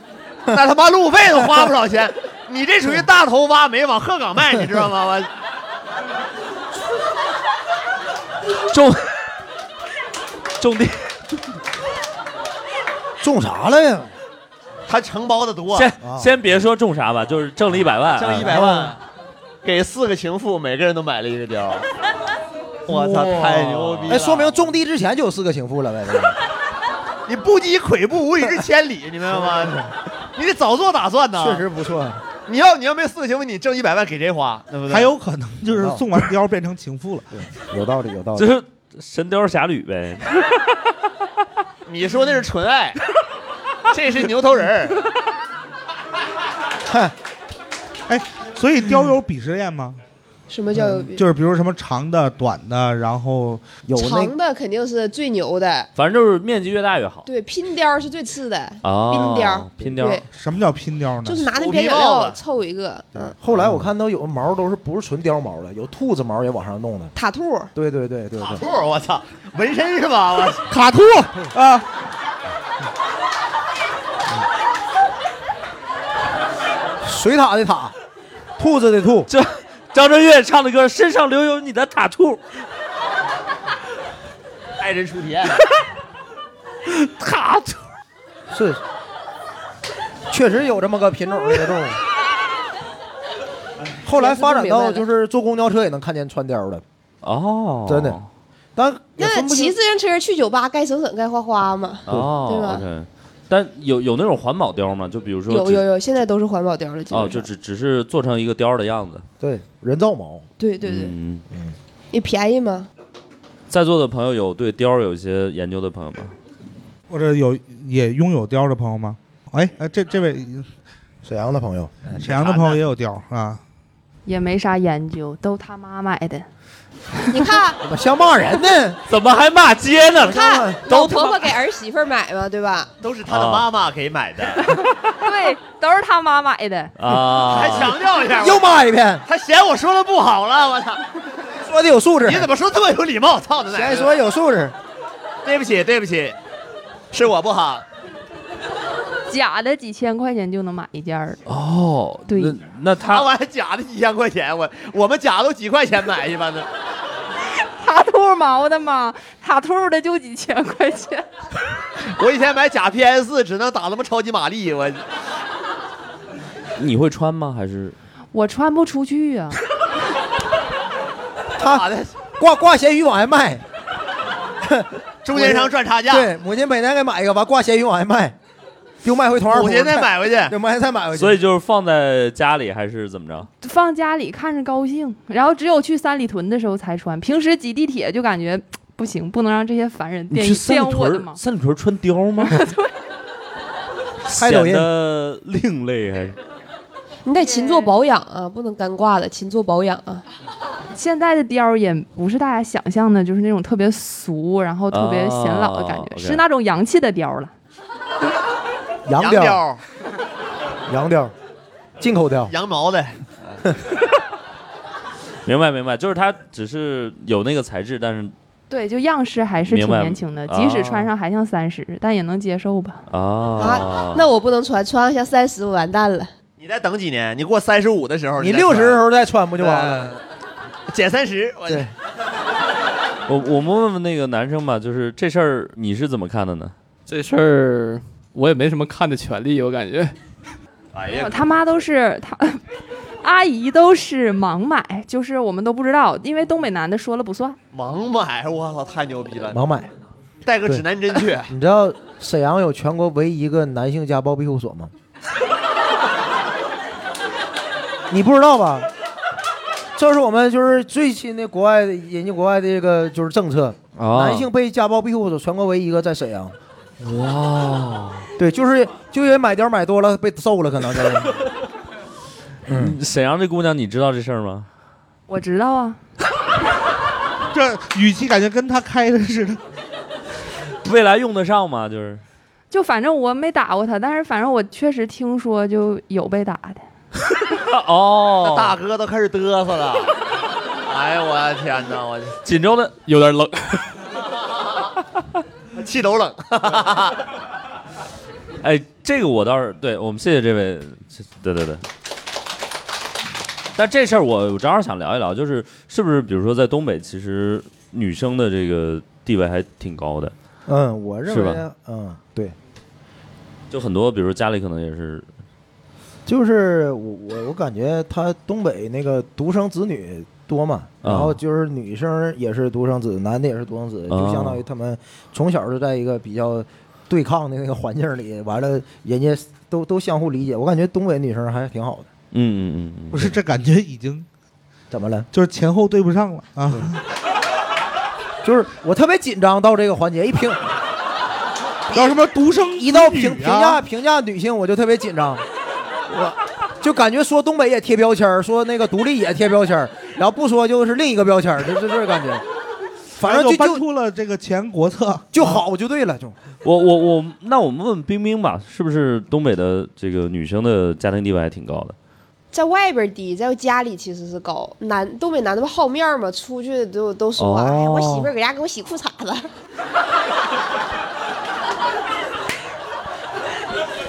[SPEAKER 2] 那他妈路费都花不少钱。你这属于大头挖煤往鹤岗卖，你知道吗？我
[SPEAKER 1] 种种地，
[SPEAKER 3] 种啥了呀？
[SPEAKER 2] 他承包的多，
[SPEAKER 1] 先
[SPEAKER 3] 啊
[SPEAKER 1] 先别说种啥吧，就是挣了一百万，
[SPEAKER 2] 挣一
[SPEAKER 1] 啊
[SPEAKER 2] 百万，给四个情妇每个人都买了一个貂。我操，太牛逼了！
[SPEAKER 3] 哎，说明种地之前就有四个情妇了呗。这 个
[SPEAKER 2] 你不积跬步，无以至千里，你明白吗？你得早做打算呐。
[SPEAKER 3] 确，实不错。
[SPEAKER 2] 你要你要没四个情妇，你挣一百万给谁花？对不对？
[SPEAKER 4] 还有可能就是送完貂变成情妇了。
[SPEAKER 3] 有道理，有道
[SPEAKER 1] 就
[SPEAKER 3] 理。
[SPEAKER 1] 是神雕侠侣呗。
[SPEAKER 2] 你说那是纯爱，这是牛头人 儿。
[SPEAKER 4] 哎，所以貂有鄙视链吗？嗯
[SPEAKER 5] 什么叫有
[SPEAKER 4] 就是比如什么长的、短的，然后
[SPEAKER 3] 有那
[SPEAKER 5] 长的肯定是最牛的，
[SPEAKER 1] 反正就是面积越大越好。
[SPEAKER 5] 对，拼貂儿是最次的，
[SPEAKER 1] 哦
[SPEAKER 5] 拼貂儿，
[SPEAKER 1] 拼貂儿
[SPEAKER 5] 对，
[SPEAKER 4] 什么叫拼貂呢？
[SPEAKER 5] 就是拿那
[SPEAKER 2] 虎
[SPEAKER 5] 边
[SPEAKER 2] 皮
[SPEAKER 5] 角
[SPEAKER 2] 帽
[SPEAKER 5] 料
[SPEAKER 2] 子
[SPEAKER 5] 凑一个，嗯，
[SPEAKER 3] 后来我看都有的毛都是不是纯貂毛了，有兔子毛也往上弄的。
[SPEAKER 5] 塔兔儿，
[SPEAKER 3] 对对对对
[SPEAKER 2] 卡
[SPEAKER 3] 对。
[SPEAKER 2] 兔，我操，纹身是吧？我
[SPEAKER 4] 卡兔啊，
[SPEAKER 3] 水獭的獭，兔子的兔，
[SPEAKER 1] 这张震岳唱的歌《身上留有你的塔兔》，
[SPEAKER 2] 爱人出题。啊
[SPEAKER 1] 塔兔。
[SPEAKER 3] 是，确实有这么个品种 的动物。后来发展到就是坐公交车也能看见穿貂的，
[SPEAKER 1] 哦，
[SPEAKER 3] 真的，但也
[SPEAKER 5] 那
[SPEAKER 3] 分不
[SPEAKER 5] 骑
[SPEAKER 3] 清。
[SPEAKER 5] 自行车去酒吧该省省该花花嘛，对
[SPEAKER 1] 哦
[SPEAKER 5] 吧
[SPEAKER 1] ，OK。但有有那种环保貂吗？就比如说
[SPEAKER 5] 有
[SPEAKER 1] 只
[SPEAKER 5] 有有，现在都是环保貂了，基本
[SPEAKER 1] 哦，就
[SPEAKER 5] 上
[SPEAKER 1] 只只是做成一个貂的样子。
[SPEAKER 3] 对，人造毛，
[SPEAKER 5] 对对对，
[SPEAKER 1] 嗯，
[SPEAKER 5] 也便宜嘛，
[SPEAKER 1] 在座的朋友有对貂有一些研究的朋友吗？
[SPEAKER 4] 或者有也拥有貂的朋友吗？哎哎，这这位呃
[SPEAKER 3] 沈阳的朋友，
[SPEAKER 4] 沈阳的朋友也有貂啊，
[SPEAKER 9] 也没啥研究，都他妈买的。
[SPEAKER 5] 你看。
[SPEAKER 3] 怎么像骂人呢？
[SPEAKER 1] 怎么还骂街呢？
[SPEAKER 5] 看
[SPEAKER 1] 都
[SPEAKER 5] 老婆婆给儿媳妇儿买嘛，对吧？
[SPEAKER 2] 都是他的妈妈给买的，
[SPEAKER 9] 对，都是他妈买的。
[SPEAKER 1] 啊，
[SPEAKER 2] 还强调一下，
[SPEAKER 3] 又骂一遍，
[SPEAKER 2] 他嫌我说的不好了，我操！
[SPEAKER 3] 说的有素质
[SPEAKER 2] 你，怎么说这么有礼貌？操你奶奶！
[SPEAKER 3] 先说有素质，
[SPEAKER 2] 对不起，对不起，是我不好。
[SPEAKER 9] 假的几千块钱就能买一件儿，
[SPEAKER 1] 哦，
[SPEAKER 9] 对
[SPEAKER 1] 那那
[SPEAKER 2] 他
[SPEAKER 1] 他
[SPEAKER 2] 玩啊假的一千块钱，我我们假都几块钱买一般的。
[SPEAKER 9] 塔兔毛的嘛，塔兔的就几千块钱。
[SPEAKER 2] 我以前买假 PS 四只能打他妈超级玛丽，我
[SPEAKER 1] 你会穿吗？还是
[SPEAKER 9] 我穿不出去啊呀、
[SPEAKER 2] 打
[SPEAKER 3] 他
[SPEAKER 2] 的
[SPEAKER 3] 挂挂闲鱼往外卖，
[SPEAKER 2] 中间商赚差价。
[SPEAKER 3] 对，母亲每天给买一个，完挂闲鱼往外卖，又卖回同样
[SPEAKER 2] 母亲再买回去，
[SPEAKER 3] 母亲再买回去。
[SPEAKER 1] 所以就是放在家里还是怎么着？
[SPEAKER 9] 放家里看着高兴，然后只有去三里屯的时候才穿，平时挤地铁就感觉不行，不能让这些凡人
[SPEAKER 1] 你
[SPEAKER 9] 玷
[SPEAKER 1] 去三
[SPEAKER 9] 玷
[SPEAKER 1] 里
[SPEAKER 9] 污我的
[SPEAKER 1] 屯，
[SPEAKER 9] 嘛。
[SPEAKER 1] 三里屯穿貂 吗？
[SPEAKER 3] 拍抖
[SPEAKER 1] 显
[SPEAKER 3] 音
[SPEAKER 1] 得另类还是？
[SPEAKER 5] 你得勤做保养啊，不能干挂的，勤做保养啊。
[SPEAKER 9] 现在的貂儿也不是大家想象的，就是那种特别俗，然后特别显老的感
[SPEAKER 1] 哦
[SPEAKER 9] 觉，
[SPEAKER 1] ，OK
[SPEAKER 9] 是那种洋气的貂儿了。
[SPEAKER 3] 羊
[SPEAKER 2] 羊
[SPEAKER 3] 貂，
[SPEAKER 2] 貂，
[SPEAKER 3] 羊貂，进口貂。
[SPEAKER 2] 羊毛的，
[SPEAKER 1] 明白明白，就是它只是有那个材质，但是
[SPEAKER 9] 对，就样式还是挺
[SPEAKER 1] 明白
[SPEAKER 9] 年轻的，
[SPEAKER 1] 哦
[SPEAKER 9] 即使穿上还像三十、但也能接受吧。
[SPEAKER 1] 啊
[SPEAKER 5] 啊，，那我不能穿，穿上像三十完蛋了。
[SPEAKER 2] 你再等几年，你过三十五的时候，
[SPEAKER 3] 你
[SPEAKER 2] 再
[SPEAKER 3] 六十
[SPEAKER 2] 穿
[SPEAKER 3] 的时候再穿不就完了？
[SPEAKER 2] 嗯减三十，我
[SPEAKER 3] 对
[SPEAKER 1] 我我们问问那个男生吧，就是这事儿你是怎么看的呢？
[SPEAKER 10] 这事儿我也没什么看的权利，我感觉。
[SPEAKER 2] 哎
[SPEAKER 9] 我
[SPEAKER 2] 呀，
[SPEAKER 9] 他妈都是他。 阿姨都是盲买，就是我们都不知道，因为东北男的说了不算。
[SPEAKER 2] 盲买，我操，太牛逼了！
[SPEAKER 3] 盲买。
[SPEAKER 2] 带个
[SPEAKER 3] 对
[SPEAKER 2] 指南针去，
[SPEAKER 3] 你知道沈阳有全国唯一一个男性家暴庇护所吗？ 你不知道吧？这是我们就是最新的国外的引进国外的这个就是政策，
[SPEAKER 1] 啊，
[SPEAKER 3] 男性被家暴庇护所全国唯一一个在沈阳。哇，对，就是就因为买貂买多了被揍了，可能 就是。
[SPEAKER 1] 沈阳这姑娘，你知道这事儿吗？
[SPEAKER 9] 我知道啊，
[SPEAKER 4] 这语气感觉跟他开的似的。
[SPEAKER 1] 未来用得上吗？就是
[SPEAKER 9] 就反正我没打过他，但是反正我确实听说就有被打的。
[SPEAKER 1] 啊哦
[SPEAKER 2] 那，大哥都开始嘚瑟了。哎呀，我的天哪，我去
[SPEAKER 1] 锦州的
[SPEAKER 10] 有点冷，
[SPEAKER 2] 气都冷。
[SPEAKER 1] 哎，这个我倒是对我们谢谢这位，这对对对。但这事儿我我正好想聊一聊，就是是不是比如说在东北，其实女生的这个地位还挺高的，
[SPEAKER 3] 嗯，我认
[SPEAKER 1] 是
[SPEAKER 3] 为
[SPEAKER 1] 吧，
[SPEAKER 3] 嗯，对，
[SPEAKER 1] 就很多，比如说家里可能也是
[SPEAKER 3] 就是我我我感觉他东北那个独生子女多嘛，
[SPEAKER 1] 啊
[SPEAKER 3] 然后就是女生也是独生子，男的也是独生子，
[SPEAKER 1] 哦
[SPEAKER 3] 就相当于他们从小就在一个比较对抗的那个环境里，完了人家都都相互理解。我感觉东北女生还挺好的，
[SPEAKER 1] 嗯嗯嗯，
[SPEAKER 4] 不是，这感觉已经
[SPEAKER 3] 怎么了？
[SPEAKER 4] 就是前后对不上了啊！
[SPEAKER 3] 就是我特别紧张到这个环节，一 评
[SPEAKER 4] 要什么独生
[SPEAKER 3] 一到
[SPEAKER 4] 子女
[SPEAKER 3] 评评
[SPEAKER 4] 啊
[SPEAKER 3] 价评价女性，我就特别紧张，我就感觉说东北也贴标签儿，说那个独立也贴标签儿，然后不说就是另一个标签儿，就就这感觉。反正就
[SPEAKER 4] 搬
[SPEAKER 3] 就
[SPEAKER 4] 出了呃这个前国策，
[SPEAKER 3] 就好就对了，就
[SPEAKER 1] 我我我，那我们问冰冰吧，是不是东北的这个女生的家庭地位还挺高的？
[SPEAKER 5] 在外边低，在家里其实是高。男东北男的不好面儿嘛，出去都都说，
[SPEAKER 1] 哦
[SPEAKER 5] 哎呀，我媳妇儿搁家给我洗裤衩子。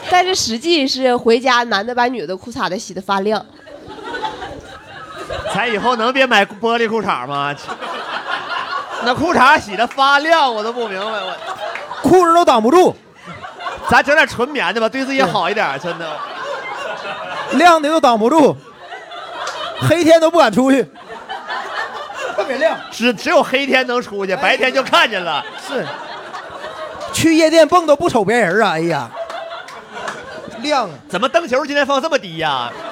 [SPEAKER 5] 但是实际是回家，男的把女的裤衩子洗得发亮。
[SPEAKER 2] 咱以后能别买玻璃裤衩吗？ 那裤衩洗的发亮，我都不明白。我
[SPEAKER 3] 裤子都挡不住，
[SPEAKER 2] 咱整点纯棉的吧，对自己好一点，真的。
[SPEAKER 3] 亮的都挡不住，黑天都不敢 出去，特别亮。
[SPEAKER 2] 只只有黑天能出去，白天就看见了。
[SPEAKER 3] 是，去夜店蹦都不瞅别人啊！哎呀，亮啊！
[SPEAKER 2] 怎么灯球今天放这么低呀、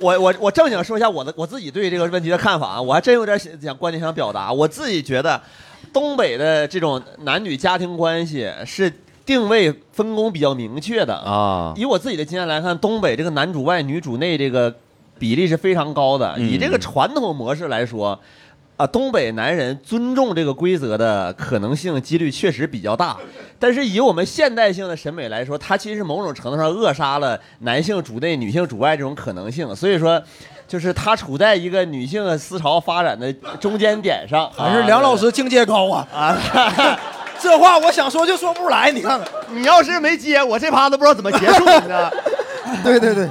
[SPEAKER 2] 我我我正经说一下我的我自己对这个问题的看法啊，我还真有点想想观点想表达。我自己觉得，东北的这种男女家庭关系是定位分工比较明确的啊。
[SPEAKER 1] 啊，
[SPEAKER 2] 以我自己的经验来看，东北这个男主外女主内这个比例是非常高的。
[SPEAKER 1] 嗯
[SPEAKER 2] 以这个传统模式来说，啊，东北男人尊重这个规则的可能性几率确实比较大。但是以我们现代性的审美来说，它其实某种程度上扼杀了男性主内、女性主外这种可能性。所以说，就是它处在一个女性思潮发展的中间点上。
[SPEAKER 3] 还是梁老师境界高啊！
[SPEAKER 2] 啊。
[SPEAKER 3] 这话我想说就说不出来，你看看。
[SPEAKER 2] 你要是没接，我这趴都不知道怎么结束你呢。
[SPEAKER 3] 对对对，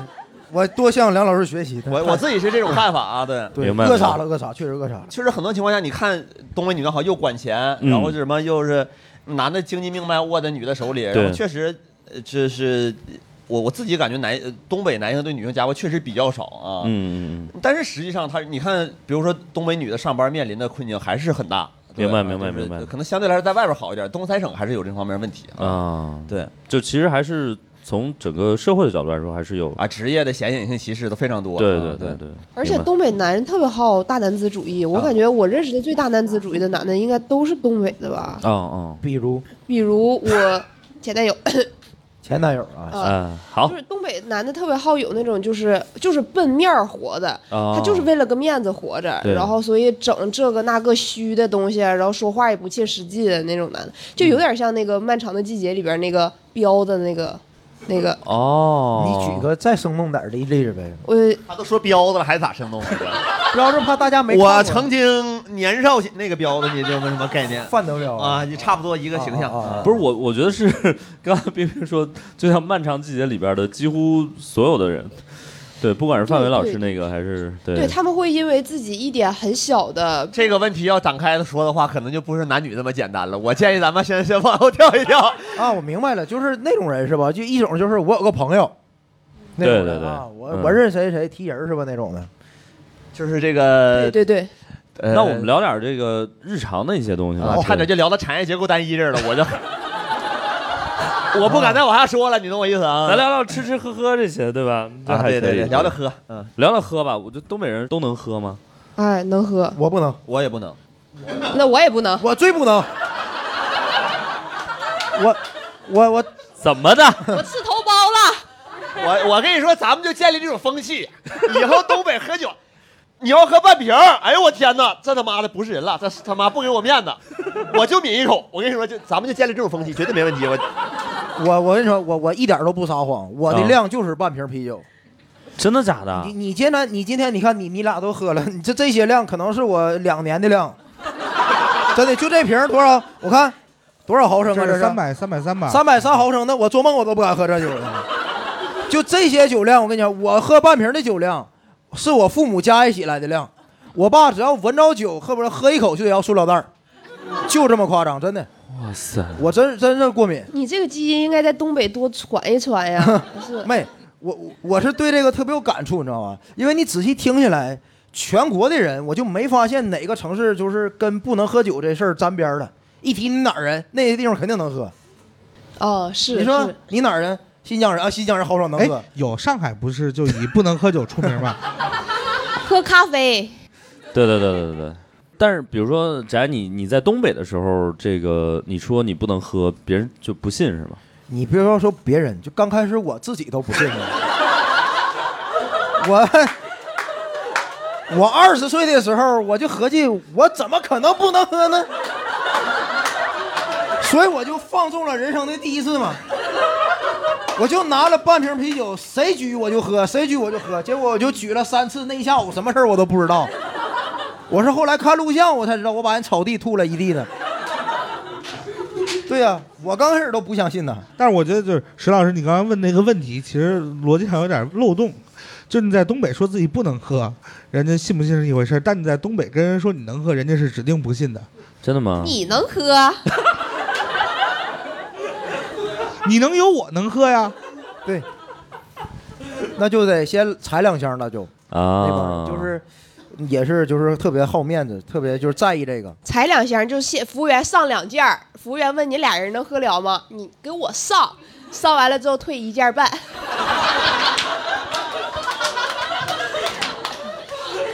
[SPEAKER 3] 我多向梁老师学习。
[SPEAKER 2] 我我自己是这种看法啊，对。
[SPEAKER 3] 对
[SPEAKER 1] 明白
[SPEAKER 3] 扼杀了，扼杀，确实扼杀了。
[SPEAKER 2] 确实很多情况下，你看东北女的好像又管钱，
[SPEAKER 1] 嗯
[SPEAKER 2] 然后是什么又是男的经济命脉握在女的手里，然
[SPEAKER 1] 对
[SPEAKER 2] 后确实呃这是我我自己感觉男呃东北男性对女性家暴确实比较少啊，
[SPEAKER 1] 嗯嗯
[SPEAKER 2] 但是实际上他你看，比如说东北女的上班面临的困境还是很大，对
[SPEAKER 1] 明白
[SPEAKER 2] 啊
[SPEAKER 1] 明白
[SPEAKER 2] 就是
[SPEAKER 1] 明白
[SPEAKER 2] 可能相对来说在外边好一点，东三省还是有这方面问题啊。
[SPEAKER 1] 嗯啊，
[SPEAKER 2] 对，
[SPEAKER 1] 就其实还是从整个社会的角度来说，还是有
[SPEAKER 2] 啊，职业的显隐性歧视都非常多。
[SPEAKER 1] 对
[SPEAKER 2] 啊
[SPEAKER 1] 对对对，
[SPEAKER 5] 而且
[SPEAKER 1] 明白
[SPEAKER 5] 东北男人特别好大男子主义，
[SPEAKER 2] 啊
[SPEAKER 5] 我感觉我认识的最大男子主义的男的应该都是东北的吧？
[SPEAKER 1] 哦哦，
[SPEAKER 3] 比如
[SPEAKER 5] 比如我 前男友，
[SPEAKER 3] 前男友啊，
[SPEAKER 5] 啊
[SPEAKER 1] 嗯，好
[SPEAKER 5] 就是东北男的特别好有那种就是就是奔面儿活的，
[SPEAKER 1] 哦
[SPEAKER 5] 他就是为了个面子活着，
[SPEAKER 1] 对
[SPEAKER 5] 然后所以整这个那个虚的东西，啊然后说话也不切实际的那种男的，就有点像那个《漫长的季节》里边那个彪的那个那个，
[SPEAKER 1] 哦，
[SPEAKER 3] 你举个再生动点儿的例子呗。
[SPEAKER 5] 我
[SPEAKER 2] 他都说彪子了，还咋生动？
[SPEAKER 3] 要是怕大 家没看过
[SPEAKER 2] 我曾经年少时那个彪子，你这没什么概念
[SPEAKER 3] 犯得了
[SPEAKER 2] 啊？你差不多一个形象嗯
[SPEAKER 3] 啊啊啊
[SPEAKER 1] 不是我，我觉得是刚才冰冰说，就像《漫长季节》里边的几乎所有的人，对，不管是范伟老师那个还是对
[SPEAKER 5] 对他们会因为自己一点很小的
[SPEAKER 2] 这个问题要展开的说的话，可能就不是男女这么简单了。我建议咱们先先往后跳一跳。
[SPEAKER 3] 啊，我明白了，就是那种人是吧？就一种就是我有个朋友，那种
[SPEAKER 1] 对
[SPEAKER 3] 人
[SPEAKER 1] 对对
[SPEAKER 3] 啊，我
[SPEAKER 1] 嗯
[SPEAKER 3] 我认识谁谁提人是吧？那种的，
[SPEAKER 2] 就是这个，
[SPEAKER 5] 对对对，
[SPEAKER 2] 呃
[SPEAKER 1] 那我们聊点这个日常的一些东西吧
[SPEAKER 2] 啊，，差点就聊到产业结构单一这儿了，我就。我不敢再往下说了，你懂我意思啊？
[SPEAKER 1] 咱聊聊吃吃喝喝这些，对吧？这
[SPEAKER 2] 啊，
[SPEAKER 1] 还
[SPEAKER 2] 对对
[SPEAKER 1] 可以
[SPEAKER 2] 对，聊聊喝，嗯，
[SPEAKER 1] 聊聊喝吧。我觉得东北人都能喝吗？
[SPEAKER 5] 哎，能喝，
[SPEAKER 3] 我不能，
[SPEAKER 2] 我也不能，
[SPEAKER 5] 那我也不能。
[SPEAKER 3] 我最不能，我我我
[SPEAKER 1] 怎么的？
[SPEAKER 5] 我刺头包了，
[SPEAKER 2] 我我跟你说，咱们就建立这种风气，以后东北喝酒，你要喝半瓶儿，哎呦我天哪，这他妈的不是人了，这是他妈不给我面子，我就抿一口。我跟你说，就咱们就建立这种风气，绝对没问题。我
[SPEAKER 3] 我我跟你说，我我一点都不撒谎，我的
[SPEAKER 1] 啊
[SPEAKER 3] 量就是半瓶啤酒。
[SPEAKER 1] 真的假的
[SPEAKER 4] 啊
[SPEAKER 3] 你？你今天你今天你看你你俩都喝了，你这这些量可能是我两年的量， 真的就这瓶儿多少？我看多少毫升啊？这
[SPEAKER 4] 这是
[SPEAKER 3] 是
[SPEAKER 4] 三百三百三吧？
[SPEAKER 3] 三百三毫升，那我做梦我都不敢喝这酒了。就这些酒量，我跟你讲，我喝半瓶的酒量，是我父母加一起来的量。我爸只要闻着酒，恨不得喝一口就得要塑料袋儿，就这么夸张，真的，
[SPEAKER 1] 哇塞！
[SPEAKER 3] 我真真是过敏。
[SPEAKER 5] 你这个基因应该在东北多传一 传呀。是，
[SPEAKER 3] 妹，我我我是对这个特别有感触，你知道吗？因为你仔细听下来，全国的人我就没发现哪个城市就是跟不能喝酒这事儿沾边儿了。一提你哪儿人，那些地方肯定能喝。
[SPEAKER 5] 哦，是，
[SPEAKER 3] 你说
[SPEAKER 5] 是
[SPEAKER 3] 你哪儿人？新疆人啊，新疆人好少能
[SPEAKER 4] 哎
[SPEAKER 3] 喝。，
[SPEAKER 4] 有上海不是就以不能喝酒出名吗？
[SPEAKER 5] 喝咖啡，
[SPEAKER 1] 对对对对对对。但是比如说，翟你你在东北的时候，这个你说你不能喝，别人就不信是吗？
[SPEAKER 3] 你别说说别人，就刚开始我自己都不信了。我我二十岁的时候，我就合计我怎么可能不能喝呢？所以我就放纵了人生的第一次嘛。我就拿了半瓶啤酒，谁举我就喝，谁举我就喝。结果我就举了三次，那一下午什么事儿我都不知道。我是后来看录像，我才知道我把人草地吐了一地呢。对呀、我刚开始都不相信呢。
[SPEAKER 4] 但是我觉得就是石老师，你刚刚问那个问题，其实逻辑上有点漏洞。就你在东北说自己不能喝，人家信不信是一回事儿；但你在东北跟人说你能喝，人家是指定不信的。
[SPEAKER 1] 真的吗？
[SPEAKER 5] 你能喝？
[SPEAKER 4] 你能有我能喝呀？
[SPEAKER 3] 对，那就得先踩两枪，那就、那帮
[SPEAKER 1] 啊，
[SPEAKER 3] 人就是也是就是特别好面子，特别就是在意这个。
[SPEAKER 5] 踩两箱就先，服务员上两件儿，服务员问你俩人能喝了吗？你给我上，上完了之后退一件半。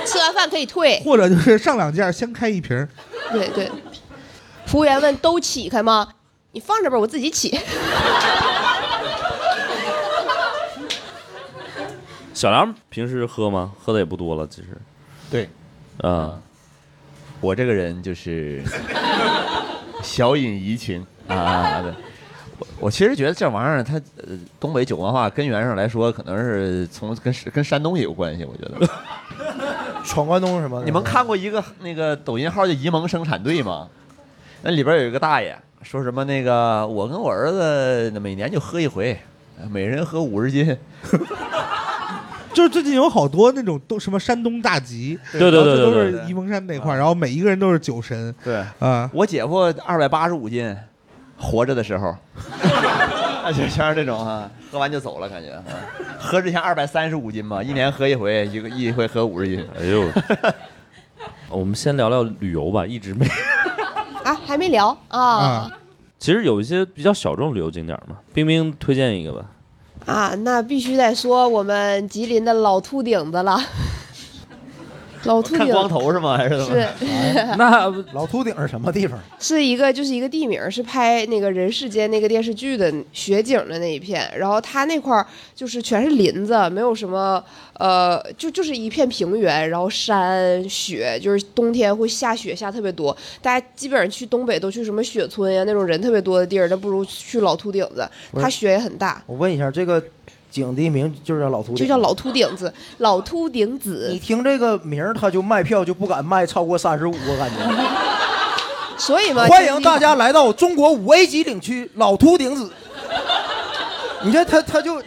[SPEAKER 5] 吃完饭可以退，
[SPEAKER 4] 或者就是上两件儿先开一瓶儿，
[SPEAKER 5] 对对。服务员问都起开吗？你放这边，我自己起。
[SPEAKER 1] 小梁平时喝吗？喝的也不多了，其实。
[SPEAKER 2] 对
[SPEAKER 1] 啊，
[SPEAKER 2] 我这个人就是 小饮怡情啊啊，对。我我其实觉得这玩意儿，它呃，东北酒文化根源上来说，可能是从跟跟山东也有关系。我觉得
[SPEAKER 3] 闯关东什么的？
[SPEAKER 2] 你们看过一个那个抖音号叫“沂蒙生产队”吗？那里边有一个大爷说什么那个，我跟我儿子每年就喝一回，每人喝五十斤。
[SPEAKER 4] 就是最近有好多那种都什么山东大集，
[SPEAKER 1] 对对
[SPEAKER 4] 然
[SPEAKER 1] 对
[SPEAKER 4] 后
[SPEAKER 1] 对
[SPEAKER 4] 这都
[SPEAKER 1] 对，
[SPEAKER 4] 是沂蒙山那块儿，然后每一个人都是酒神
[SPEAKER 2] 对，
[SPEAKER 4] 啊。
[SPEAKER 2] 我姐夫二百八十五斤，活着的时候， 就全是这种啊，喝完就走了，感觉啊。喝之前二百三十五斤吧，一年喝一回，一个一回喝五十斤。
[SPEAKER 1] 哎 呦，我们先聊聊旅游吧，一直没。
[SPEAKER 5] 啊，还没聊啊
[SPEAKER 1] 其实有一些比较小众旅游景点嘛，冰冰推荐一个吧。
[SPEAKER 5] 啊，那必须得说我们吉林的老秃顶子了。老秃
[SPEAKER 2] 看
[SPEAKER 5] 顶
[SPEAKER 2] 光头是吗？还是怎么？
[SPEAKER 5] 是
[SPEAKER 1] 那
[SPEAKER 3] 哎老秃顶是什么地方？
[SPEAKER 5] 是一个就是一个地名儿，是拍那个人世间那个电视剧的雪景的那一片。然后它那块儿就是全是林子，没有什么呃，就就是一片平原，然后山雪，就是冬天会下雪下特别多。大家基本上去东北都去什么雪村呀那种人特别多的地儿，那不如去老秃顶子，
[SPEAKER 3] 不是
[SPEAKER 5] 它雪也很大，
[SPEAKER 3] 我问一下，这个景地名就是叫老秃顶，
[SPEAKER 5] 就叫老秃顶子，老秃顶
[SPEAKER 3] 你
[SPEAKER 5] 子。
[SPEAKER 3] 听这个名儿，他就卖票就不敢卖超过三十五，我感觉。
[SPEAKER 5] 所以嘛，
[SPEAKER 3] 欢
[SPEAKER 5] 就是
[SPEAKER 3] 迎
[SPEAKER 5] 一
[SPEAKER 3] 大家来到中国五 A 级景区老秃顶子。你看他他就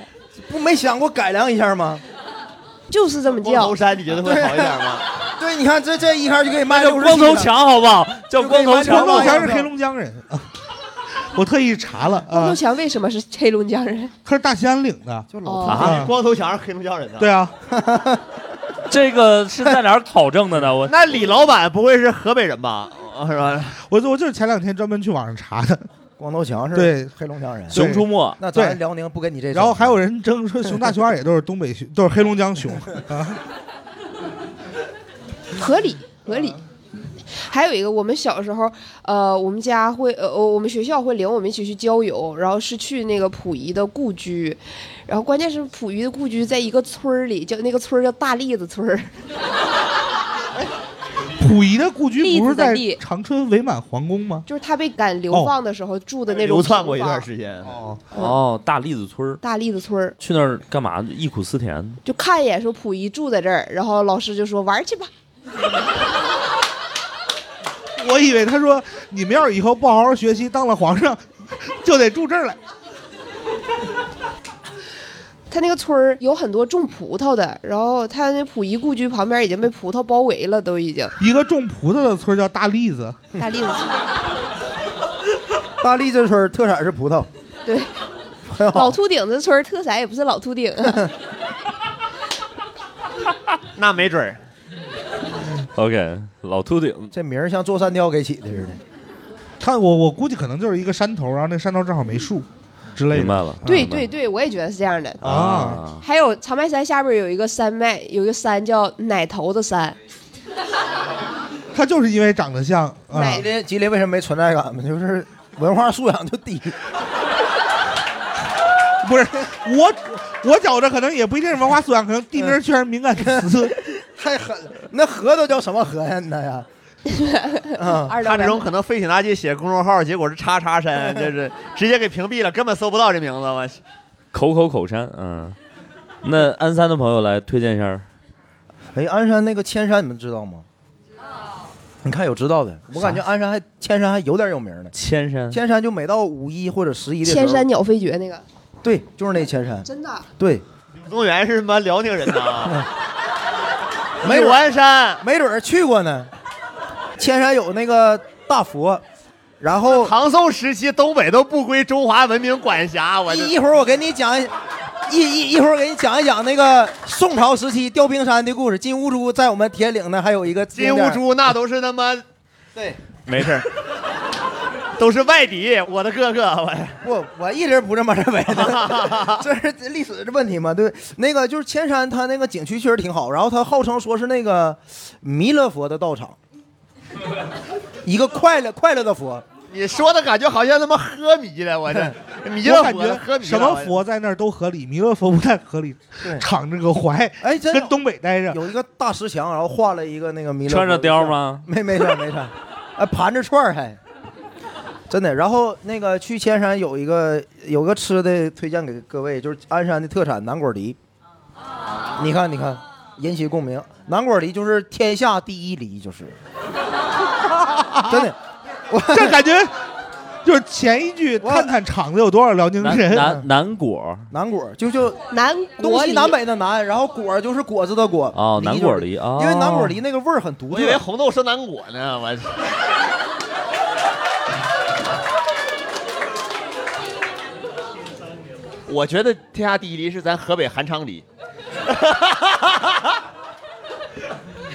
[SPEAKER 3] 不没想过改良一下吗？
[SPEAKER 5] 就是这么
[SPEAKER 2] 光头
[SPEAKER 5] 叫。
[SPEAKER 2] 山，你觉得会好一点吗？
[SPEAKER 3] 对，你看这这一开始就给你卖
[SPEAKER 1] 叫
[SPEAKER 3] 六
[SPEAKER 1] 光头，强好不好？叫光头
[SPEAKER 3] 就可以
[SPEAKER 1] 强
[SPEAKER 3] 买
[SPEAKER 1] 吧
[SPEAKER 3] 光
[SPEAKER 4] 光头
[SPEAKER 3] 头强
[SPEAKER 4] 强是黑龙江人， 啊我特意查了
[SPEAKER 5] 陆
[SPEAKER 4] 啊，
[SPEAKER 5] 强为什么是黑龙江人？
[SPEAKER 4] 他是大兴安岭的。
[SPEAKER 3] 就老
[SPEAKER 5] 哦，
[SPEAKER 4] 啊
[SPEAKER 2] 光头强是黑龙江人的。
[SPEAKER 4] 对，啊，
[SPEAKER 1] 这个是在哪儿考证的呢？我
[SPEAKER 2] 那李老板不会是河北人吧？啊是吧？
[SPEAKER 4] 我就我就是前两天专门去网上查的。
[SPEAKER 3] 光头强是
[SPEAKER 4] 对
[SPEAKER 3] 黑龙江人。
[SPEAKER 1] 熊出没
[SPEAKER 3] 那咱
[SPEAKER 4] 对
[SPEAKER 3] 辽宁不跟你这，
[SPEAKER 4] 然后还有人争说熊大熊二也都是东北熊，都是黑龙 江熊啊。
[SPEAKER 5] 合理合理。还有一个，我们小时候，呃，我们家会，呃，我我们学校会领我们一起去郊游，然后是去那个溥仪的故居，然后关键是溥仪的故居在一个村儿里，叫那个村儿叫大栗子村儿，
[SPEAKER 4] 溥仪的故居不是在
[SPEAKER 5] 栗子的栗
[SPEAKER 4] 长春伪满皇宫吗？
[SPEAKER 5] 就是他被赶流放的时候住的那种
[SPEAKER 2] 流窜
[SPEAKER 5] 平
[SPEAKER 2] 过一段
[SPEAKER 5] 房
[SPEAKER 2] 时间。
[SPEAKER 4] 哦，
[SPEAKER 1] 哦，大栗子村儿
[SPEAKER 5] 大栗子村儿，
[SPEAKER 1] 去那儿干嘛？忆苦思甜。
[SPEAKER 5] 就看一眼说溥仪住在这儿，然后老师就说玩儿去吧，
[SPEAKER 4] 我以为他说你们要是以后不好好学习，当了皇上就得住这儿来。
[SPEAKER 5] 他那个村儿有很多种葡萄的，然后他那溥仪故居旁边已经被葡萄包围了，都已经
[SPEAKER 4] 一个种葡萄的村儿叫大栗子，
[SPEAKER 5] 大栗子村儿，
[SPEAKER 3] 大荔枝村儿特产是葡萄，
[SPEAKER 5] 对。
[SPEAKER 3] 很好
[SPEAKER 5] 老秃顶子村儿特产也不是老秃顶，啊
[SPEAKER 2] 那没准 儿，
[SPEAKER 1] OK，老秃顶，
[SPEAKER 3] 这名儿像座山雕给起的似的。
[SPEAKER 4] 看我我估计可能就是一个山头，然后那山头正好没树之类
[SPEAKER 1] 明白
[SPEAKER 4] 的。
[SPEAKER 1] 了。
[SPEAKER 5] 对
[SPEAKER 1] 明白
[SPEAKER 5] 对
[SPEAKER 1] 了
[SPEAKER 5] 对，我也觉得是这样的。
[SPEAKER 4] 啊，
[SPEAKER 1] 啊，
[SPEAKER 5] 还有长白山下边有一个山脉，有一个山叫奶头子山，
[SPEAKER 4] 他就是因为长得像啊，
[SPEAKER 3] 吉林吉林为什么没存在感呢？就是文化素养就 低。
[SPEAKER 4] 不是我我觉着可能也不一定是文化素养，可能地名确实敏感词。
[SPEAKER 3] 嗯 太狠了！那河都叫什么河呀？那 呀，
[SPEAKER 4] 嗯
[SPEAKER 3] 啊，
[SPEAKER 5] 二道
[SPEAKER 2] 他这
[SPEAKER 5] 梁
[SPEAKER 2] 种可能费挺大劲写公众号，结果是叉叉山，这是直接给屏蔽了，根本搜不到这名字。我去
[SPEAKER 1] 口口口山，嗯。那鞍山的朋友来推荐一下，
[SPEAKER 3] 哎，鞍山那个铅山，你们知道吗？你看有知道的，我感觉鞍山还铅山还有点有名呢。
[SPEAKER 1] 铅山。
[SPEAKER 3] 铅山就每到五一或者十一的时候，
[SPEAKER 5] 千山鸟飞绝那个，
[SPEAKER 3] 对，就是那铅山，
[SPEAKER 5] 真的。
[SPEAKER 3] 对，
[SPEAKER 2] 宗元是他妈辽宁人 呐，
[SPEAKER 3] 没
[SPEAKER 2] 有
[SPEAKER 3] 准
[SPEAKER 2] 鞍山
[SPEAKER 3] 没准儿去过呢。铅山有那个大佛，然后
[SPEAKER 2] 唐宋时期东北都不归中华文明管辖，我
[SPEAKER 3] 一
[SPEAKER 2] 这
[SPEAKER 3] 一会儿我给你讲一。一一一会儿我给你讲一讲那个宋朝时期调兵山的故事。金乌珠在我们铁岭呢，还有一个
[SPEAKER 2] 金乌珠那都是他妈，
[SPEAKER 3] 对，
[SPEAKER 2] 没事儿， 都是外敌，我的哥哥，我
[SPEAKER 3] 不，我一直不这么认为 的， 这是历史的问题嘛？对，那个就是铅山，它那个景区确实挺好，然后它号称说是那个弥勒佛的道场，一个快乐快乐的佛，
[SPEAKER 2] 你说的感觉好像他妈喝迷了，我这迷
[SPEAKER 4] 我
[SPEAKER 2] 了
[SPEAKER 4] 感
[SPEAKER 2] 佛了，喝
[SPEAKER 4] 觉
[SPEAKER 2] 迷了
[SPEAKER 4] 什么
[SPEAKER 2] 我这
[SPEAKER 4] 佛在那儿都合理，弥勒佛不太合理
[SPEAKER 3] 对，
[SPEAKER 4] 敞着个怀，
[SPEAKER 3] 哎，真
[SPEAKER 4] 跟
[SPEAKER 3] 有
[SPEAKER 4] 东北待着。
[SPEAKER 3] 有一个大石墙，然后画了一个那个弥勒佛
[SPEAKER 1] 穿
[SPEAKER 3] 的
[SPEAKER 1] 着貂
[SPEAKER 3] 像？
[SPEAKER 1] 吗？
[SPEAKER 3] 没没穿没穿，啊，盘着串儿还。真的，然后那个去铅山有一个有个吃的推荐给各位，就是鞍山的特产南果梨。你看，你看，引起共鸣。南果梨就是天下第一梨，就是真的。 我
[SPEAKER 4] 这感觉就是前一句
[SPEAKER 3] 我
[SPEAKER 4] 看看厂子有多少辽宁
[SPEAKER 1] 南
[SPEAKER 2] 啊
[SPEAKER 4] 人，
[SPEAKER 1] 南南果
[SPEAKER 3] 南果就就
[SPEAKER 5] 南
[SPEAKER 3] 东
[SPEAKER 5] 国
[SPEAKER 3] 西
[SPEAKER 5] 里
[SPEAKER 3] 南北的南，然后果就是果子的果
[SPEAKER 1] 哦，南果
[SPEAKER 3] 梨
[SPEAKER 1] 梨
[SPEAKER 3] 就
[SPEAKER 1] 啊，
[SPEAKER 3] 是，因为南果梨那个味儿很独
[SPEAKER 2] 我
[SPEAKER 3] 特
[SPEAKER 2] 以。为红豆生南果呢，我 我觉得天下第一梨是咱河北韩昌梨，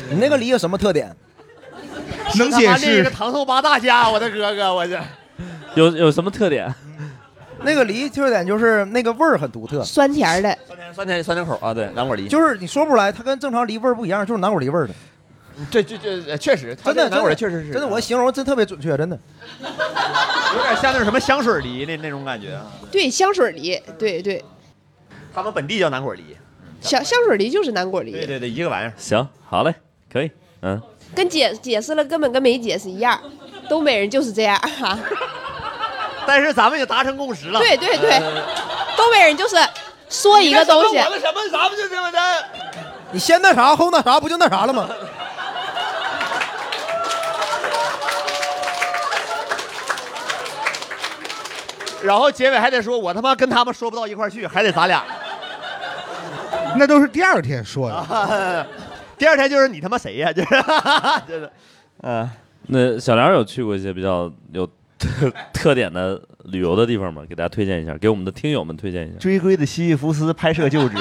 [SPEAKER 3] 你那个梨有什么特 点？
[SPEAKER 4] 能
[SPEAKER 2] 他妈另一个唐宋八大家，我的哥哥，我这
[SPEAKER 1] 有有什么特点？
[SPEAKER 3] 那个梨特点就是那个味儿很独特，
[SPEAKER 5] 酸甜儿的，
[SPEAKER 2] 酸甜酸甜口啊，对，南果梨，
[SPEAKER 3] 就是你说不出来，它跟正常梨味儿不一样，就是南果梨味儿的。
[SPEAKER 2] 这这这呃确实，它
[SPEAKER 3] 真的，
[SPEAKER 2] 这南
[SPEAKER 3] 真
[SPEAKER 2] 果
[SPEAKER 3] 的
[SPEAKER 2] 梨确实是，
[SPEAKER 3] 真的，我形容真特别准确，真的。
[SPEAKER 2] 有点像那种什么香水梨那那种感觉啊。
[SPEAKER 5] 对，香水梨，对对，
[SPEAKER 2] 他们本地叫南果梨，
[SPEAKER 5] 香香水梨就是南果
[SPEAKER 2] 对
[SPEAKER 5] 梨，
[SPEAKER 2] 对对，一个玩意儿。
[SPEAKER 1] 行，好嘞，可以，嗯，
[SPEAKER 5] 跟解解释了根本跟没解释一样，东北人就是这样哈。
[SPEAKER 2] 但是咱们也达成共识了，呃
[SPEAKER 5] 对对对，东北人就是说一个东西
[SPEAKER 2] 你，干什么我的什么，咱们就这么的。
[SPEAKER 3] 你先那啥后那啥，不就那啥了吗？
[SPEAKER 1] 哦
[SPEAKER 2] 然后结尾还得说，我他妈跟他们说不到一块儿去，还得咱俩。
[SPEAKER 4] 那都是第二天说的。
[SPEAKER 3] 啊
[SPEAKER 2] 第二天就是你他妈谁呀？就是 就是，嗯，
[SPEAKER 1] 那小梁有去过一些比较有 特特点的旅游的地方吗？给大家推荐一下，给我们的听友们推荐一下。
[SPEAKER 2] 追归的西西弗斯拍摄 旧址。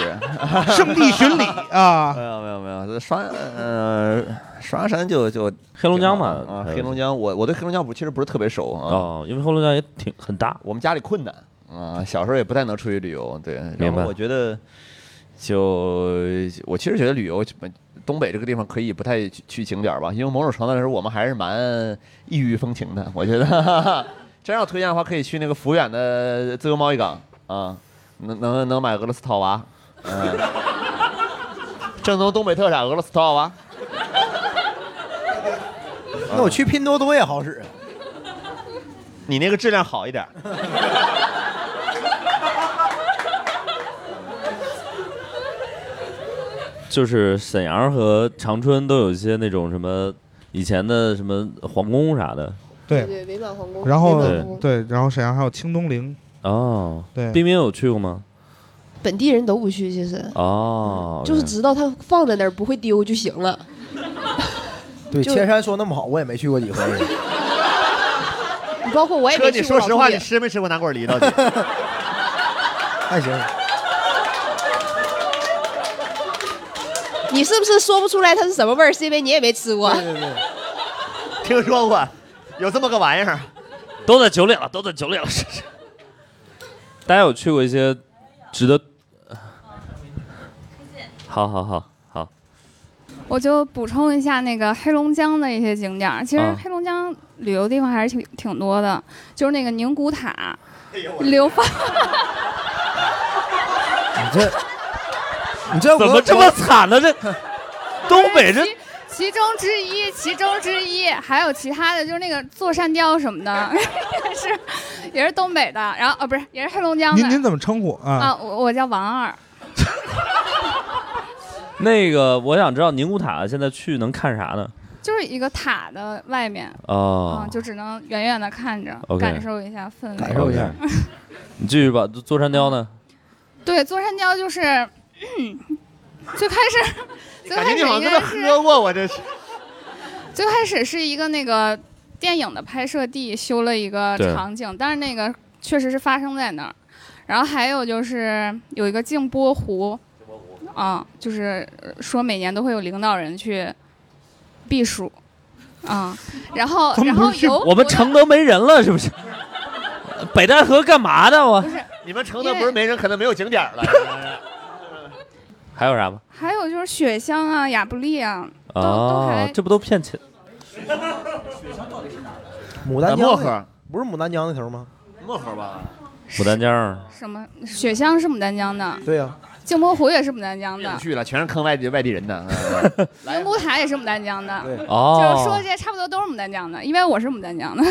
[SPEAKER 4] 圣地巡礼啊
[SPEAKER 2] 没，有没有没有，这刷呃刷山就就
[SPEAKER 1] 黑龙江嘛，
[SPEAKER 2] 啊，
[SPEAKER 1] 还有
[SPEAKER 2] 黑龙江，我我对黑龙江不其实不是特别熟啊。
[SPEAKER 1] 哦，因为黑龙江也挺很大，
[SPEAKER 2] 我们家里困难啊，小时候也不太能出去旅游，对。然
[SPEAKER 1] 明
[SPEAKER 2] 后
[SPEAKER 1] 白
[SPEAKER 2] 我觉得就，我其实觉得旅游，呃东北这个地方可以不太去去景点儿吧，因为某种程度来说，我们还是蛮异域风情的。我觉得 真要推荐的话，可以去那个抚远的自由贸易港啊，能能能买俄罗斯套娃，嗯， 正宗东北特产俄罗斯套娃。
[SPEAKER 3] 那我去拼多多也好使，啊
[SPEAKER 2] 你那个质量好一点。
[SPEAKER 1] 就是沈阳和长春都有一些那种什么以前的什么皇宫啥的。
[SPEAKER 4] 对，
[SPEAKER 5] 对，伪满皇宫，
[SPEAKER 4] 然后
[SPEAKER 5] 伪满皇宫
[SPEAKER 4] 对，然后沈阳还有清东陵，
[SPEAKER 1] 哦，
[SPEAKER 4] 对
[SPEAKER 1] 冰冰有去过吗？
[SPEAKER 5] 本地人都不去，其实
[SPEAKER 1] 哦，
[SPEAKER 5] 就是
[SPEAKER 1] OK
[SPEAKER 5] 知道它放在那儿不会丢就行了。
[SPEAKER 3] 对，
[SPEAKER 5] 就
[SPEAKER 3] 千山说那么好，我也没去过几回。
[SPEAKER 5] 包括我也
[SPEAKER 2] 哥，
[SPEAKER 5] 没
[SPEAKER 2] 你
[SPEAKER 5] 去
[SPEAKER 2] 说
[SPEAKER 5] 过老
[SPEAKER 2] 实
[SPEAKER 5] 东
[SPEAKER 2] 话，
[SPEAKER 5] 北
[SPEAKER 2] 你吃没吃过南果梨到底？
[SPEAKER 3] 还行，
[SPEAKER 5] 你是不是说不出来它是什么味儿？是因为你也没吃过。
[SPEAKER 2] 听说过，有这么个玩意儿。
[SPEAKER 1] 都在酒里了，都在酒里了。是是大家有去过一些值得？好好好好，
[SPEAKER 11] 我就补充一下那个黑龙江的一些景点儿，其实
[SPEAKER 1] 啊
[SPEAKER 11] 黑龙江旅游地方还是挺挺多的，就是那个宁古塔、
[SPEAKER 1] 哎
[SPEAKER 11] 流芳，
[SPEAKER 3] 你这，你这
[SPEAKER 1] 怎么
[SPEAKER 3] 俄
[SPEAKER 1] 这么惨呢？这东北这
[SPEAKER 11] 其其中之一，其中之一，还有其他的，就是那个坐山雕什么的， 也是也是东北的，然后哦不是，也是黑龙江
[SPEAKER 4] 您您
[SPEAKER 11] 的
[SPEAKER 4] 怎么称呼啊？
[SPEAKER 3] 哦
[SPEAKER 11] 啊，我我叫王二，
[SPEAKER 1] 那个，我想知道宁古塔现在去能看啥呢？
[SPEAKER 11] 就是一个塔的外面。
[SPEAKER 1] 哦
[SPEAKER 11] 啊，，就只能远远的看着
[SPEAKER 1] OK
[SPEAKER 11] 感受一下氛
[SPEAKER 3] 感
[SPEAKER 11] 围。
[SPEAKER 3] 受 一下，
[SPEAKER 1] 你继续吧。坐山雕呢？
[SPEAKER 11] 对，坐山雕就是嗯最开始，最
[SPEAKER 2] 感觉
[SPEAKER 11] 开
[SPEAKER 2] 你
[SPEAKER 11] 始
[SPEAKER 2] 好
[SPEAKER 11] 应
[SPEAKER 2] 像跟他
[SPEAKER 11] 该是
[SPEAKER 2] 喝过，我这是。
[SPEAKER 11] 最开始是一个那个电影的拍摄地修了一个
[SPEAKER 1] 对
[SPEAKER 11] 场景，但是那个确实是发生在那儿。然后还有就是有一个镜波湖，啊，就是呃说每年都会有领导人去避暑，啊，然后
[SPEAKER 4] 咱们
[SPEAKER 11] 然
[SPEAKER 4] 不
[SPEAKER 11] 后
[SPEAKER 4] 是去
[SPEAKER 11] 有
[SPEAKER 1] 我们
[SPEAKER 11] 有
[SPEAKER 1] 城都没人了，是 不是？北戴河干嘛的？我
[SPEAKER 2] 你们承德不是没人，可能没有景点儿 了。
[SPEAKER 1] 还有啥吧？
[SPEAKER 11] 还有就是雪乡啊、亚布力啊，都都
[SPEAKER 1] 哦
[SPEAKER 11] 还，
[SPEAKER 1] 这不都骗钱？
[SPEAKER 3] 牡丹江那
[SPEAKER 2] 呃漠河，
[SPEAKER 3] 不是牡丹江那头吗？
[SPEAKER 2] 漠河吧，
[SPEAKER 1] 牡丹江，
[SPEAKER 2] 啊
[SPEAKER 11] 什么雪乡是牡丹江的，
[SPEAKER 3] 对啊呀，
[SPEAKER 11] 镜波湖也是牡丹江的
[SPEAKER 2] 不，去了，全是坑外地外地人嗯的。
[SPEAKER 11] 宁古塔也是牡丹江的。
[SPEAKER 3] 对
[SPEAKER 11] 就是说
[SPEAKER 1] 哦
[SPEAKER 11] 这，些差不多都是牡丹江的，因为我是牡丹江的。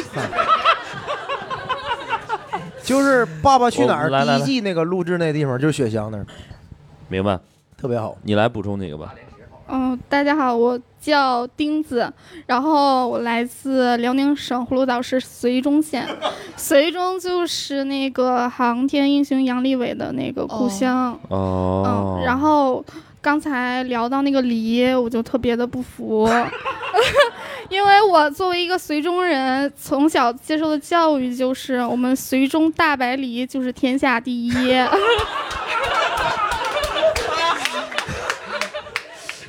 [SPEAKER 3] 就是《爸爸去哪儿
[SPEAKER 1] 我来》来
[SPEAKER 3] 第一季那个录制那地方，就是雪乡那儿，
[SPEAKER 1] 明白。
[SPEAKER 3] 特别好。
[SPEAKER 1] 你来补充几个吧。
[SPEAKER 11] 嗯，大家好，我叫丁子，然后我来自辽宁省葫芦岛市绥中县，绥中就是那个航天英雄杨利伟的那个故乡。
[SPEAKER 1] 哦，
[SPEAKER 11] 嗯，然后刚才聊到那个梨，我就特别的不服， 因为我作为一个绥中人，从小接受的教育就是我们绥中大白梨就是天下第一。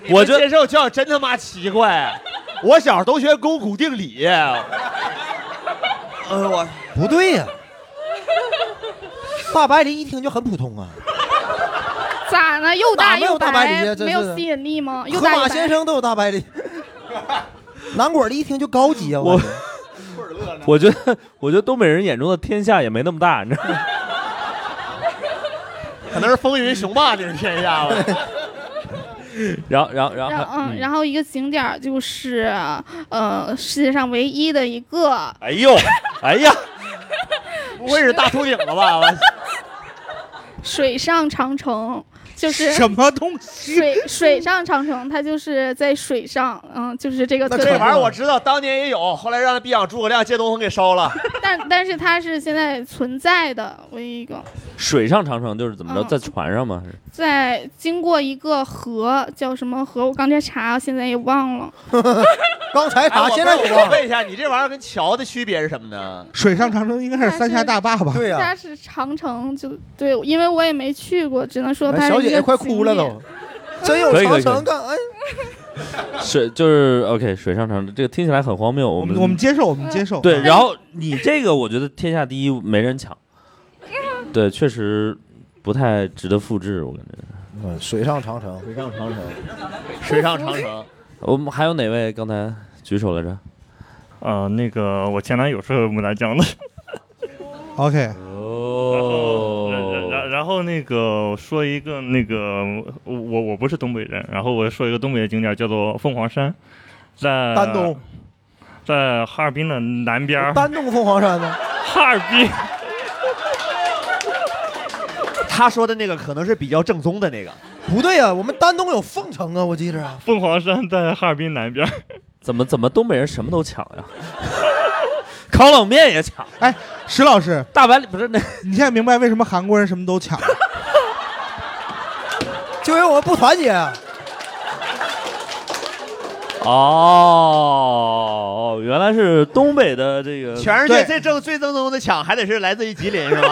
[SPEAKER 2] 我接受教育真他妈奇怪，啊我小时候都学勾股定理。呃
[SPEAKER 3] 哎呦我，啊不对呀、大白梨一听就很普通啊。
[SPEAKER 11] 咋呢？又
[SPEAKER 3] 哪
[SPEAKER 11] 大
[SPEAKER 3] 没有
[SPEAKER 11] 又
[SPEAKER 3] 大白梨啊这
[SPEAKER 11] 没有
[SPEAKER 3] 是
[SPEAKER 11] 吸引力吗？又
[SPEAKER 3] 河
[SPEAKER 11] 大又
[SPEAKER 3] 马
[SPEAKER 11] 白。
[SPEAKER 3] 先生都有大白 梨，南果的一听就高级啊！我感觉
[SPEAKER 1] 我觉得，我觉得东北人眼中的天下也没那么大，你知道吗？
[SPEAKER 2] 可能是风云雄霸这是天下吧。
[SPEAKER 1] 然后，然后，然
[SPEAKER 11] 然后
[SPEAKER 1] 后，
[SPEAKER 11] 嗯，然后一个景点儿就是呃世界上唯一的一个，
[SPEAKER 1] 哎呦，哎呀，
[SPEAKER 2] 不会是大秃顶了吧？
[SPEAKER 11] 水上长城，就是
[SPEAKER 4] 什么东西？
[SPEAKER 11] 水水上长城，它就是在水上，嗯，就是这个特
[SPEAKER 2] 那
[SPEAKER 11] 别。
[SPEAKER 2] 这玩意儿我知道，当年也有，后来让那逼养诸葛亮借东风给烧了。
[SPEAKER 11] 但但是它是现在存在的唯一一个，
[SPEAKER 1] 水上长城就是怎么着，
[SPEAKER 11] 嗯
[SPEAKER 1] 在船上吗？是
[SPEAKER 11] 在经过一个河，叫什么河？我刚才查，现在也忘了。
[SPEAKER 3] 刚才
[SPEAKER 2] 哎
[SPEAKER 3] 查，
[SPEAKER 2] 我
[SPEAKER 3] 现在
[SPEAKER 2] 问我问一下，你这玩意儿跟桥的区别是什么呢？
[SPEAKER 4] 水上长城应该是三峡大坝吧？
[SPEAKER 3] 对
[SPEAKER 11] 它是长城，就对，因为我也没去过，只能说它
[SPEAKER 3] 哎
[SPEAKER 11] 是
[SPEAKER 3] 小
[SPEAKER 11] 一
[SPEAKER 3] 姐
[SPEAKER 11] 个
[SPEAKER 3] 姐快哭了
[SPEAKER 11] 景
[SPEAKER 3] 都
[SPEAKER 11] 点。，
[SPEAKER 3] 真有
[SPEAKER 1] 可以
[SPEAKER 3] 长
[SPEAKER 1] 可以可以
[SPEAKER 3] 城干哎，
[SPEAKER 1] 水就是 OK，水上长城这个听起来很荒谬，
[SPEAKER 4] 我
[SPEAKER 1] 我
[SPEAKER 4] 们
[SPEAKER 1] 们
[SPEAKER 4] 我们接受，我们接受。
[SPEAKER 1] 对，然后你这个我觉得天下第一没人抢，对，确实不太值得复制，我感觉。
[SPEAKER 3] 嗯水上长城，
[SPEAKER 2] 水上长城，水上长城，
[SPEAKER 1] 我们还有哪位刚才举手来着？
[SPEAKER 6] 呃，那个我前男友是牡丹江的，
[SPEAKER 4] OK，
[SPEAKER 6] 然
[SPEAKER 1] 哦，
[SPEAKER 6] 然然后那个说一个那个我我我不是东北人，然后我说一个东北的景点叫做凤凰山，在
[SPEAKER 3] 丹东，
[SPEAKER 6] 在哈尔滨的南边儿，
[SPEAKER 3] 丹东凤凰山呢？
[SPEAKER 6] 哈尔滨
[SPEAKER 2] 他说的那个可能是比较正宗的那个。
[SPEAKER 3] 不对呀、啊我们丹东有凤城啊，我记着。
[SPEAKER 6] 凤凰山在哈尔滨南边儿，
[SPEAKER 1] 怎么怎么东北人什么都抢呀？烤冷面也抢，
[SPEAKER 4] 哎石老师，
[SPEAKER 1] 大白不是那
[SPEAKER 4] 你现在明白为什么韩国人什么都抢了？
[SPEAKER 3] 就因为我们不团结，啊
[SPEAKER 1] 哦，原来是东北的这个
[SPEAKER 2] 全世界
[SPEAKER 4] 对
[SPEAKER 2] 最正最正宗的抢，还得是来自于吉林是 吧？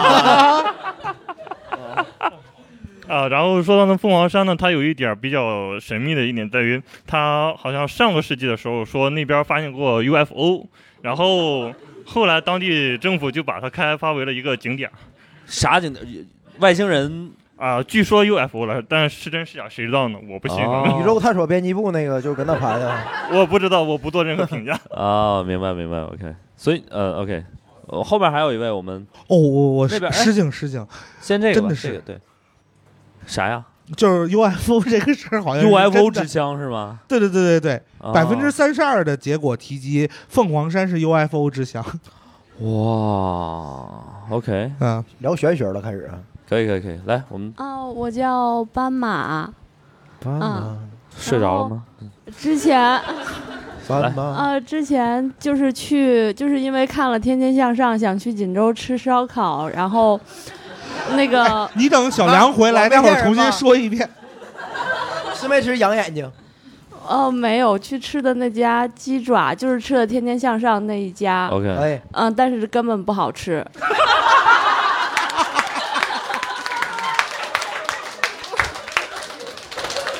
[SPEAKER 6] 啊，然后说到那凤凰山呢，它有一点比较神秘的一点在于，它好像上个世纪的时候说那边发现过 UFO，然后后来当地政府就把它开发为了一个景点儿
[SPEAKER 1] 啥景点？外星人
[SPEAKER 6] 啊，据说 UFO 了，但是真是假谁知道呢？我不信，
[SPEAKER 1] 哦
[SPEAKER 3] 宇宙探索编辑部那个就是跟他拍的。
[SPEAKER 2] 哦
[SPEAKER 6] 我不知道，我不做任何评价。
[SPEAKER 1] 啊、明白明白，OK。所以呃，OK，呃后边还有一位，我们
[SPEAKER 4] 哦，我我是
[SPEAKER 1] 那边哎
[SPEAKER 4] 失敬失敬，
[SPEAKER 1] 先这个
[SPEAKER 4] 真
[SPEAKER 1] 吧，
[SPEAKER 4] 的是
[SPEAKER 1] 这个对。啥呀
[SPEAKER 4] 就是 UFO 这个事儿好像是
[SPEAKER 1] ？UFO
[SPEAKER 4] 真的
[SPEAKER 1] 之枪是吗？
[SPEAKER 4] 对对对对对，
[SPEAKER 1] 啊
[SPEAKER 4] 百分之三十二的结果提及凤凰山是 UFO 之乡
[SPEAKER 1] 哇，OK，
[SPEAKER 4] 啊，
[SPEAKER 3] 聊玄学了，开始啊。
[SPEAKER 1] 可以可以可以，来，我们
[SPEAKER 12] 啊，我叫斑马。
[SPEAKER 3] 斑马
[SPEAKER 12] 啊，
[SPEAKER 1] 睡着了吗？
[SPEAKER 12] 之前
[SPEAKER 3] 斑马，
[SPEAKER 12] 呃，之前就是去，就是因为看了《天天向上》，想去锦州吃烧烤，然后那 个
[SPEAKER 4] 哎你等小梁回来
[SPEAKER 3] 啊我没
[SPEAKER 4] 那会儿
[SPEAKER 3] 见
[SPEAKER 4] 重
[SPEAKER 3] 人
[SPEAKER 4] 新
[SPEAKER 3] 吗
[SPEAKER 4] 说一遍。
[SPEAKER 3] 吃没吃羊眼睛？
[SPEAKER 12] 呃没有去吃的那家鸡爪，就是吃了《天天向上》那一家，嗯、
[SPEAKER 1] OK，
[SPEAKER 3] 哎，
[SPEAKER 12] 但是根本不好吃。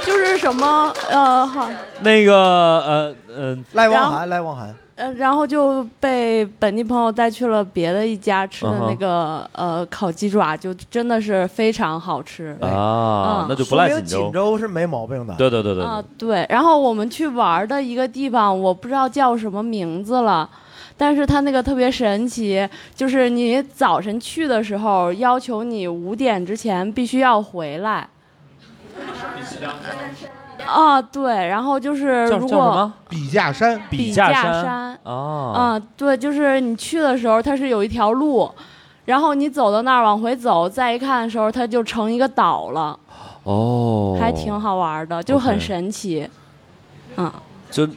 [SPEAKER 12] 就是什么呃好。
[SPEAKER 1] 那个呃嗯、
[SPEAKER 3] 赖
[SPEAKER 12] 然
[SPEAKER 3] 汪
[SPEAKER 12] 后
[SPEAKER 3] 涵，赖汪涵，
[SPEAKER 12] 呃，然后就被本地朋友带去了别的一家吃的那个、呃烤鸡爪，就真的是非常好吃。
[SPEAKER 1] 啊
[SPEAKER 12] 嗯，
[SPEAKER 1] 那就不
[SPEAKER 3] 说
[SPEAKER 1] 赖
[SPEAKER 3] 明
[SPEAKER 1] 锦州。
[SPEAKER 3] 州是没毛病的。
[SPEAKER 1] 对对对对，
[SPEAKER 12] 啊，对。然后我们去玩的一个地方，我不知道叫什么名字了，但是它那个特别神奇，就是你早晨去的时候，要求你五点之前必须要回来。啊，对。然后就是
[SPEAKER 1] 叫
[SPEAKER 12] 如
[SPEAKER 1] 叫什
[SPEAKER 12] 果
[SPEAKER 1] 么？
[SPEAKER 4] 笔架山，
[SPEAKER 1] 笔
[SPEAKER 12] 架
[SPEAKER 1] 架
[SPEAKER 12] 山
[SPEAKER 1] 啊，
[SPEAKER 12] 啊、对，就是你去的时候，它是有一条路，然后你走到那儿往回走，再一看的时候，它就成一个岛了，
[SPEAKER 1] 哦，
[SPEAKER 12] 还挺。好玩的，就很
[SPEAKER 1] OK
[SPEAKER 12] 神奇。嗯，
[SPEAKER 1] 就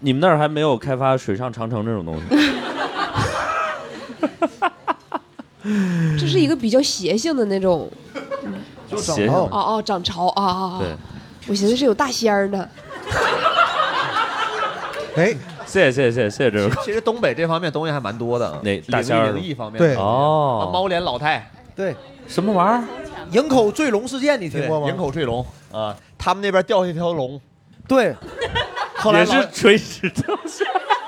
[SPEAKER 1] 你们那儿还没有开发水上长城这种东西
[SPEAKER 5] 这是一个比较邪性的那种，
[SPEAKER 3] 就
[SPEAKER 1] 邪
[SPEAKER 3] 整
[SPEAKER 1] 性
[SPEAKER 3] 到
[SPEAKER 1] 的
[SPEAKER 5] 哦哦，涨潮啊啊啊！
[SPEAKER 1] 对，
[SPEAKER 5] 我寻思是有大仙儿呢，
[SPEAKER 4] 哎，
[SPEAKER 1] 谢谢谢谢谢谢这位
[SPEAKER 2] 其实东北这方面东西还蛮多的啊，
[SPEAKER 1] 哪大仙
[SPEAKER 2] 灵
[SPEAKER 1] 儿
[SPEAKER 2] 灵异方面
[SPEAKER 1] 对
[SPEAKER 2] 啊
[SPEAKER 1] 哦，
[SPEAKER 2] 猫脸老太，
[SPEAKER 3] 对，
[SPEAKER 1] 什么玩意儿？
[SPEAKER 3] 营口坠龙事件你听过吗？
[SPEAKER 2] 营口坠龙啊，他们那边掉下一条龙，
[SPEAKER 3] 对，
[SPEAKER 2] 后来
[SPEAKER 3] 也是
[SPEAKER 1] 垂直
[SPEAKER 2] 掉下，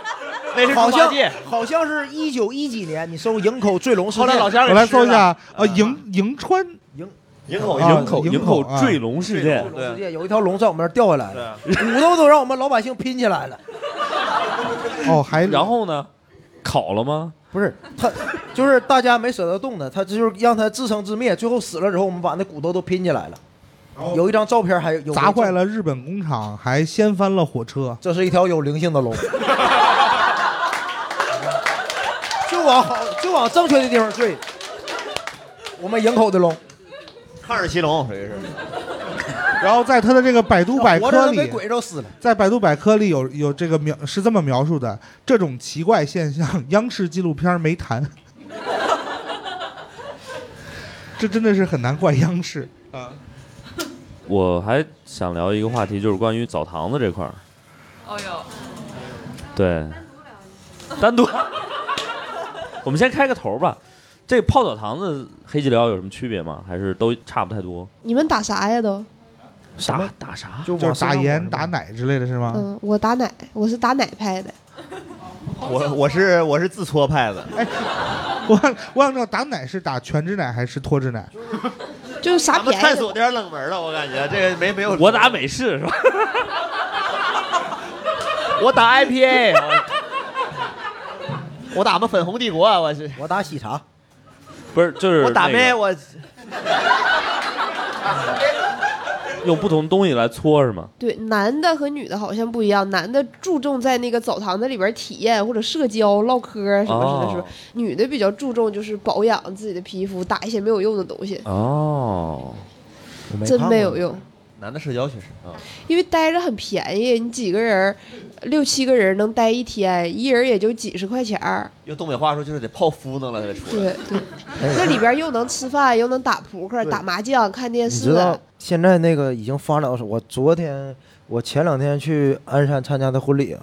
[SPEAKER 2] 那是
[SPEAKER 3] 好
[SPEAKER 2] 猪八
[SPEAKER 3] 像
[SPEAKER 2] 戒
[SPEAKER 3] 好像是一九一几年，你搜营口坠龙事件。
[SPEAKER 2] 后来老乡
[SPEAKER 4] 我来搜一下，呃，银银川
[SPEAKER 2] 营
[SPEAKER 4] 口
[SPEAKER 3] 啊
[SPEAKER 4] 哦营口营口坠
[SPEAKER 1] 龙事
[SPEAKER 3] 坠龙事件有一条龙在我们这儿掉下来了，骨头都让我们老百姓拼起来了。
[SPEAKER 4] 哦，还
[SPEAKER 1] 然后呢？烤了吗？
[SPEAKER 3] 不是他， 就是大家没舍得动他，他就是让他自生自灭。最后死了之后，我们把那骨头都拼起来了。有一张照片还有
[SPEAKER 4] 哦砸坏
[SPEAKER 3] 了，
[SPEAKER 4] 了日本工厂，还掀翻了火车。
[SPEAKER 3] 这是一条有灵性的龙。就往好，就往正确的地方坠。我们营口的龙，
[SPEAKER 2] 抗日奇龙，这是
[SPEAKER 4] 然后在他的这个百度百
[SPEAKER 3] 活着
[SPEAKER 4] 科
[SPEAKER 3] 都被
[SPEAKER 4] 里，
[SPEAKER 3] 鬼都死了。
[SPEAKER 4] 在百度百科里有有这个描是这么描述的：这种奇怪现象，央视纪录片没谈。 这真的是很难怪央视啊！
[SPEAKER 1] 我还想聊一个话题，就是关于澡堂子这块儿。
[SPEAKER 9] 哦哟，
[SPEAKER 1] 对，单独。我们先开个头吧。这泡澡堂子、黑吉辽有什么区别吗？还是都差不太多？
[SPEAKER 5] 你们打啥呀都？
[SPEAKER 1] 啥打啥？
[SPEAKER 4] 就
[SPEAKER 1] 往
[SPEAKER 4] 是
[SPEAKER 1] 身
[SPEAKER 4] 打
[SPEAKER 1] 上
[SPEAKER 4] 盐、打奶之类的是吗？
[SPEAKER 5] 嗯，我打奶，我是打奶派的。
[SPEAKER 2] 我我是我是自搓派的，
[SPEAKER 4] 哎，我我想知道打奶是打全脂奶还是脱脂奶？
[SPEAKER 5] 就是啥
[SPEAKER 2] 咱们
[SPEAKER 5] 便宜
[SPEAKER 2] 探
[SPEAKER 5] 的
[SPEAKER 2] 索点冷门了，我感觉这个没没有。
[SPEAKER 1] 我打美式是吧？
[SPEAKER 2] 我打 IPA，我打我们粉红帝国啊，我是
[SPEAKER 3] 我打喜茶，
[SPEAKER 1] 不是，就是
[SPEAKER 2] 我打
[SPEAKER 1] 那
[SPEAKER 2] 咩
[SPEAKER 1] 个
[SPEAKER 2] 我
[SPEAKER 1] 用不同东西来搓是吗？
[SPEAKER 5] 对，男的和女的好像不一样，男的注重在那个澡堂子里边体验或者社交、唠嗑儿什么什么什么，
[SPEAKER 1] 哦
[SPEAKER 5] 女的比较注重就是保养自己的皮肤，打一些没有用的东西，
[SPEAKER 1] 哦，
[SPEAKER 5] 真没有用，
[SPEAKER 2] 男的社交确实啊，
[SPEAKER 5] 因为待着很便宜，你几个人儿，六七个人能待一天，一人也就几十块钱儿。
[SPEAKER 2] 用东北话说就是得泡敷弄了才出来。
[SPEAKER 5] 对对，
[SPEAKER 3] 哎
[SPEAKER 5] 那里边又能吃饭，又能打扑克、
[SPEAKER 2] 对
[SPEAKER 5] 打麻将、看电
[SPEAKER 3] 你
[SPEAKER 5] 视
[SPEAKER 3] 知，道现在那个已经发展到什么？我昨天，我前两天去鞍山参加的婚礼，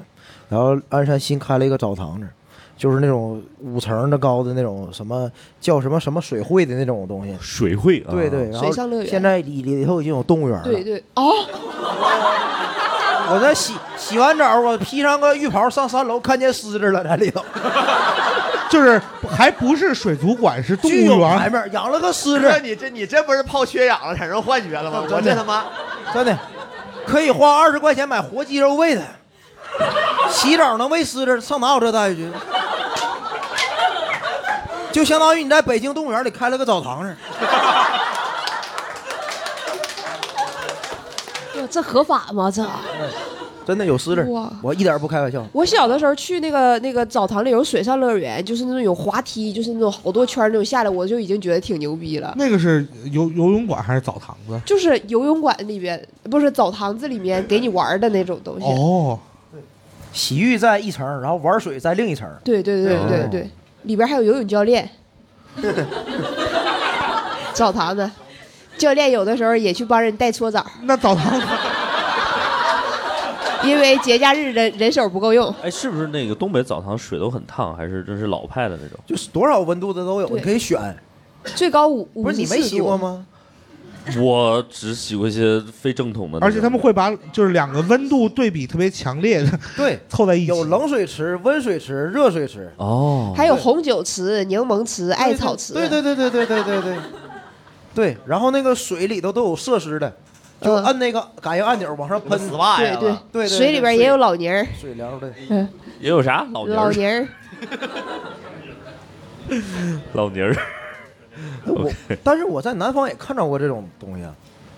[SPEAKER 3] 然后鞍山新开了一个澡堂子，就是那种五层的高的那种什么叫什么什么水会的那种东西。
[SPEAKER 1] 水会啊
[SPEAKER 3] 对对，然后
[SPEAKER 5] 水上乐园
[SPEAKER 3] 现在里里头已经有动物园了。
[SPEAKER 5] 对对哦，
[SPEAKER 3] 我在洗洗完澡，我披上个浴袍上三楼，看见狮子了，在里头。
[SPEAKER 4] 就是还不是水族馆，是动物
[SPEAKER 3] 巨有排
[SPEAKER 4] 园。
[SPEAKER 3] 面，养了个狮
[SPEAKER 2] 哥，
[SPEAKER 3] 子，嗯
[SPEAKER 2] 你这你真不是泡缺氧了，产生幻觉了吗？我
[SPEAKER 3] 真
[SPEAKER 2] 这
[SPEAKER 3] 的
[SPEAKER 2] 他妈
[SPEAKER 3] 真的可以花二十块钱买活鸡肉喂它。洗澡能喂狮子，上哪有这待遇？就相当于你在北京动物园里开了个澡堂子，
[SPEAKER 5] 哇这合法吗？这？
[SPEAKER 3] 真的有狮子
[SPEAKER 5] 哇，
[SPEAKER 3] 我一点不开玩笑。
[SPEAKER 5] 我小的时候去那个那个澡堂里有水上乐园，就是那种有滑梯，就是那种好多圈儿那种下来，我就已经觉得挺牛逼了。
[SPEAKER 4] 那个是游游泳馆还是澡堂子？
[SPEAKER 5] 就是游泳馆里边，不是澡堂子里面给你玩的那种东西。
[SPEAKER 4] 哦，
[SPEAKER 3] 洗浴在一层，然后玩水在另一层。哦
[SPEAKER 5] 对对对对对对，里边还有游泳 教练，澡堂子，教练有的时候也去帮人带搓澡，
[SPEAKER 4] 那澡堂子，
[SPEAKER 5] 因为节假日人人手不够用。
[SPEAKER 1] 哎，是不是那个东北澡堂水都很烫，还是真是老派的那种？
[SPEAKER 3] 就是多少温度的都有，
[SPEAKER 5] 对
[SPEAKER 3] 你可以选。
[SPEAKER 5] 最高五
[SPEAKER 3] 不是你没洗过？吗？
[SPEAKER 1] 我只洗过一些非正统的那种，
[SPEAKER 4] 而且他们会把就是两个温度对比特别强烈的
[SPEAKER 3] 对，
[SPEAKER 4] 凑在一起。
[SPEAKER 3] 有冷水池、温水池、热水池。
[SPEAKER 1] 哦，
[SPEAKER 5] 还有红酒池、柠檬池、艾草池。
[SPEAKER 3] 对对对对对对对对对，然后那个水里头都有设施的，就按那个感应按钮往上喷。
[SPEAKER 2] 死袜呀
[SPEAKER 5] 嗯对对
[SPEAKER 2] 吧
[SPEAKER 3] 对对对
[SPEAKER 5] 水里边也有老泥儿，
[SPEAKER 3] 水疗的。
[SPEAKER 5] 嗯，
[SPEAKER 1] 也有啥老
[SPEAKER 5] 老泥
[SPEAKER 1] 儿，
[SPEAKER 5] 儿。
[SPEAKER 1] 老泥儿。
[SPEAKER 3] 哎 我但是我在南方也看着过这种东西啊，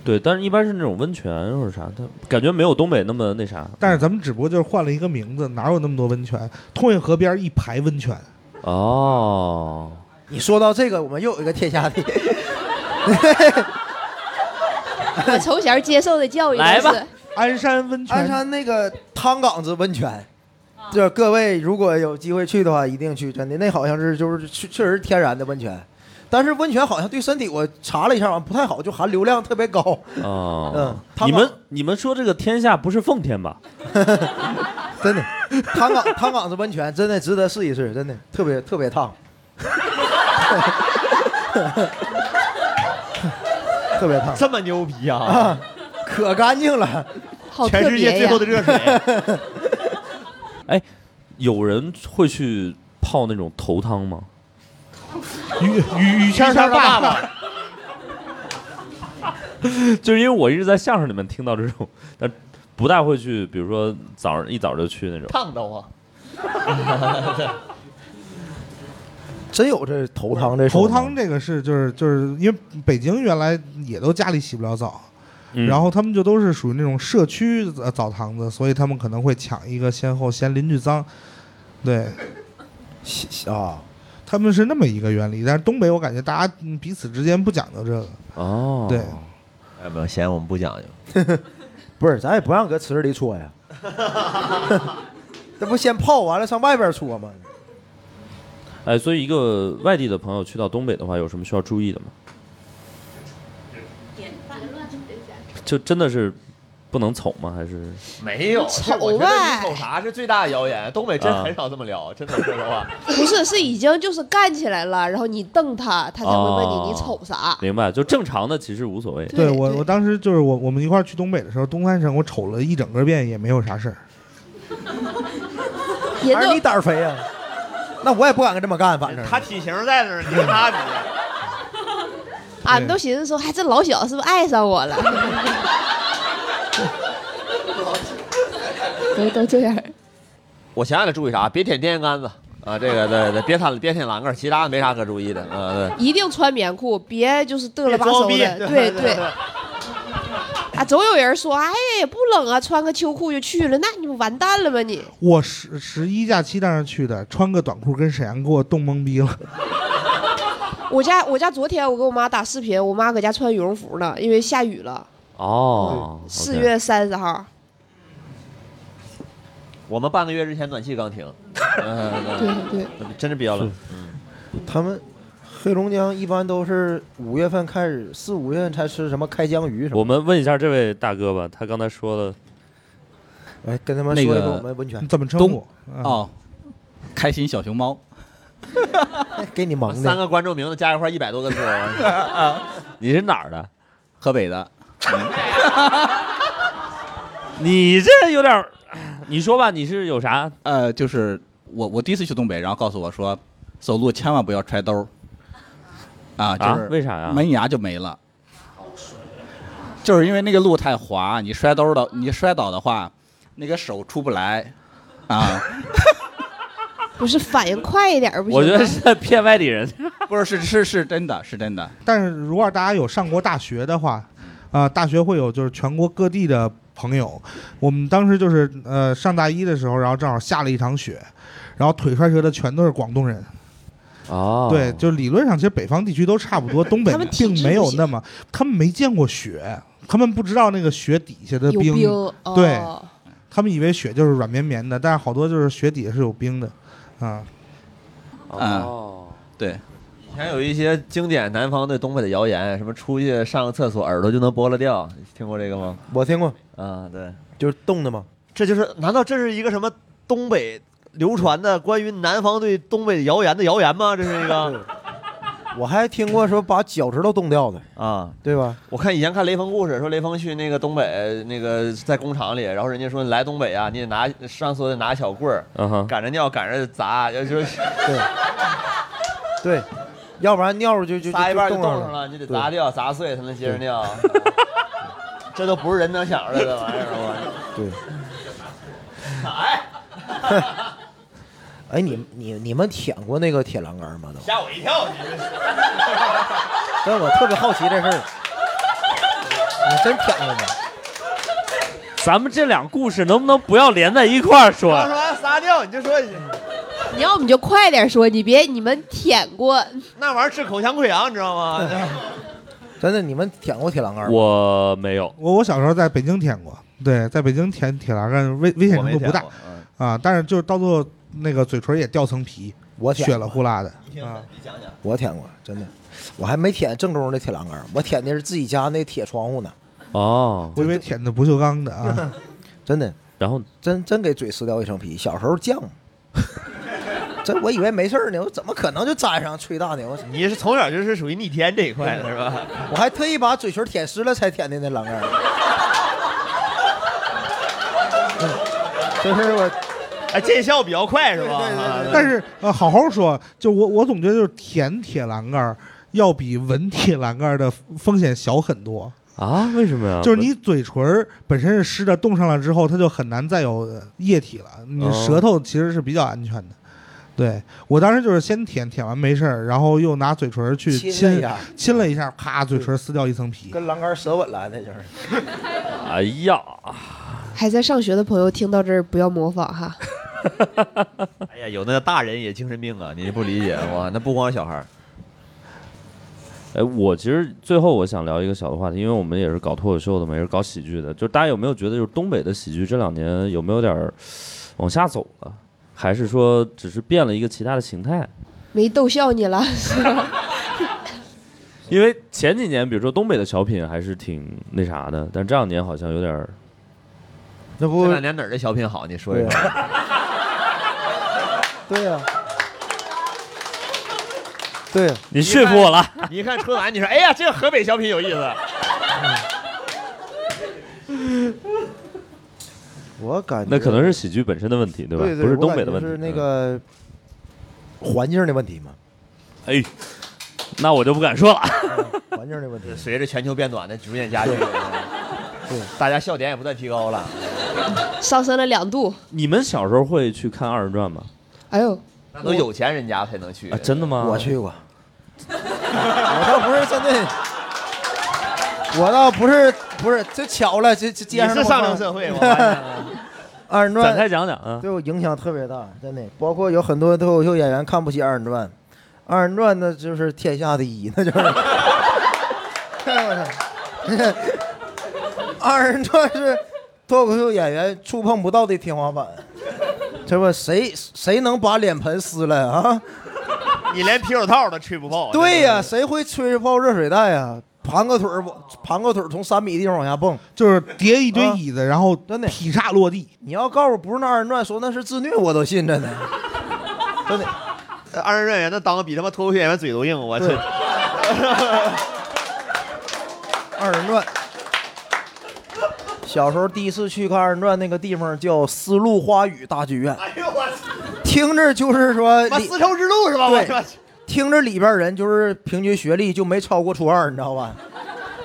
[SPEAKER 1] 对，但是一般是那种温泉或者啥，它感觉没有东北那么那啥
[SPEAKER 4] 但是咱们只不过就是换了一个名字，哪有那么多温泉？通县河边一排温泉，
[SPEAKER 1] 哦。
[SPEAKER 3] 你说到这个，我们又有一个天下 地。
[SPEAKER 5] 我从小接受的教育都
[SPEAKER 3] 来吧
[SPEAKER 5] 是
[SPEAKER 4] 鞍山温泉。
[SPEAKER 3] 鞍山那个汤岗子温泉，
[SPEAKER 5] 啊
[SPEAKER 3] 就是各位如果有机会去的话，一定去，真的那好像是就是确确实天然的温泉，但是温泉好像对身体我查了一下，好像不太好，就含硫量特别高。
[SPEAKER 1] 哦
[SPEAKER 2] 啊
[SPEAKER 3] 嗯，
[SPEAKER 1] 你们你们说这个天下不是奉天吧？
[SPEAKER 3] 真的，汤岗汤岗子温泉真的值得试一试，真的特别特别烫，特别烫，
[SPEAKER 2] 这么牛逼啊！
[SPEAKER 3] 啊可干净了，
[SPEAKER 5] 好
[SPEAKER 2] 全世界最后的热水。
[SPEAKER 1] 哎，有人会去泡那种头汤吗？
[SPEAKER 4] 于于于谦
[SPEAKER 2] 他爸
[SPEAKER 4] 爸，
[SPEAKER 1] 就是因为我一直在相声里面听到这种，但不大会去，比如说早上一早就去那种。
[SPEAKER 2] 烫到我。
[SPEAKER 3] 真有这头汤这说
[SPEAKER 4] 头
[SPEAKER 3] 吗
[SPEAKER 4] 汤这个是就是就是因为北京原来也都家里洗不了澡，然后他们就都是属于那种社区呃澡堂子，所以他们可能会抢一个先后，嫌邻居脏，对，
[SPEAKER 3] 啊，
[SPEAKER 4] 他们是那么一个原理。但是东北我感觉大家嗯彼此之间不讲究这个，
[SPEAKER 1] 哦
[SPEAKER 4] 对，
[SPEAKER 2] 哎，没有嫌我们不讲究。
[SPEAKER 3] 不是，咱也不让搁池子里搓呀，这不先泡完了上外边搓吗？
[SPEAKER 1] 哎，所以一个外地的朋友去到东北的话，有什么需要注意的吗？就真的是不能瞅吗？还是
[SPEAKER 2] 没有，
[SPEAKER 5] 丑啊
[SPEAKER 2] 是我觉得
[SPEAKER 5] 呗
[SPEAKER 2] 你瞅啥是最大的谣言。东北真
[SPEAKER 1] 啊
[SPEAKER 2] 很少这么聊，真的说实话。
[SPEAKER 5] 不是，是已经就是干起来了，然后你瞪他，他才会问
[SPEAKER 1] 哦
[SPEAKER 5] 你你瞅啥。
[SPEAKER 1] 明白？就正常的其实无所谓。
[SPEAKER 4] 啊对我我当时就是我我们一块儿去东北的时候，东三省我瞅了一整个遍也没有 啥事儿。
[SPEAKER 5] 人
[SPEAKER 3] 还是你胆儿肥呀、 那我也不敢跟这么干，反正
[SPEAKER 2] 他体型在那儿，你看 他比。
[SPEAKER 5] 俺们啊都寻思说，哎还这老小是不是爱上我了？ 都都这样。
[SPEAKER 2] 我想想得注意啥，别舔电线杆子啊，这个对对，别舔别舔栏杆儿，其他的没啥可注意的啊。对。
[SPEAKER 5] 一定穿棉裤，别就是嘚了吧
[SPEAKER 2] 别
[SPEAKER 5] 嗖
[SPEAKER 2] 装逼
[SPEAKER 5] 的。
[SPEAKER 2] 对
[SPEAKER 5] 对
[SPEAKER 2] 对
[SPEAKER 5] 对。啊，总有人说，哎呀，也不冷啊，穿个秋裤就去了，那你不完蛋了吗你？
[SPEAKER 4] 我十十一假期当时去的，穿个短裤跟沈阳给我冻懵逼了。
[SPEAKER 5] 我家我家昨天我跟我妈打视频，我妈搁家穿羽绒服呢，因为下雨了，
[SPEAKER 1] 哦，
[SPEAKER 5] 四月三十号。
[SPEAKER 2] 我们半个月之前暖气刚停。嗯，
[SPEAKER 5] 对
[SPEAKER 2] 对，真是比较冷。嗯
[SPEAKER 3] 他们黑龙江一般都是五月份开始，四五月份才吃什么开江鱼什么。
[SPEAKER 1] 我们问一下这位大哥吧，他刚才说 了，
[SPEAKER 3] 哎，跟他们
[SPEAKER 1] 那
[SPEAKER 3] 说一
[SPEAKER 1] 个
[SPEAKER 3] 说我们温泉啊
[SPEAKER 4] 怎么
[SPEAKER 13] 东
[SPEAKER 3] 嗯
[SPEAKER 2] 啊
[SPEAKER 13] 哦，开心小熊猫，
[SPEAKER 3] 给你蒙
[SPEAKER 2] 三个观众名字加一块一百多 个字儿啊。
[SPEAKER 1] 你是哪儿的？
[SPEAKER 13] 河北的。
[SPEAKER 1] 你这有点儿，你说吧，你是有啥？
[SPEAKER 13] 呃，就是我我第一次去东北，然后告诉我说，走路千万不要揣兜儿，啊，就
[SPEAKER 1] 啊
[SPEAKER 13] 是
[SPEAKER 1] 为啥呀
[SPEAKER 13] 门牙就没了，就是因为那个路太滑，你摔兜儿的，你摔倒的话，那个手出不来， 啊，
[SPEAKER 5] 不是反应快一点儿不行吗？
[SPEAKER 1] 是骗外地人，
[SPEAKER 13] 不是是是是真的，是真的，
[SPEAKER 4] 但是如果大家有上过大学的话，啊、大学会有就是全国各地的朋友。我们当时就是呃上大一的时候，然后正好下了一场雪，然后腿摔折的全都是广东人。
[SPEAKER 1] 哦，
[SPEAKER 4] 对，就是理论上其实北方地区都差不多，东北并没有那么，他们没见过雪，他们不知道那个雪底下的
[SPEAKER 5] 有
[SPEAKER 4] 冰，
[SPEAKER 5] 冰哦
[SPEAKER 4] 对他们以为雪就是软绵绵的，但是好多就是雪底下是有冰的，啊。
[SPEAKER 2] 哦，
[SPEAKER 13] 对。
[SPEAKER 2] 以前有一些经典南方对东北的谣言，什么出去上个厕所耳朵就能剥了掉，你听过这个吗？
[SPEAKER 3] 我听过，
[SPEAKER 2] 啊，对，
[SPEAKER 3] 就是冻的嘛。
[SPEAKER 2] 这就是，难道这是一个什么东北流传的关于南方对东北谣言的谣言吗？这是 一个
[SPEAKER 3] 我还听过说把脚趾头冻掉的，
[SPEAKER 2] 啊，
[SPEAKER 3] 对吧？
[SPEAKER 2] 我看以前看雷锋故事，说雷锋去那个东北那个在工厂里，然后人家说来东北啊，你得拿上厕所得拿小棍儿，
[SPEAKER 1] 嗯哼，
[SPEAKER 2] 赶着尿赶着砸，要就是
[SPEAKER 3] 对，要不然尿就 就就
[SPEAKER 2] 撒一半就
[SPEAKER 3] 冻
[SPEAKER 2] 冻上
[SPEAKER 3] 了，
[SPEAKER 2] 了，你得
[SPEAKER 3] 对
[SPEAKER 2] 砸掉砸碎才能接着尿，啊这都不是人能想出来的玩意儿，啊我
[SPEAKER 3] 对。 哎，你你你们舔过那个铁栏杆吗？都，
[SPEAKER 2] 吓我一跳，
[SPEAKER 3] 但我特别好奇这事儿，你真舔过吗？
[SPEAKER 1] 咱们这两故事能不能不要连在一块儿说
[SPEAKER 2] 刚？ 说完撒尿你就说
[SPEAKER 5] 你要不你就快点说，你别你们舔过。
[SPEAKER 2] 那玩意儿治口腔溃疡，你知道吗？
[SPEAKER 3] 真的，你们舔过铁栏杆吗？
[SPEAKER 1] 我没有，
[SPEAKER 4] 我我小时候在北京舔过，对，在北京舔铁栏杆危危险程度不大
[SPEAKER 2] 我没舔
[SPEAKER 3] 嗯
[SPEAKER 2] 过
[SPEAKER 4] 啊，但是就是到最后那个嘴唇也掉层皮，
[SPEAKER 3] 我舔过啊
[SPEAKER 4] 血了呼啦的。
[SPEAKER 3] 我舔过，真的，我还没舔正宗的铁栏杆，我舔的是自己家那铁窗户呢。
[SPEAKER 1] 哦，
[SPEAKER 4] 我以为舔的不锈钢的啊，
[SPEAKER 3] 真的，
[SPEAKER 1] 然后
[SPEAKER 3] 真真给嘴撕掉一层皮。小时候犟， 这我以为没事儿呢，我怎么可能就沾上吹大牛？
[SPEAKER 2] 你是从小就是属于逆天这一块的是吧？
[SPEAKER 3] 我还特意把嘴唇舔湿了才舔的那栏杆 儿。就是我，
[SPEAKER 2] 哎，见效比较快是吧？啊
[SPEAKER 4] 但是呃，好好说，就我我总觉得就是舔铁栏杆儿要比闻铁栏杆儿的风险小很多。
[SPEAKER 1] 啊，为什么呀？
[SPEAKER 4] 就是你嘴唇儿本身是湿的，冻上了之后，它就很难再有液体了。你
[SPEAKER 1] 哦
[SPEAKER 4] 舌头其实是比较安全的。对我当时就是先舔，舔完没事儿，然后又拿嘴唇儿去
[SPEAKER 3] 亲
[SPEAKER 4] 亲
[SPEAKER 3] 了一下
[SPEAKER 4] 亲了一下，啪，嘴唇儿撕掉一层皮。
[SPEAKER 3] 跟栏杆舌吻了，那就是。
[SPEAKER 1] 哎呀，
[SPEAKER 5] 还在上学的朋友听到这儿不要模仿哈。
[SPEAKER 2] 哎呀，有那大人也精神病啊，你不理解哇？那不光小孩儿，
[SPEAKER 1] 哎，我其实最后我想聊一个小的话题，因为我们也是搞脱口秀的嘛，也是搞喜剧的，就是大家有没有觉得，就是东北的喜剧这两年有没有点儿往下走了，还是说只是变了一个其他的形态？
[SPEAKER 5] 没逗笑你了， 是吧？
[SPEAKER 1] 因为前几年，比如说东北的小品还是挺那啥的，但这两年好像有点儿
[SPEAKER 3] 那不
[SPEAKER 2] 这两年哪儿的小品好？你说一
[SPEAKER 1] 啊
[SPEAKER 2] 说。
[SPEAKER 3] 对呀、对、
[SPEAKER 1] 你
[SPEAKER 2] 说服我了。你一看春晚，你说哎呀，这个河北小品有意思。
[SPEAKER 3] 我感觉
[SPEAKER 1] 那可能是喜剧本身的问题，对吧？
[SPEAKER 3] 对对
[SPEAKER 1] 不是
[SPEAKER 3] 我
[SPEAKER 1] 东
[SPEAKER 3] 感
[SPEAKER 1] 北
[SPEAKER 3] 觉
[SPEAKER 1] 的问题。嗯
[SPEAKER 3] 是那个环境的问题嘛。
[SPEAKER 1] 哎，那我就不敢说了。
[SPEAKER 3] 环境的问题，
[SPEAKER 2] 随着全球变暖的逐渐加剧，大家笑点也不断提高了。
[SPEAKER 5] 上升了两度。
[SPEAKER 1] 你们小时候会去看二人转吗？
[SPEAKER 5] 哎呦，
[SPEAKER 3] 嗯
[SPEAKER 2] 那都有钱人家才能去
[SPEAKER 1] 啊，。真的吗？
[SPEAKER 3] 我去过，我倒不是真的，我倒不是不是，这巧了，这这街上
[SPEAKER 2] 你是上流 社会我发现
[SPEAKER 3] 啊二人转
[SPEAKER 1] 展开讲讲啊
[SPEAKER 3] 对我影响特别大，真的，包括有很多脱口秀演员看不起二人转，二人转那就是天下第一，那就是。 哎我操！二人转是脱口秀演员触碰不到的天花板，这不谁谁能把脸盆撕了啊？
[SPEAKER 2] 你连啤酒套都吹不啊爆。
[SPEAKER 3] 对呀、谁会吹泡热水袋呀、盘个腿儿往，盘个腿儿从三米地方往下蹦，啊
[SPEAKER 4] 就是叠一堆椅子，然后劈叉落地。
[SPEAKER 3] 你要告诉我不是那二人转，说那是自虐，我都信着呢。 真的，
[SPEAKER 2] 呃二人转演员那当比他妈脱口秀演员嘴都硬，我 去。
[SPEAKER 3] 二人转。小时候第一次去看二人转，那个地方叫丝路花语大剧院，
[SPEAKER 2] 哎呦我去！
[SPEAKER 3] 听着就是说
[SPEAKER 2] 妈
[SPEAKER 3] 里
[SPEAKER 2] 丝绸之路是吧我
[SPEAKER 3] 对，听着里边人就是平均学历就没超过初二，你知道吧？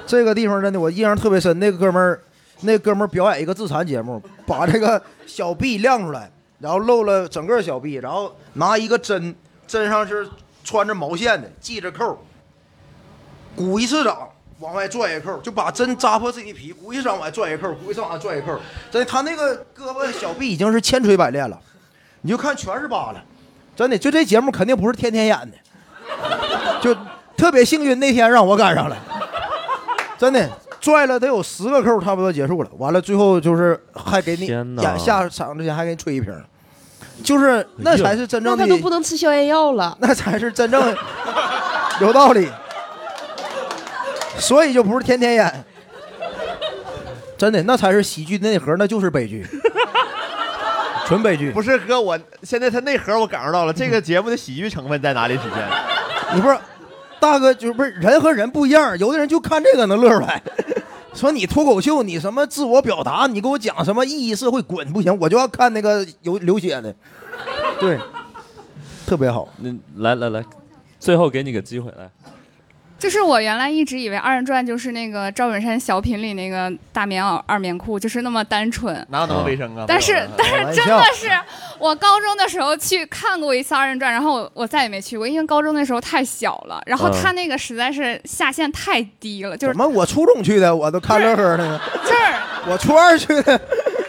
[SPEAKER 3] 这个地方真的我印象特别深，那个哥们儿，那哥们儿表演一个自残节目，把这个小臂亮出来，然后露了整个小臂，然后拿一个针，针上是穿着毛线的，系着扣，鼓一次掌。往外拽一扣，就把针扎破自己皮，鼓一掌往外拽一扣，鼓一掌往外拽一扣。真的，他那个胳膊小臂已经是千锤百炼了，你就看全是疤了。真的，就这节目肯定不是天天演的，就特别幸运那天让我赶上了，真的拽了得有十个扣，差不多结束了。完了最后就是还给你
[SPEAKER 1] 天哪
[SPEAKER 3] 演下场之前还给你吹一瓶，就是那才是真
[SPEAKER 5] 那
[SPEAKER 3] 正
[SPEAKER 5] 他
[SPEAKER 3] 的，
[SPEAKER 5] 都不能吃消炎药了。
[SPEAKER 3] 那 才是真正有道理。所以就不是天天演，真的那才是喜剧内核，那就是悲剧，纯悲剧。
[SPEAKER 2] 不是哥，我现在他内核我感受到了，这个节目的喜剧成分在哪里体现？
[SPEAKER 3] 你不是大哥，就不是人和人不一样，有的人就看这个能乐出来。 说你脱口秀，你什么自我表达，你给我讲什么意义社会，滚不行，我就要看那个有流血的。对，特别好。
[SPEAKER 1] 那来来来，最后给你个机会来。
[SPEAKER 11] 就是我原来一直以为二人转就是那个赵本山小品里那个大棉袄、二棉裤，就是那么单纯。
[SPEAKER 2] 哪有那么卫生啊？
[SPEAKER 11] 但是，但
[SPEAKER 3] 开玩
[SPEAKER 11] 是
[SPEAKER 3] 笑
[SPEAKER 11] 真的 是，我高中的时候去看过一次二人转，然后我我再也没去过，因为高中那时候太小了，然后
[SPEAKER 3] 嗯
[SPEAKER 11] 他那个实在是下限太低了，就是
[SPEAKER 3] 怎么我初中去的，我都看乐呵呢。 我初二去的，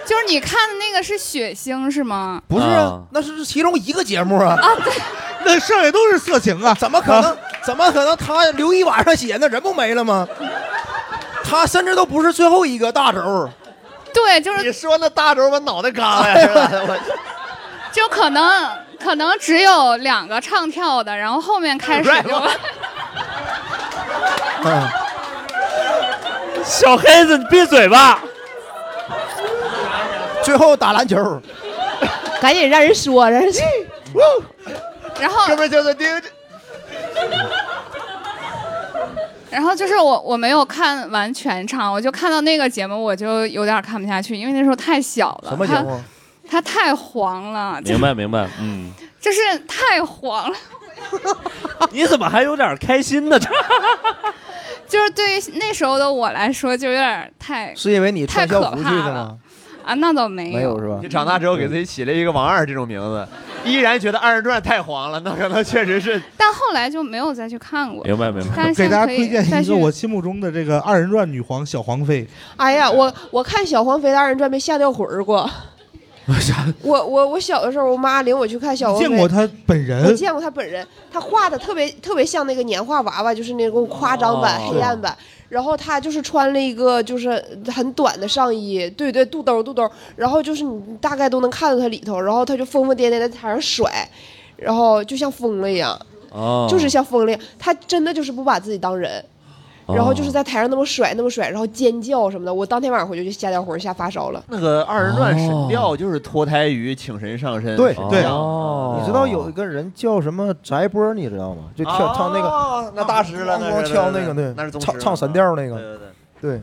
[SPEAKER 11] 就是你看的那个是血腥是吗？
[SPEAKER 3] 不是啊，那是其中一个节目啊。
[SPEAKER 11] 啊，对，
[SPEAKER 4] 那剩下都是色情啊！
[SPEAKER 3] 怎么可能？怎么可能？他留一晚上血，那人不没了吗？他甚至都不是最后一个大轴。
[SPEAKER 11] 对，就是
[SPEAKER 2] 你说那大轴把脑袋嘎
[SPEAKER 4] 哎
[SPEAKER 2] 了，
[SPEAKER 11] 就可能可能只有两个唱跳的，然后后面开始就
[SPEAKER 3] 嗯，
[SPEAKER 1] 小黑子，你闭嘴吧！
[SPEAKER 3] 最后打篮球，
[SPEAKER 5] 赶紧让人说，让人说。
[SPEAKER 11] 然后
[SPEAKER 2] 哥们就是丁，
[SPEAKER 11] 然后就是我我没有看完全场，我就看到那个节目，我就有点看不下去，因为那时候太小了。
[SPEAKER 1] 什么节
[SPEAKER 3] 啊
[SPEAKER 1] 目
[SPEAKER 11] 它？它太黄了，就
[SPEAKER 1] 明白明白，嗯，
[SPEAKER 11] 就是太黄了。
[SPEAKER 1] 你怎么还有点开心呢？
[SPEAKER 11] 就是对于那时候的我来说，就有点太
[SPEAKER 3] 是因为你
[SPEAKER 11] 太
[SPEAKER 3] 穿
[SPEAKER 11] 可
[SPEAKER 3] 校服去
[SPEAKER 11] 怕
[SPEAKER 3] 的
[SPEAKER 11] 了
[SPEAKER 3] 吗？
[SPEAKER 11] 啊，那倒没有，
[SPEAKER 3] 是吧
[SPEAKER 2] 你长大之后给自己起了一个王二这种名字，依然觉得二人转太黄了，那可能确实是
[SPEAKER 11] 但后来就没有再去看
[SPEAKER 3] 哎
[SPEAKER 11] 过。
[SPEAKER 1] 明白明
[SPEAKER 11] 但是
[SPEAKER 4] 给
[SPEAKER 11] 现
[SPEAKER 4] 大
[SPEAKER 11] 在
[SPEAKER 4] 家
[SPEAKER 11] 可
[SPEAKER 4] 推
[SPEAKER 11] 以
[SPEAKER 4] 荐
[SPEAKER 11] 再
[SPEAKER 4] 一
[SPEAKER 11] 去
[SPEAKER 4] 个我心目中的这个二人转女皇小黄妃，
[SPEAKER 5] 哎呀，我我看小黄飞的二人转被吓掉魂儿过。我我我小的时候，我妈领我去看小黄飞，
[SPEAKER 4] 见过她本人，
[SPEAKER 5] 我见过他本人，他画的特别特别像那个年画娃娃，就是那种夸张版、
[SPEAKER 4] 哦
[SPEAKER 5] 黑暗版。然后他就是穿了一个就是很短的上衣，对对，肚兜肚兜，然后就是你大概都能看到他里头，然后他就疯疯癫癫地在台上甩，然后就像疯了一样，
[SPEAKER 1] 哦，
[SPEAKER 5] 就是像疯了一样，他真的就是不把自己当人。然后就是在台上那么甩，那么甩，然后尖叫什么的。我当天晚上回去就吓掉魂儿，吓发烧了。
[SPEAKER 2] 那个二人转神调就是脱胎于请神上身。
[SPEAKER 3] 哦对
[SPEAKER 2] 是
[SPEAKER 1] 哦
[SPEAKER 2] 哦这
[SPEAKER 3] 对
[SPEAKER 2] 样
[SPEAKER 3] 你知道有一个人叫什么翟波，你知道吗？就跳唱那个
[SPEAKER 2] 哦那大师了，那
[SPEAKER 3] 咣
[SPEAKER 2] 是
[SPEAKER 3] 敲那个
[SPEAKER 2] 对
[SPEAKER 3] 对，
[SPEAKER 2] 那是宗师
[SPEAKER 3] 唱唱神调那
[SPEAKER 2] 对
[SPEAKER 3] 个，
[SPEAKER 2] 对对。
[SPEAKER 3] 对，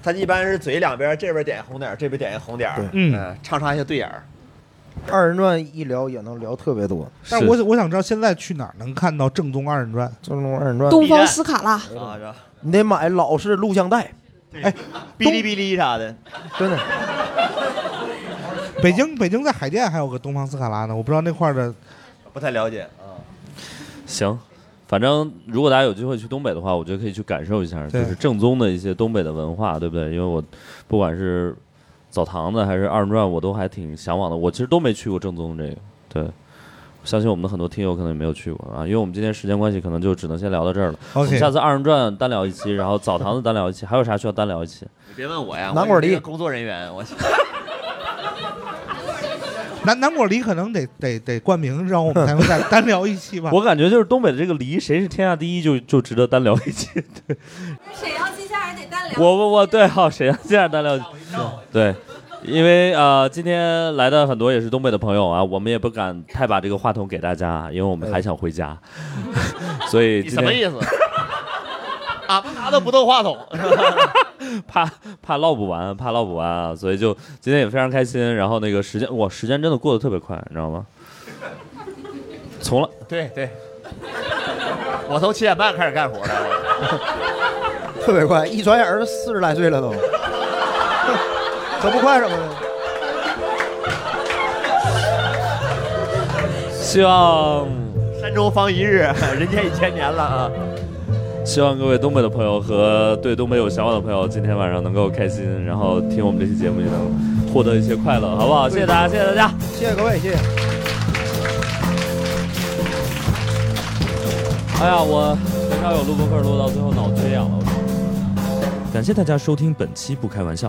[SPEAKER 2] 他一般是嘴两边，这边点一红点儿，这边点一红点儿，嗯，唱唱一下对眼儿。
[SPEAKER 3] 二人转一聊也能聊特别多。
[SPEAKER 4] 但我想我想知道现在去哪儿能看到正宗二人转？
[SPEAKER 3] 正宗二人转
[SPEAKER 5] 东方斯卡拉，
[SPEAKER 2] 啊，是吧
[SPEAKER 3] 你得买老式录像带，
[SPEAKER 2] 哎，哔哩哔哩啥的，
[SPEAKER 3] 真的。
[SPEAKER 4] 北京北京在海淀还有个东方斯卡拉呢，我不知道那块儿的
[SPEAKER 2] 不太了解啊。
[SPEAKER 1] 行，反正如果大家有机会去东北的话，我觉得可以去感受一下，就
[SPEAKER 4] 对
[SPEAKER 1] 是正宗的一些东北的文化，对不对？因为我不管是澡堂子还是二人转，我都还挺向往的。我其实都没去过正宗这个，对。我相信我们的很多听友可能也没有去过啊，因为我们今天时间关系，可能就只能先聊到这儿了。
[SPEAKER 2] OK
[SPEAKER 1] 我们下次二人转单聊一期，然后澡堂子单聊一期，还有啥需要单聊一期？
[SPEAKER 2] 你别问我呀，
[SPEAKER 1] 南
[SPEAKER 2] 我
[SPEAKER 1] 果梨
[SPEAKER 2] 是一个工作人员，我
[SPEAKER 4] 南南果梨可能得得得冠名，让我们才能再 单聊一期吧。
[SPEAKER 1] 我感觉就是东北的这个梨，谁是天下第一就就值得单聊一期。对，
[SPEAKER 14] 沈阳接下来得单聊。
[SPEAKER 1] 我我我对，好，沈阳这样单聊，对，因为呃，今天来的很多也是东北的朋友啊，我们也不敢太把这个话筒给大家，因为我们还想 回家，所以
[SPEAKER 2] 你
[SPEAKER 1] 今
[SPEAKER 2] 什么
[SPEAKER 1] 天
[SPEAKER 2] 意思？ 俺们拿的不动话筒，
[SPEAKER 1] 怕怕唠不完，怕唠不完啊，所以就今天也非常开心。然后那个时间，哇，时间真的过得特别快，你知道吗？从来
[SPEAKER 2] 对对，我从七点半开始干活的，
[SPEAKER 3] 特别快，一转眼儿四十来岁了都，可不快什么的。
[SPEAKER 1] 希望
[SPEAKER 2] 山中方一日，人间一千年了啊！
[SPEAKER 1] 希望各位东北的朋友和对东北有向往的朋友，今天晚上能够开心，然后听我们这期节目也能获得一些快乐，好不好？谢谢大家，谢谢大家。，
[SPEAKER 3] 谢谢各位，谢谢。
[SPEAKER 1] 哎呀，我很少有录播课录到最后脑缺氧了。感谢大家收听本期《不开玩笑》，